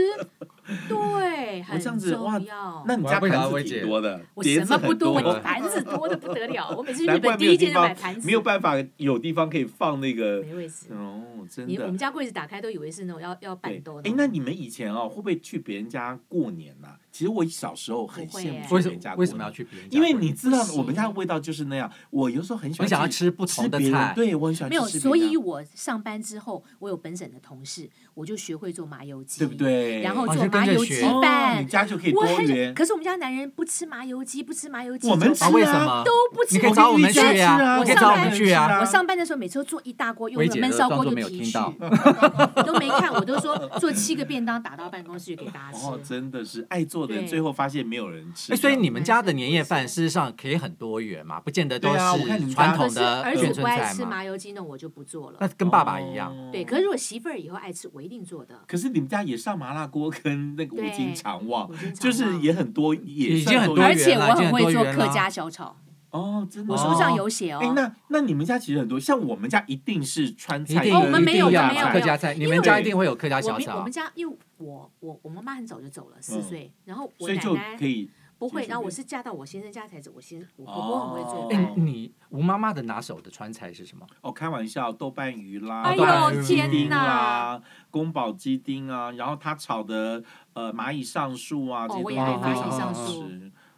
[SPEAKER 3] 对，很
[SPEAKER 1] 这样子哇
[SPEAKER 3] 重要。
[SPEAKER 1] 那你家盘子挺多的，
[SPEAKER 3] 我
[SPEAKER 1] 碟
[SPEAKER 3] 什
[SPEAKER 1] 子
[SPEAKER 3] 么不
[SPEAKER 1] 很啊
[SPEAKER 3] 多，我
[SPEAKER 2] 多
[SPEAKER 3] 盘子多的不得
[SPEAKER 1] (laughs)
[SPEAKER 3] 了。我每次去日
[SPEAKER 1] 难怪没
[SPEAKER 3] 本第
[SPEAKER 1] 有
[SPEAKER 3] 一件
[SPEAKER 1] 地
[SPEAKER 3] 就买
[SPEAKER 1] 方
[SPEAKER 3] 盘子，
[SPEAKER 1] 没有办法有地方可以放那个
[SPEAKER 3] 没位置。
[SPEAKER 1] 哦，真
[SPEAKER 3] 你我
[SPEAKER 1] 的
[SPEAKER 3] 们。家柜子打开都以为是那种要要
[SPEAKER 1] 对
[SPEAKER 3] 板豆，的
[SPEAKER 1] 哎，。那你们以前哦，会不会去别人家过年呐、其实我小时候很
[SPEAKER 3] 不会
[SPEAKER 1] 羡慕
[SPEAKER 3] 哎
[SPEAKER 1] 去别
[SPEAKER 2] 为什
[SPEAKER 1] 人家过年，
[SPEAKER 2] 为什么要去别人家
[SPEAKER 1] 因
[SPEAKER 2] 过
[SPEAKER 1] 为
[SPEAKER 2] 年？
[SPEAKER 1] 你知道
[SPEAKER 3] 不行
[SPEAKER 1] 我们家的味道就是那样。我有时候很喜欢
[SPEAKER 2] 我想要吃不
[SPEAKER 1] 吃
[SPEAKER 2] 同的
[SPEAKER 1] 别人
[SPEAKER 2] 菜，啊
[SPEAKER 1] 对我很喜欢
[SPEAKER 3] 没有，
[SPEAKER 1] 吃别人
[SPEAKER 3] 所以我上班之后，我有本省的同事，我就学会做麻油鸡，
[SPEAKER 1] 对不？对？
[SPEAKER 3] 然后
[SPEAKER 2] 哦你
[SPEAKER 3] 做
[SPEAKER 2] 就跟
[SPEAKER 3] 麻
[SPEAKER 2] 着
[SPEAKER 3] 油
[SPEAKER 2] 学
[SPEAKER 3] 鸡
[SPEAKER 1] 哦
[SPEAKER 3] 饭
[SPEAKER 1] 你，家就可以
[SPEAKER 3] 我
[SPEAKER 1] 多
[SPEAKER 3] 很
[SPEAKER 1] 元。
[SPEAKER 3] 可是我们家男人不吃麻油鸡，不吃麻油鸡，
[SPEAKER 1] 我们
[SPEAKER 3] 就
[SPEAKER 1] 吃
[SPEAKER 2] 啊，
[SPEAKER 1] 啊
[SPEAKER 2] 为什么？
[SPEAKER 3] 都不吃
[SPEAKER 2] 你可以
[SPEAKER 3] 我
[SPEAKER 2] 找我
[SPEAKER 1] 们
[SPEAKER 2] 们
[SPEAKER 1] 去
[SPEAKER 2] 去
[SPEAKER 1] 啊
[SPEAKER 2] 啊，
[SPEAKER 3] 我
[SPEAKER 2] 你可以
[SPEAKER 3] 上
[SPEAKER 2] 找我
[SPEAKER 3] 班
[SPEAKER 2] 们
[SPEAKER 3] 去
[SPEAKER 2] 去
[SPEAKER 1] 啊
[SPEAKER 2] 啊。
[SPEAKER 3] 我上班的时候每次都做一大锅，用
[SPEAKER 2] 薇
[SPEAKER 3] 那
[SPEAKER 2] 姐
[SPEAKER 3] 焖
[SPEAKER 2] 都
[SPEAKER 3] 烧
[SPEAKER 2] 装
[SPEAKER 3] 锅
[SPEAKER 2] 作
[SPEAKER 3] 的
[SPEAKER 2] 没有
[SPEAKER 3] 皮
[SPEAKER 2] 听
[SPEAKER 3] 去
[SPEAKER 2] 到，
[SPEAKER 3] (laughs) 都没看，我都说做七个便当打到办公室去给大家吃。
[SPEAKER 1] 哦，真的是爱做的人，
[SPEAKER 3] 对
[SPEAKER 1] 最后发现没有人吃
[SPEAKER 2] 哎，
[SPEAKER 1] 的。
[SPEAKER 2] 所以你们家的年夜
[SPEAKER 3] 不
[SPEAKER 2] 饭
[SPEAKER 3] 是
[SPEAKER 2] 事实上可以很多元嘛，不见得都
[SPEAKER 1] 对啊我看你们
[SPEAKER 2] 是
[SPEAKER 1] 家
[SPEAKER 2] 传
[SPEAKER 3] 可
[SPEAKER 2] 统
[SPEAKER 3] 是
[SPEAKER 2] 的
[SPEAKER 3] 儿
[SPEAKER 2] 卷
[SPEAKER 3] 子
[SPEAKER 2] 春
[SPEAKER 3] 不爱
[SPEAKER 2] 菜
[SPEAKER 3] 吃
[SPEAKER 2] 嘛。
[SPEAKER 3] 麻油鸡，那我就不做
[SPEAKER 2] 那
[SPEAKER 1] 嗯
[SPEAKER 3] 了。
[SPEAKER 2] 跟爸爸一样，
[SPEAKER 1] 哦
[SPEAKER 3] 对，可是如果媳妇儿以后爱吃，我一定做的。
[SPEAKER 1] 可是你们家也上麻辣锅跟那个五斤
[SPEAKER 3] 对
[SPEAKER 1] 肠旺，
[SPEAKER 3] 我经常
[SPEAKER 1] 就是
[SPEAKER 3] 忘
[SPEAKER 1] 也很多，也
[SPEAKER 2] 已经
[SPEAKER 1] 算
[SPEAKER 2] 很
[SPEAKER 1] 多
[SPEAKER 2] 多
[SPEAKER 1] 元啊
[SPEAKER 3] 而
[SPEAKER 2] 元
[SPEAKER 3] 且
[SPEAKER 2] 了
[SPEAKER 3] 我
[SPEAKER 2] 已经
[SPEAKER 3] 很
[SPEAKER 2] 很
[SPEAKER 3] 会
[SPEAKER 2] 多
[SPEAKER 3] 做
[SPEAKER 2] 元
[SPEAKER 3] 客
[SPEAKER 2] 了
[SPEAKER 3] 家小炒，
[SPEAKER 1] 哦，真的
[SPEAKER 3] 我
[SPEAKER 1] 是。
[SPEAKER 3] 手
[SPEAKER 2] 说
[SPEAKER 1] 哎、
[SPEAKER 3] 上有写哦。
[SPEAKER 1] 那那你们家其实很多，像我们家一定是川
[SPEAKER 2] 一
[SPEAKER 1] 菜
[SPEAKER 2] 定
[SPEAKER 1] 跟，
[SPEAKER 3] 哦我们
[SPEAKER 2] 一
[SPEAKER 3] 没有
[SPEAKER 2] 定要
[SPEAKER 3] 我们没有
[SPEAKER 2] 客家菜，你们家一定会有客家
[SPEAKER 3] 我
[SPEAKER 2] 小
[SPEAKER 3] 们我
[SPEAKER 2] 炒
[SPEAKER 3] 们。家因为我我我妈妈很早就走了，四岁，然后
[SPEAKER 1] 嗯
[SPEAKER 3] 我
[SPEAKER 1] 所以
[SPEAKER 3] 奶
[SPEAKER 1] 就可
[SPEAKER 3] 奶
[SPEAKER 1] 以
[SPEAKER 3] 不会，
[SPEAKER 1] 接受
[SPEAKER 3] 然后我
[SPEAKER 1] 这
[SPEAKER 3] 是嫁到我先生家才走，我先我
[SPEAKER 1] 哦
[SPEAKER 3] 婆婆很会做
[SPEAKER 2] 哎
[SPEAKER 3] 饭，，
[SPEAKER 2] 你吴妈妈的拿手的川菜是什么？
[SPEAKER 1] 哦，开玩笑，豆瓣鱼啦，
[SPEAKER 3] 哎
[SPEAKER 2] 呦
[SPEAKER 1] 豆瓣鱼
[SPEAKER 2] 天
[SPEAKER 1] 丁
[SPEAKER 3] 哪
[SPEAKER 1] 啦，宫保鸡丁啊，然后他炒的呃蚂蚁上树啊，这些
[SPEAKER 3] 哦
[SPEAKER 1] 东
[SPEAKER 3] 我
[SPEAKER 1] 西
[SPEAKER 3] 也
[SPEAKER 1] 都
[SPEAKER 3] 爱
[SPEAKER 1] 非
[SPEAKER 3] 蚂
[SPEAKER 1] 常
[SPEAKER 3] 蚁
[SPEAKER 1] 好
[SPEAKER 3] 上
[SPEAKER 1] 吃
[SPEAKER 3] 树。，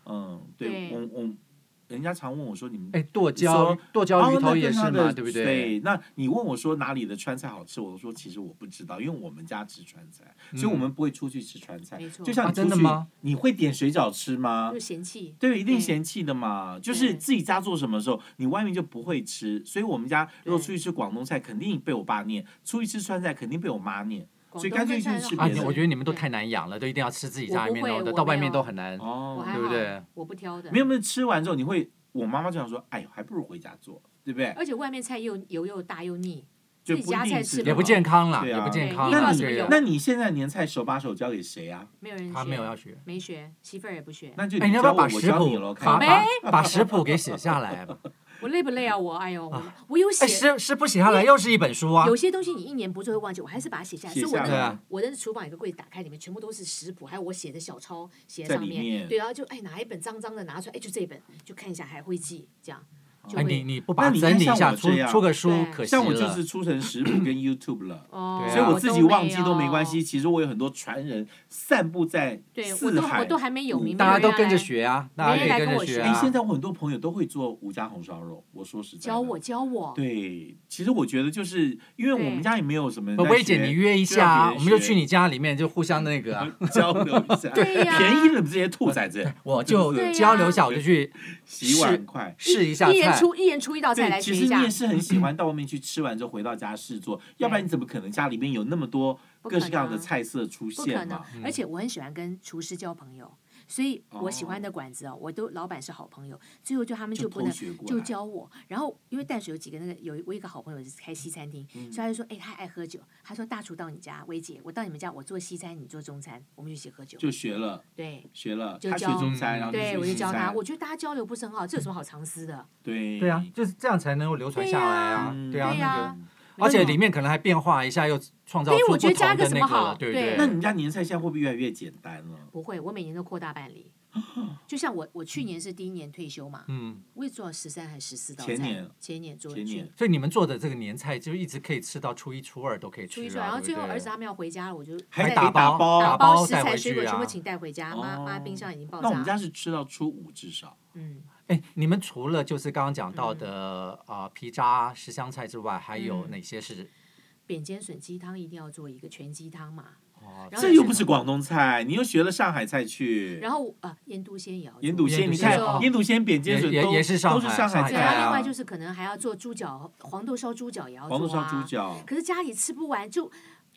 [SPEAKER 1] 嗯，对
[SPEAKER 3] 对
[SPEAKER 1] 我我人家常问我说你们
[SPEAKER 2] 哎，剁
[SPEAKER 1] 说
[SPEAKER 2] 椒，剁椒鱼
[SPEAKER 1] 哦那
[SPEAKER 2] 头也
[SPEAKER 1] 跟他
[SPEAKER 2] 是
[SPEAKER 1] 的
[SPEAKER 2] 嘛，对不
[SPEAKER 1] 对？
[SPEAKER 2] 对？
[SPEAKER 1] 那你问我说哪里的川菜好吃，我说其实我不知道，因为我们家吃川菜，
[SPEAKER 2] 嗯
[SPEAKER 1] 所以我们不会出去吃川菜。
[SPEAKER 3] 没错
[SPEAKER 1] 就像
[SPEAKER 2] 啊
[SPEAKER 1] 你出
[SPEAKER 2] 真的
[SPEAKER 1] 去
[SPEAKER 2] 吗
[SPEAKER 1] 你会点水饺吃吗
[SPEAKER 3] 就？嫌弃。
[SPEAKER 1] 对，一定
[SPEAKER 3] 对
[SPEAKER 1] 嫌弃的嘛。就是
[SPEAKER 3] 对
[SPEAKER 1] 自己家做什么的时候，你外面就不会吃，所以我们家如果出去吃广东菜，肯定被我爸念；出去吃川菜，肯定被我妈念。
[SPEAKER 3] 广
[SPEAKER 1] 所以
[SPEAKER 3] 东
[SPEAKER 1] 干脆去
[SPEAKER 3] 跟川
[SPEAKER 1] 吃
[SPEAKER 3] 菜
[SPEAKER 2] 啊，
[SPEAKER 1] 别
[SPEAKER 2] 你
[SPEAKER 1] 的
[SPEAKER 2] 我觉得你们都
[SPEAKER 3] 对
[SPEAKER 2] 太难养了，都一定要吃自己
[SPEAKER 3] 我
[SPEAKER 2] 家里
[SPEAKER 3] 不
[SPEAKER 2] 面
[SPEAKER 3] 会
[SPEAKER 2] 弄的，
[SPEAKER 3] 我
[SPEAKER 2] 到外
[SPEAKER 3] 没
[SPEAKER 2] 面
[SPEAKER 3] 有
[SPEAKER 2] 都很难。
[SPEAKER 3] 我
[SPEAKER 1] 哦，
[SPEAKER 3] 还
[SPEAKER 2] 对不
[SPEAKER 3] 好
[SPEAKER 2] 对
[SPEAKER 3] 我不挑的
[SPEAKER 1] 没，有没有吃完之后，你会，我妈妈就想说，哎呦，还不如回家做，对不对？
[SPEAKER 3] 而且外面菜又油又大又腻，
[SPEAKER 1] 就
[SPEAKER 3] 自己
[SPEAKER 1] 不
[SPEAKER 3] 家
[SPEAKER 1] 一定
[SPEAKER 3] 菜
[SPEAKER 1] 是
[SPEAKER 3] 吃
[SPEAKER 1] 的
[SPEAKER 2] 也不健康啦，
[SPEAKER 1] 对啊
[SPEAKER 2] 也不健康
[SPEAKER 3] 对
[SPEAKER 2] 啦。
[SPEAKER 1] 那
[SPEAKER 3] 你
[SPEAKER 2] 对
[SPEAKER 3] 有
[SPEAKER 1] 你
[SPEAKER 2] 啊，
[SPEAKER 1] 那你现在年菜手把手交给谁啊？
[SPEAKER 3] 没有人
[SPEAKER 2] 他
[SPEAKER 3] 学
[SPEAKER 2] 没有要学。
[SPEAKER 3] 没学，媳妇儿也不是学，
[SPEAKER 1] (laughs) 那就
[SPEAKER 2] 哎，你要不
[SPEAKER 1] 教
[SPEAKER 2] 要
[SPEAKER 1] 我，
[SPEAKER 2] 把
[SPEAKER 1] 我
[SPEAKER 2] 食
[SPEAKER 1] 教你喽，
[SPEAKER 2] 谱
[SPEAKER 1] 看
[SPEAKER 2] (laughs) 把
[SPEAKER 1] 你
[SPEAKER 3] 没
[SPEAKER 2] 把把食谱给写下来？
[SPEAKER 3] 我我累不累啊？我哎呦，我我有
[SPEAKER 2] 哎，
[SPEAKER 3] 写，
[SPEAKER 2] 诗诗谱写下来又是一本书啊
[SPEAKER 3] 有。些东西你一年不做会忘记，我还是把它写下来。
[SPEAKER 1] 写
[SPEAKER 3] 是我
[SPEAKER 1] 下
[SPEAKER 2] 来
[SPEAKER 3] 的
[SPEAKER 2] 啊
[SPEAKER 3] 我的厨房有个柜子，打开里面全部都是食谱，还有我写的小抄写在
[SPEAKER 1] 在
[SPEAKER 3] 上
[SPEAKER 1] 里面
[SPEAKER 3] 对，然后就哎拿一本脏脏的拿出来，哎就这本就看一下，还会记这样。就
[SPEAKER 2] 哎，
[SPEAKER 3] 会
[SPEAKER 2] 你你不把
[SPEAKER 1] 那
[SPEAKER 2] 它
[SPEAKER 1] 啊你
[SPEAKER 2] 整理一
[SPEAKER 1] 看像
[SPEAKER 2] 下，
[SPEAKER 1] 我
[SPEAKER 2] 出
[SPEAKER 1] 这样
[SPEAKER 2] 出个书
[SPEAKER 3] 对
[SPEAKER 2] 可惜了。
[SPEAKER 1] 像我就是出成食
[SPEAKER 2] (clears throat)
[SPEAKER 1] 谱跟 YouTube 了。
[SPEAKER 3] 哦
[SPEAKER 2] 对啊
[SPEAKER 1] 所以我自己忘记
[SPEAKER 3] 有
[SPEAKER 1] 都没关系。其实我有很多传人散布在
[SPEAKER 3] 对我
[SPEAKER 1] 四
[SPEAKER 3] 都
[SPEAKER 1] 海。
[SPEAKER 3] 我都还没有名，
[SPEAKER 2] 大家都跟着
[SPEAKER 3] 来
[SPEAKER 2] 学啊，
[SPEAKER 3] 没
[SPEAKER 2] 大
[SPEAKER 3] 人
[SPEAKER 2] 家
[SPEAKER 3] 来
[SPEAKER 2] 可以
[SPEAKER 3] 跟
[SPEAKER 2] 跟
[SPEAKER 3] 我
[SPEAKER 2] 着学
[SPEAKER 3] 学
[SPEAKER 1] 哎，
[SPEAKER 2] 啊
[SPEAKER 1] 现。在我很多朋友都会做吴家红烧肉。我说实在的，
[SPEAKER 3] 教我教我。
[SPEAKER 1] 对，其实我觉得就是因为我们
[SPEAKER 3] 对
[SPEAKER 1] 家也没有什么人在
[SPEAKER 2] 呃
[SPEAKER 1] 学。
[SPEAKER 2] 薇姐，你约一下啊，我们就去
[SPEAKER 1] 你 (laughs)
[SPEAKER 2] 你家里面就互相那个啊。
[SPEAKER 1] 交流一下，
[SPEAKER 3] (laughs) 对呀
[SPEAKER 1] 便宜了这些兔崽
[SPEAKER 2] (laughs)
[SPEAKER 1] 子，
[SPEAKER 2] 我就
[SPEAKER 1] 对
[SPEAKER 3] 啊
[SPEAKER 2] 交流一下，我就去
[SPEAKER 1] 洗碗筷。
[SPEAKER 2] 试一下
[SPEAKER 3] 一人
[SPEAKER 2] 菜。
[SPEAKER 3] 出一人出一道菜
[SPEAKER 1] 对，
[SPEAKER 3] 来学
[SPEAKER 1] 其
[SPEAKER 3] 一
[SPEAKER 1] 实
[SPEAKER 3] 下
[SPEAKER 1] 你也，是很
[SPEAKER 2] (clears throat)
[SPEAKER 1] 喜欢到外面去吃完之后回到家试做，要不然你怎么可能家里面有那么多
[SPEAKER 3] 不可
[SPEAKER 1] 各式各样的
[SPEAKER 3] 能
[SPEAKER 1] 菜色出
[SPEAKER 3] 不可
[SPEAKER 1] 现
[SPEAKER 3] 能
[SPEAKER 1] 嘛？。
[SPEAKER 3] 而且我很喜欢跟厨师交朋友，所以我喜欢的馆子哦，我都老板是好朋友，最后就他们
[SPEAKER 1] 就
[SPEAKER 3] 不
[SPEAKER 1] 偷
[SPEAKER 3] 能
[SPEAKER 1] 学过
[SPEAKER 3] 就
[SPEAKER 1] 来，
[SPEAKER 3] 教我。然后因为淡水有几个那个有一我有一个好朋友是开西餐厅，所以他就说，哎，他爱喝酒，他说大厨到你家，薇姐，我到你们家，我做西餐，你做中餐，我们一起喝酒。
[SPEAKER 1] 就学了
[SPEAKER 3] 对
[SPEAKER 1] 学了，
[SPEAKER 3] 就
[SPEAKER 1] 他学
[SPEAKER 3] 教
[SPEAKER 1] 中餐，然后
[SPEAKER 3] 对，
[SPEAKER 1] 你
[SPEAKER 3] 我就
[SPEAKER 1] 学西
[SPEAKER 3] 教他，
[SPEAKER 1] 餐，
[SPEAKER 3] 我觉得大家交流不是很好，这有什么好藏私的？
[SPEAKER 1] 对
[SPEAKER 2] 对啊，就是这样才能够流传下来啊
[SPEAKER 1] 嗯，
[SPEAKER 2] 对啊，
[SPEAKER 3] 对
[SPEAKER 2] 那
[SPEAKER 3] 呀
[SPEAKER 2] 个，，
[SPEAKER 3] 没
[SPEAKER 2] 而且
[SPEAKER 3] 有
[SPEAKER 2] 里面可能还变化一下，又创造
[SPEAKER 3] 对
[SPEAKER 2] 出
[SPEAKER 3] 我
[SPEAKER 2] 不
[SPEAKER 3] 觉
[SPEAKER 2] 同
[SPEAKER 3] 得加
[SPEAKER 2] 的
[SPEAKER 3] 个什
[SPEAKER 2] 那
[SPEAKER 3] 么
[SPEAKER 2] 个了
[SPEAKER 3] 好，
[SPEAKER 2] 对
[SPEAKER 3] 对
[SPEAKER 2] 对。
[SPEAKER 1] 那你们家年菜现在会不会越来越简单了？
[SPEAKER 3] 不会，我每年都扩大办理。
[SPEAKER 1] 哦
[SPEAKER 3] 就像我，我去年是第一年退休嘛，
[SPEAKER 2] 嗯，
[SPEAKER 3] 我也做了十三还是十四道菜。
[SPEAKER 1] 前年，
[SPEAKER 3] 前年做
[SPEAKER 1] 前年
[SPEAKER 3] 去
[SPEAKER 2] 所以你们做的这个年菜就一直可以吃到初一、初二都可以
[SPEAKER 3] 初
[SPEAKER 2] 吃
[SPEAKER 3] 一
[SPEAKER 2] 啊，
[SPEAKER 3] 做，然后
[SPEAKER 2] 对
[SPEAKER 3] 最
[SPEAKER 2] 不
[SPEAKER 3] 后
[SPEAKER 2] 对哎
[SPEAKER 3] 儿子他们要回家了，我就
[SPEAKER 1] 还
[SPEAKER 3] 带
[SPEAKER 1] 得
[SPEAKER 2] 打
[SPEAKER 1] 打包
[SPEAKER 2] 包
[SPEAKER 3] 打
[SPEAKER 2] 包带
[SPEAKER 3] 食材
[SPEAKER 2] 回
[SPEAKER 3] 水果
[SPEAKER 2] 去
[SPEAKER 3] 全
[SPEAKER 2] 啊
[SPEAKER 3] 部。请带回家，妈妈
[SPEAKER 1] 哦
[SPEAKER 3] 冰箱已经爆
[SPEAKER 1] 那我们
[SPEAKER 3] 炸。
[SPEAKER 1] 家是吃到初五至少，
[SPEAKER 3] 嗯，
[SPEAKER 2] 哎，你们除了就是刚刚讲到的啊皮渣、十香菜之外，还有
[SPEAKER 3] 嗯
[SPEAKER 2] 哪些是？
[SPEAKER 3] 扁尖笋鸡汤一定要做一个全鸡汤嘛，
[SPEAKER 2] 哇
[SPEAKER 3] 然后
[SPEAKER 1] 这又不是广东菜，你又学了上海菜去。
[SPEAKER 3] 然后啊腌都鲜也要做
[SPEAKER 1] 盐笃鲜，你看
[SPEAKER 3] 盐笃鲜
[SPEAKER 1] 盐笃鲜、扁尖笋
[SPEAKER 2] 也
[SPEAKER 1] 都
[SPEAKER 2] 也也是上海
[SPEAKER 1] 都是上海
[SPEAKER 3] 对，
[SPEAKER 1] 菜
[SPEAKER 3] 然后另
[SPEAKER 1] 啊
[SPEAKER 3] 外，就是可能还要做猪脚，黄豆烧猪脚也要做
[SPEAKER 1] 黄豆烧
[SPEAKER 3] 啊
[SPEAKER 1] 猪脚。
[SPEAKER 3] 可是家里吃不完就，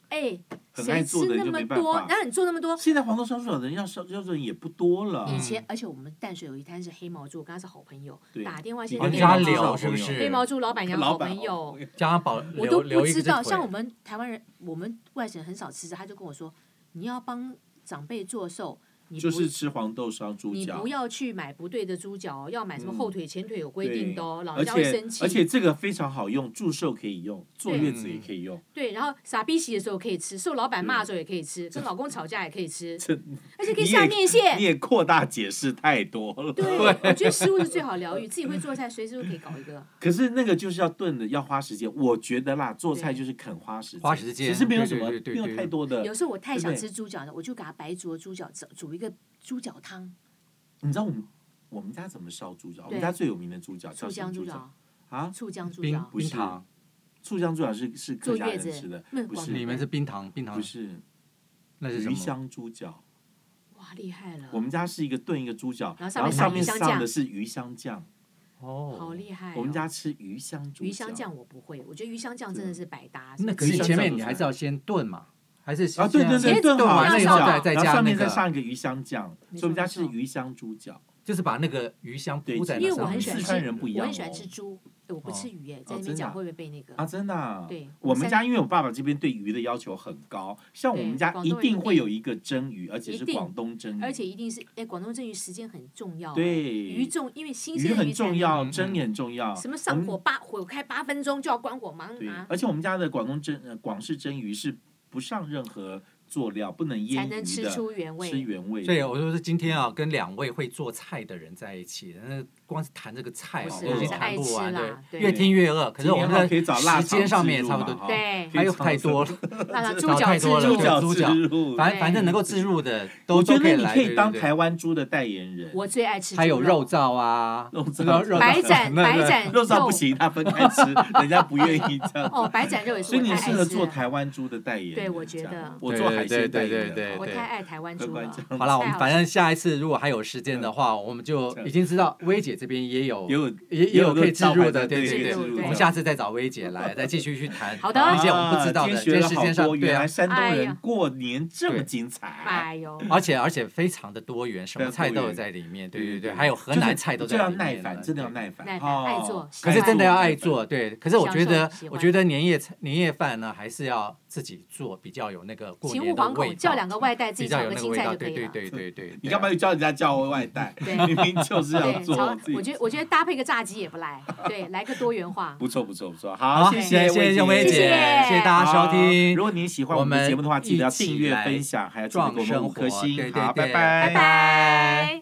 [SPEAKER 3] 哎，
[SPEAKER 1] 很爱
[SPEAKER 3] 谁
[SPEAKER 1] 做
[SPEAKER 3] 吃
[SPEAKER 1] 的
[SPEAKER 3] 那
[SPEAKER 1] 人就
[SPEAKER 3] 么
[SPEAKER 1] 没办
[SPEAKER 3] 多
[SPEAKER 1] 法？
[SPEAKER 3] 然后你做那么多，
[SPEAKER 1] 现在黄豆烧猪脚的人要烧要的人也不多了，
[SPEAKER 2] 嗯
[SPEAKER 3] 以前，而且我们淡水有一摊是黑毛猪，我跟他是好朋友
[SPEAKER 1] 嗯对，
[SPEAKER 3] 打电话
[SPEAKER 1] 你
[SPEAKER 3] 先
[SPEAKER 1] 跟
[SPEAKER 3] 黑
[SPEAKER 2] 家
[SPEAKER 3] 毛
[SPEAKER 1] 柳
[SPEAKER 3] 猪
[SPEAKER 2] 聊哦是不是？
[SPEAKER 3] 黑毛猪老板娘
[SPEAKER 1] 老
[SPEAKER 3] 好
[SPEAKER 1] 板哦
[SPEAKER 3] 朋友，
[SPEAKER 2] 加上保
[SPEAKER 3] 我
[SPEAKER 2] 留
[SPEAKER 3] 都不
[SPEAKER 2] 留一
[SPEAKER 3] 知
[SPEAKER 2] 只
[SPEAKER 3] 道。
[SPEAKER 2] 腿，
[SPEAKER 3] 像我们台湾人，我们外省人很少吃的，他就跟我说，你要帮长辈做寿，你
[SPEAKER 1] 就是
[SPEAKER 3] 不
[SPEAKER 1] 吃黄豆烧猪
[SPEAKER 3] 你
[SPEAKER 1] 脚
[SPEAKER 3] 不。要去买不对的猪脚哦，要买什么
[SPEAKER 1] 嗯
[SPEAKER 3] 后腿、前腿有规
[SPEAKER 1] 对
[SPEAKER 3] 定的哦，老
[SPEAKER 1] 而
[SPEAKER 3] 人家会
[SPEAKER 1] 且
[SPEAKER 3] 生气。
[SPEAKER 1] 而且这个非常好用，祝寿可以用，坐月子也可以用，
[SPEAKER 3] 对，然后傻逼洗的时候可以吃，受老板骂的时候也可以吃，跟老公吵架也可以吃，而且可以下面
[SPEAKER 1] 你
[SPEAKER 3] 线。
[SPEAKER 1] 也扩大解释太多了。
[SPEAKER 3] 对，我觉得食物是最好疗愈，自己会做菜，随时都可以搞一个。
[SPEAKER 1] (laughs) 可是那个就是要炖的，要花时间。我觉得啦，做菜
[SPEAKER 3] 对
[SPEAKER 1] 就是肯花时间，
[SPEAKER 2] 花时间
[SPEAKER 1] 其实没有什么，
[SPEAKER 2] 对对对对
[SPEAKER 1] 没有太多的
[SPEAKER 3] 有。时候我太想
[SPEAKER 1] 对不对
[SPEAKER 3] 吃猪脚了，我就给它白灼猪脚，煮煮一个猪脚汤，
[SPEAKER 1] 你知道我们我们家怎么烧猪脚？我们
[SPEAKER 3] 对
[SPEAKER 1] 家最有名的猪脚
[SPEAKER 3] 醋
[SPEAKER 1] 叫什么
[SPEAKER 3] 浆猪
[SPEAKER 1] 猪脚
[SPEAKER 3] 脚，
[SPEAKER 1] 啊？
[SPEAKER 3] 醋浆猪
[SPEAKER 2] 冰
[SPEAKER 3] 脚，
[SPEAKER 1] 不是
[SPEAKER 2] 冰糖，
[SPEAKER 1] 醋浆猪脚是是客
[SPEAKER 3] 坐
[SPEAKER 1] 家
[SPEAKER 3] 月
[SPEAKER 1] 人
[SPEAKER 3] 子
[SPEAKER 1] 吃的，
[SPEAKER 3] 嗯
[SPEAKER 1] 不
[SPEAKER 3] 广
[SPEAKER 1] 是
[SPEAKER 3] 东
[SPEAKER 2] 你们是冰糖冰糖
[SPEAKER 1] 不，是
[SPEAKER 2] 啊那是什
[SPEAKER 1] 鱼
[SPEAKER 2] 么？
[SPEAKER 1] 香猪脚。
[SPEAKER 3] 哇，厉害了
[SPEAKER 1] 我，们家是一个炖一个猪脚，
[SPEAKER 3] 啊然
[SPEAKER 1] 然
[SPEAKER 3] 后上面
[SPEAKER 1] 上面
[SPEAKER 3] 撒鱼香
[SPEAKER 1] 上
[SPEAKER 3] 酱
[SPEAKER 1] 的是鱼香酱。
[SPEAKER 2] 哦，
[SPEAKER 3] 好厉害哦。
[SPEAKER 1] 我们家吃鱼香猪脚。
[SPEAKER 3] 鱼香酱我不会，我觉得鱼香酱真的是百搭。
[SPEAKER 2] 那可
[SPEAKER 1] 是
[SPEAKER 2] 是前面
[SPEAKER 1] 这
[SPEAKER 2] 你
[SPEAKER 1] 样
[SPEAKER 2] 还是要先炖嘛，还是
[SPEAKER 1] 啊，对
[SPEAKER 2] 先
[SPEAKER 1] 对对，
[SPEAKER 3] 先
[SPEAKER 1] 炖
[SPEAKER 2] 炖
[SPEAKER 1] 好
[SPEAKER 2] 完
[SPEAKER 3] 了
[SPEAKER 2] 了以
[SPEAKER 3] 以
[SPEAKER 2] 后
[SPEAKER 3] 后
[SPEAKER 2] 再再
[SPEAKER 1] 然后
[SPEAKER 2] 加
[SPEAKER 1] 上
[SPEAKER 2] 那
[SPEAKER 1] 面
[SPEAKER 2] 个
[SPEAKER 1] 再，上一个鱼香酱，
[SPEAKER 3] 没
[SPEAKER 1] 所以我们家
[SPEAKER 3] 错
[SPEAKER 1] 是
[SPEAKER 3] 没错
[SPEAKER 1] 鱼香猪脚。
[SPEAKER 2] 就是把那个鱼香
[SPEAKER 1] 对
[SPEAKER 2] 铺在
[SPEAKER 3] 因为
[SPEAKER 2] 那
[SPEAKER 3] 我
[SPEAKER 2] 上
[SPEAKER 3] 很
[SPEAKER 2] 面。
[SPEAKER 3] 喜欢
[SPEAKER 1] 四
[SPEAKER 3] 吃
[SPEAKER 1] 川人不一样
[SPEAKER 3] 我
[SPEAKER 1] 哦
[SPEAKER 3] 很喜欢吃猪，哎我不吃鱼哎，在
[SPEAKER 1] 真
[SPEAKER 3] 那
[SPEAKER 1] 的啊
[SPEAKER 3] 边讲会不会被那个
[SPEAKER 1] 啊，？真的、啊。
[SPEAKER 3] 对
[SPEAKER 1] 我们
[SPEAKER 3] 三
[SPEAKER 1] 家因为我爸爸这边对鱼的要求很高，像我们
[SPEAKER 3] 对
[SPEAKER 1] 家
[SPEAKER 3] 广
[SPEAKER 1] 一
[SPEAKER 3] 东人
[SPEAKER 1] 定
[SPEAKER 3] 一
[SPEAKER 1] 会
[SPEAKER 3] 定
[SPEAKER 1] 有一个蒸鱼，而且
[SPEAKER 3] 一
[SPEAKER 1] 是
[SPEAKER 3] 定
[SPEAKER 1] 广东蒸鱼，
[SPEAKER 3] 而且一定是哎，广东蒸鱼时间很重要哎。
[SPEAKER 1] 对
[SPEAKER 3] 鱼重，因为新
[SPEAKER 1] 鱼
[SPEAKER 3] 鲜的
[SPEAKER 1] 很
[SPEAKER 3] 鱼才
[SPEAKER 1] 重
[SPEAKER 3] 能
[SPEAKER 1] 要，
[SPEAKER 2] 嗯
[SPEAKER 1] 蒸也很重要。
[SPEAKER 3] 什么
[SPEAKER 1] 我
[SPEAKER 3] 上
[SPEAKER 1] 们
[SPEAKER 3] 火啊八火开八分钟就要关火，忙
[SPEAKER 1] 对
[SPEAKER 3] 拿，
[SPEAKER 1] 而且我们家的广东蒸呃广式蒸鱼是不上任何佐料，不能
[SPEAKER 3] 才
[SPEAKER 1] 腌鱼
[SPEAKER 3] 能
[SPEAKER 1] 的，
[SPEAKER 3] 吃出原味。
[SPEAKER 1] 吃原味的。
[SPEAKER 2] 所以我说是今天啊，跟两位会做菜的人在一起，那光是谈这个菜
[SPEAKER 3] 不
[SPEAKER 2] 啊，
[SPEAKER 3] 是
[SPEAKER 2] 都已
[SPEAKER 1] 啦
[SPEAKER 2] 经
[SPEAKER 1] 是
[SPEAKER 2] 谈
[SPEAKER 3] 爱
[SPEAKER 2] 不
[SPEAKER 3] 吃
[SPEAKER 2] 完，
[SPEAKER 3] 啦
[SPEAKER 2] 对，
[SPEAKER 3] 对
[SPEAKER 2] 越听越饿。可是我们
[SPEAKER 1] 今天哈可以找
[SPEAKER 2] 的
[SPEAKER 1] 腊
[SPEAKER 2] 时间上面也差不多，
[SPEAKER 1] 肠
[SPEAKER 3] 对
[SPEAKER 1] (laughs) 之，
[SPEAKER 2] 还有太多了，
[SPEAKER 3] 那那
[SPEAKER 1] 啊这
[SPEAKER 3] 猪
[SPEAKER 2] 找
[SPEAKER 3] 脚
[SPEAKER 2] 太
[SPEAKER 3] 自
[SPEAKER 2] 多了
[SPEAKER 3] 助
[SPEAKER 1] 鹿
[SPEAKER 2] 对
[SPEAKER 1] 角
[SPEAKER 2] 猪
[SPEAKER 1] 之
[SPEAKER 2] 脚
[SPEAKER 1] 路。
[SPEAKER 2] 反正反正能够置入的
[SPEAKER 1] (laughs)
[SPEAKER 2] 都
[SPEAKER 1] 我觉
[SPEAKER 2] 都可
[SPEAKER 1] 得
[SPEAKER 2] 以
[SPEAKER 1] 你
[SPEAKER 2] 来，
[SPEAKER 1] 可以当
[SPEAKER 2] 对对对
[SPEAKER 1] 台湾猪的代言人。
[SPEAKER 3] 我最爱吃
[SPEAKER 2] 还有
[SPEAKER 3] 猪
[SPEAKER 2] 肉燥啊，
[SPEAKER 1] (laughs) 肉燥
[SPEAKER 2] 燥
[SPEAKER 3] 白
[SPEAKER 2] (laughs)
[SPEAKER 3] 斩
[SPEAKER 2] 那
[SPEAKER 3] 白
[SPEAKER 2] 个
[SPEAKER 3] 斩
[SPEAKER 1] 肉燥不行，他分开吃，人家不愿意
[SPEAKER 3] (laughs)
[SPEAKER 1] 这样。
[SPEAKER 3] 哦，白斩肉也是
[SPEAKER 1] 所以
[SPEAKER 3] 我
[SPEAKER 1] 你
[SPEAKER 3] 太
[SPEAKER 1] 适
[SPEAKER 3] 爱
[SPEAKER 1] 合
[SPEAKER 3] 吃
[SPEAKER 1] 做
[SPEAKER 3] 了，
[SPEAKER 1] 台湾猪的代言人。
[SPEAKER 3] 对我觉得
[SPEAKER 1] 这样我做海鲜代言人。
[SPEAKER 2] 对对对对对
[SPEAKER 3] 我太爱台湾
[SPEAKER 1] 很
[SPEAKER 3] 猪
[SPEAKER 1] 关
[SPEAKER 3] 了
[SPEAKER 1] 键。
[SPEAKER 2] 好了，我
[SPEAKER 3] 太
[SPEAKER 2] 们
[SPEAKER 3] 好
[SPEAKER 2] 反
[SPEAKER 3] 吃
[SPEAKER 2] 正下一次如果还有时间的话，我们就已经知道薇姐这边也有
[SPEAKER 1] 也有
[SPEAKER 2] 也
[SPEAKER 1] 也有
[SPEAKER 2] 有可以置入的，
[SPEAKER 1] 个
[SPEAKER 2] 对
[SPEAKER 1] 招
[SPEAKER 3] 牌
[SPEAKER 2] 对
[SPEAKER 3] 的对对
[SPEAKER 2] 我们下次再找薇姐来，再继续去谈
[SPEAKER 3] 好的
[SPEAKER 2] 一些我们不知道
[SPEAKER 1] 啊今 (laughs)
[SPEAKER 2] 的，
[SPEAKER 1] 天学
[SPEAKER 2] 在
[SPEAKER 1] 了
[SPEAKER 2] 时
[SPEAKER 1] 好
[SPEAKER 2] 间上
[SPEAKER 1] 多，
[SPEAKER 2] 对
[SPEAKER 1] 原
[SPEAKER 2] 啊
[SPEAKER 1] 来，山东
[SPEAKER 3] 哎
[SPEAKER 1] 人
[SPEAKER 3] 呀
[SPEAKER 1] 过年这么
[SPEAKER 2] 对
[SPEAKER 1] 精彩。
[SPEAKER 3] 哎呦，
[SPEAKER 1] (laughs)
[SPEAKER 2] 而且而且非常的多元，什么菜都有在里面，
[SPEAKER 1] 对
[SPEAKER 2] 对
[SPEAKER 1] 对
[SPEAKER 2] 对
[SPEAKER 1] 对
[SPEAKER 2] 对，还有河南菜都
[SPEAKER 1] 就
[SPEAKER 2] 在
[SPEAKER 1] 要
[SPEAKER 2] 里面
[SPEAKER 1] 耐
[SPEAKER 2] 了，
[SPEAKER 1] 烦，真的要
[SPEAKER 2] 对。
[SPEAKER 1] 耐烦，
[SPEAKER 3] 耐烦
[SPEAKER 1] 哦
[SPEAKER 3] 爱做
[SPEAKER 2] 可是真的要爱
[SPEAKER 1] 耐
[SPEAKER 2] 做，对。可是我觉得
[SPEAKER 3] 享受喜，
[SPEAKER 2] 我
[SPEAKER 3] 欢
[SPEAKER 2] 觉得年夜菜年夜饭呢，还是要自己做，比较有那个过
[SPEAKER 3] 请
[SPEAKER 2] 年年
[SPEAKER 3] 目
[SPEAKER 2] 的
[SPEAKER 3] 惶
[SPEAKER 2] 味
[SPEAKER 3] 恐，
[SPEAKER 2] 道
[SPEAKER 3] 叫，两个外带，自
[SPEAKER 2] 比
[SPEAKER 3] 己
[SPEAKER 2] 较
[SPEAKER 3] 炒
[SPEAKER 2] 有
[SPEAKER 3] 个
[SPEAKER 2] 那个
[SPEAKER 3] 青
[SPEAKER 2] 味
[SPEAKER 3] 菜
[SPEAKER 2] 道。
[SPEAKER 3] 就可
[SPEAKER 2] 对
[SPEAKER 3] 以
[SPEAKER 2] 对
[SPEAKER 3] 了。
[SPEAKER 2] 对对对，
[SPEAKER 1] (laughs) 你干嘛又教人家叫外带？
[SPEAKER 3] 对
[SPEAKER 1] (laughs) 明明就是要
[SPEAKER 3] 对，
[SPEAKER 2] 啊
[SPEAKER 1] 做
[SPEAKER 3] 炒
[SPEAKER 1] 自己。
[SPEAKER 3] 我觉得我觉得搭配个炸鸡也不赖，对，来个多元化。
[SPEAKER 1] 不错不错不错，
[SPEAKER 2] 好
[SPEAKER 1] 好，
[SPEAKER 2] 谢
[SPEAKER 1] 谢
[SPEAKER 2] 谢谢
[SPEAKER 1] 薇
[SPEAKER 2] 薇姐，
[SPEAKER 3] 姐谢谢
[SPEAKER 2] 谢谢大家收听，
[SPEAKER 1] 如果您喜欢我们的节目的话，记得要订阅、分享，还要记得给我们五颗
[SPEAKER 2] 壮生活
[SPEAKER 1] 星。
[SPEAKER 2] 对对
[SPEAKER 1] 好，
[SPEAKER 2] 对
[SPEAKER 1] 拜
[SPEAKER 3] 拜拜。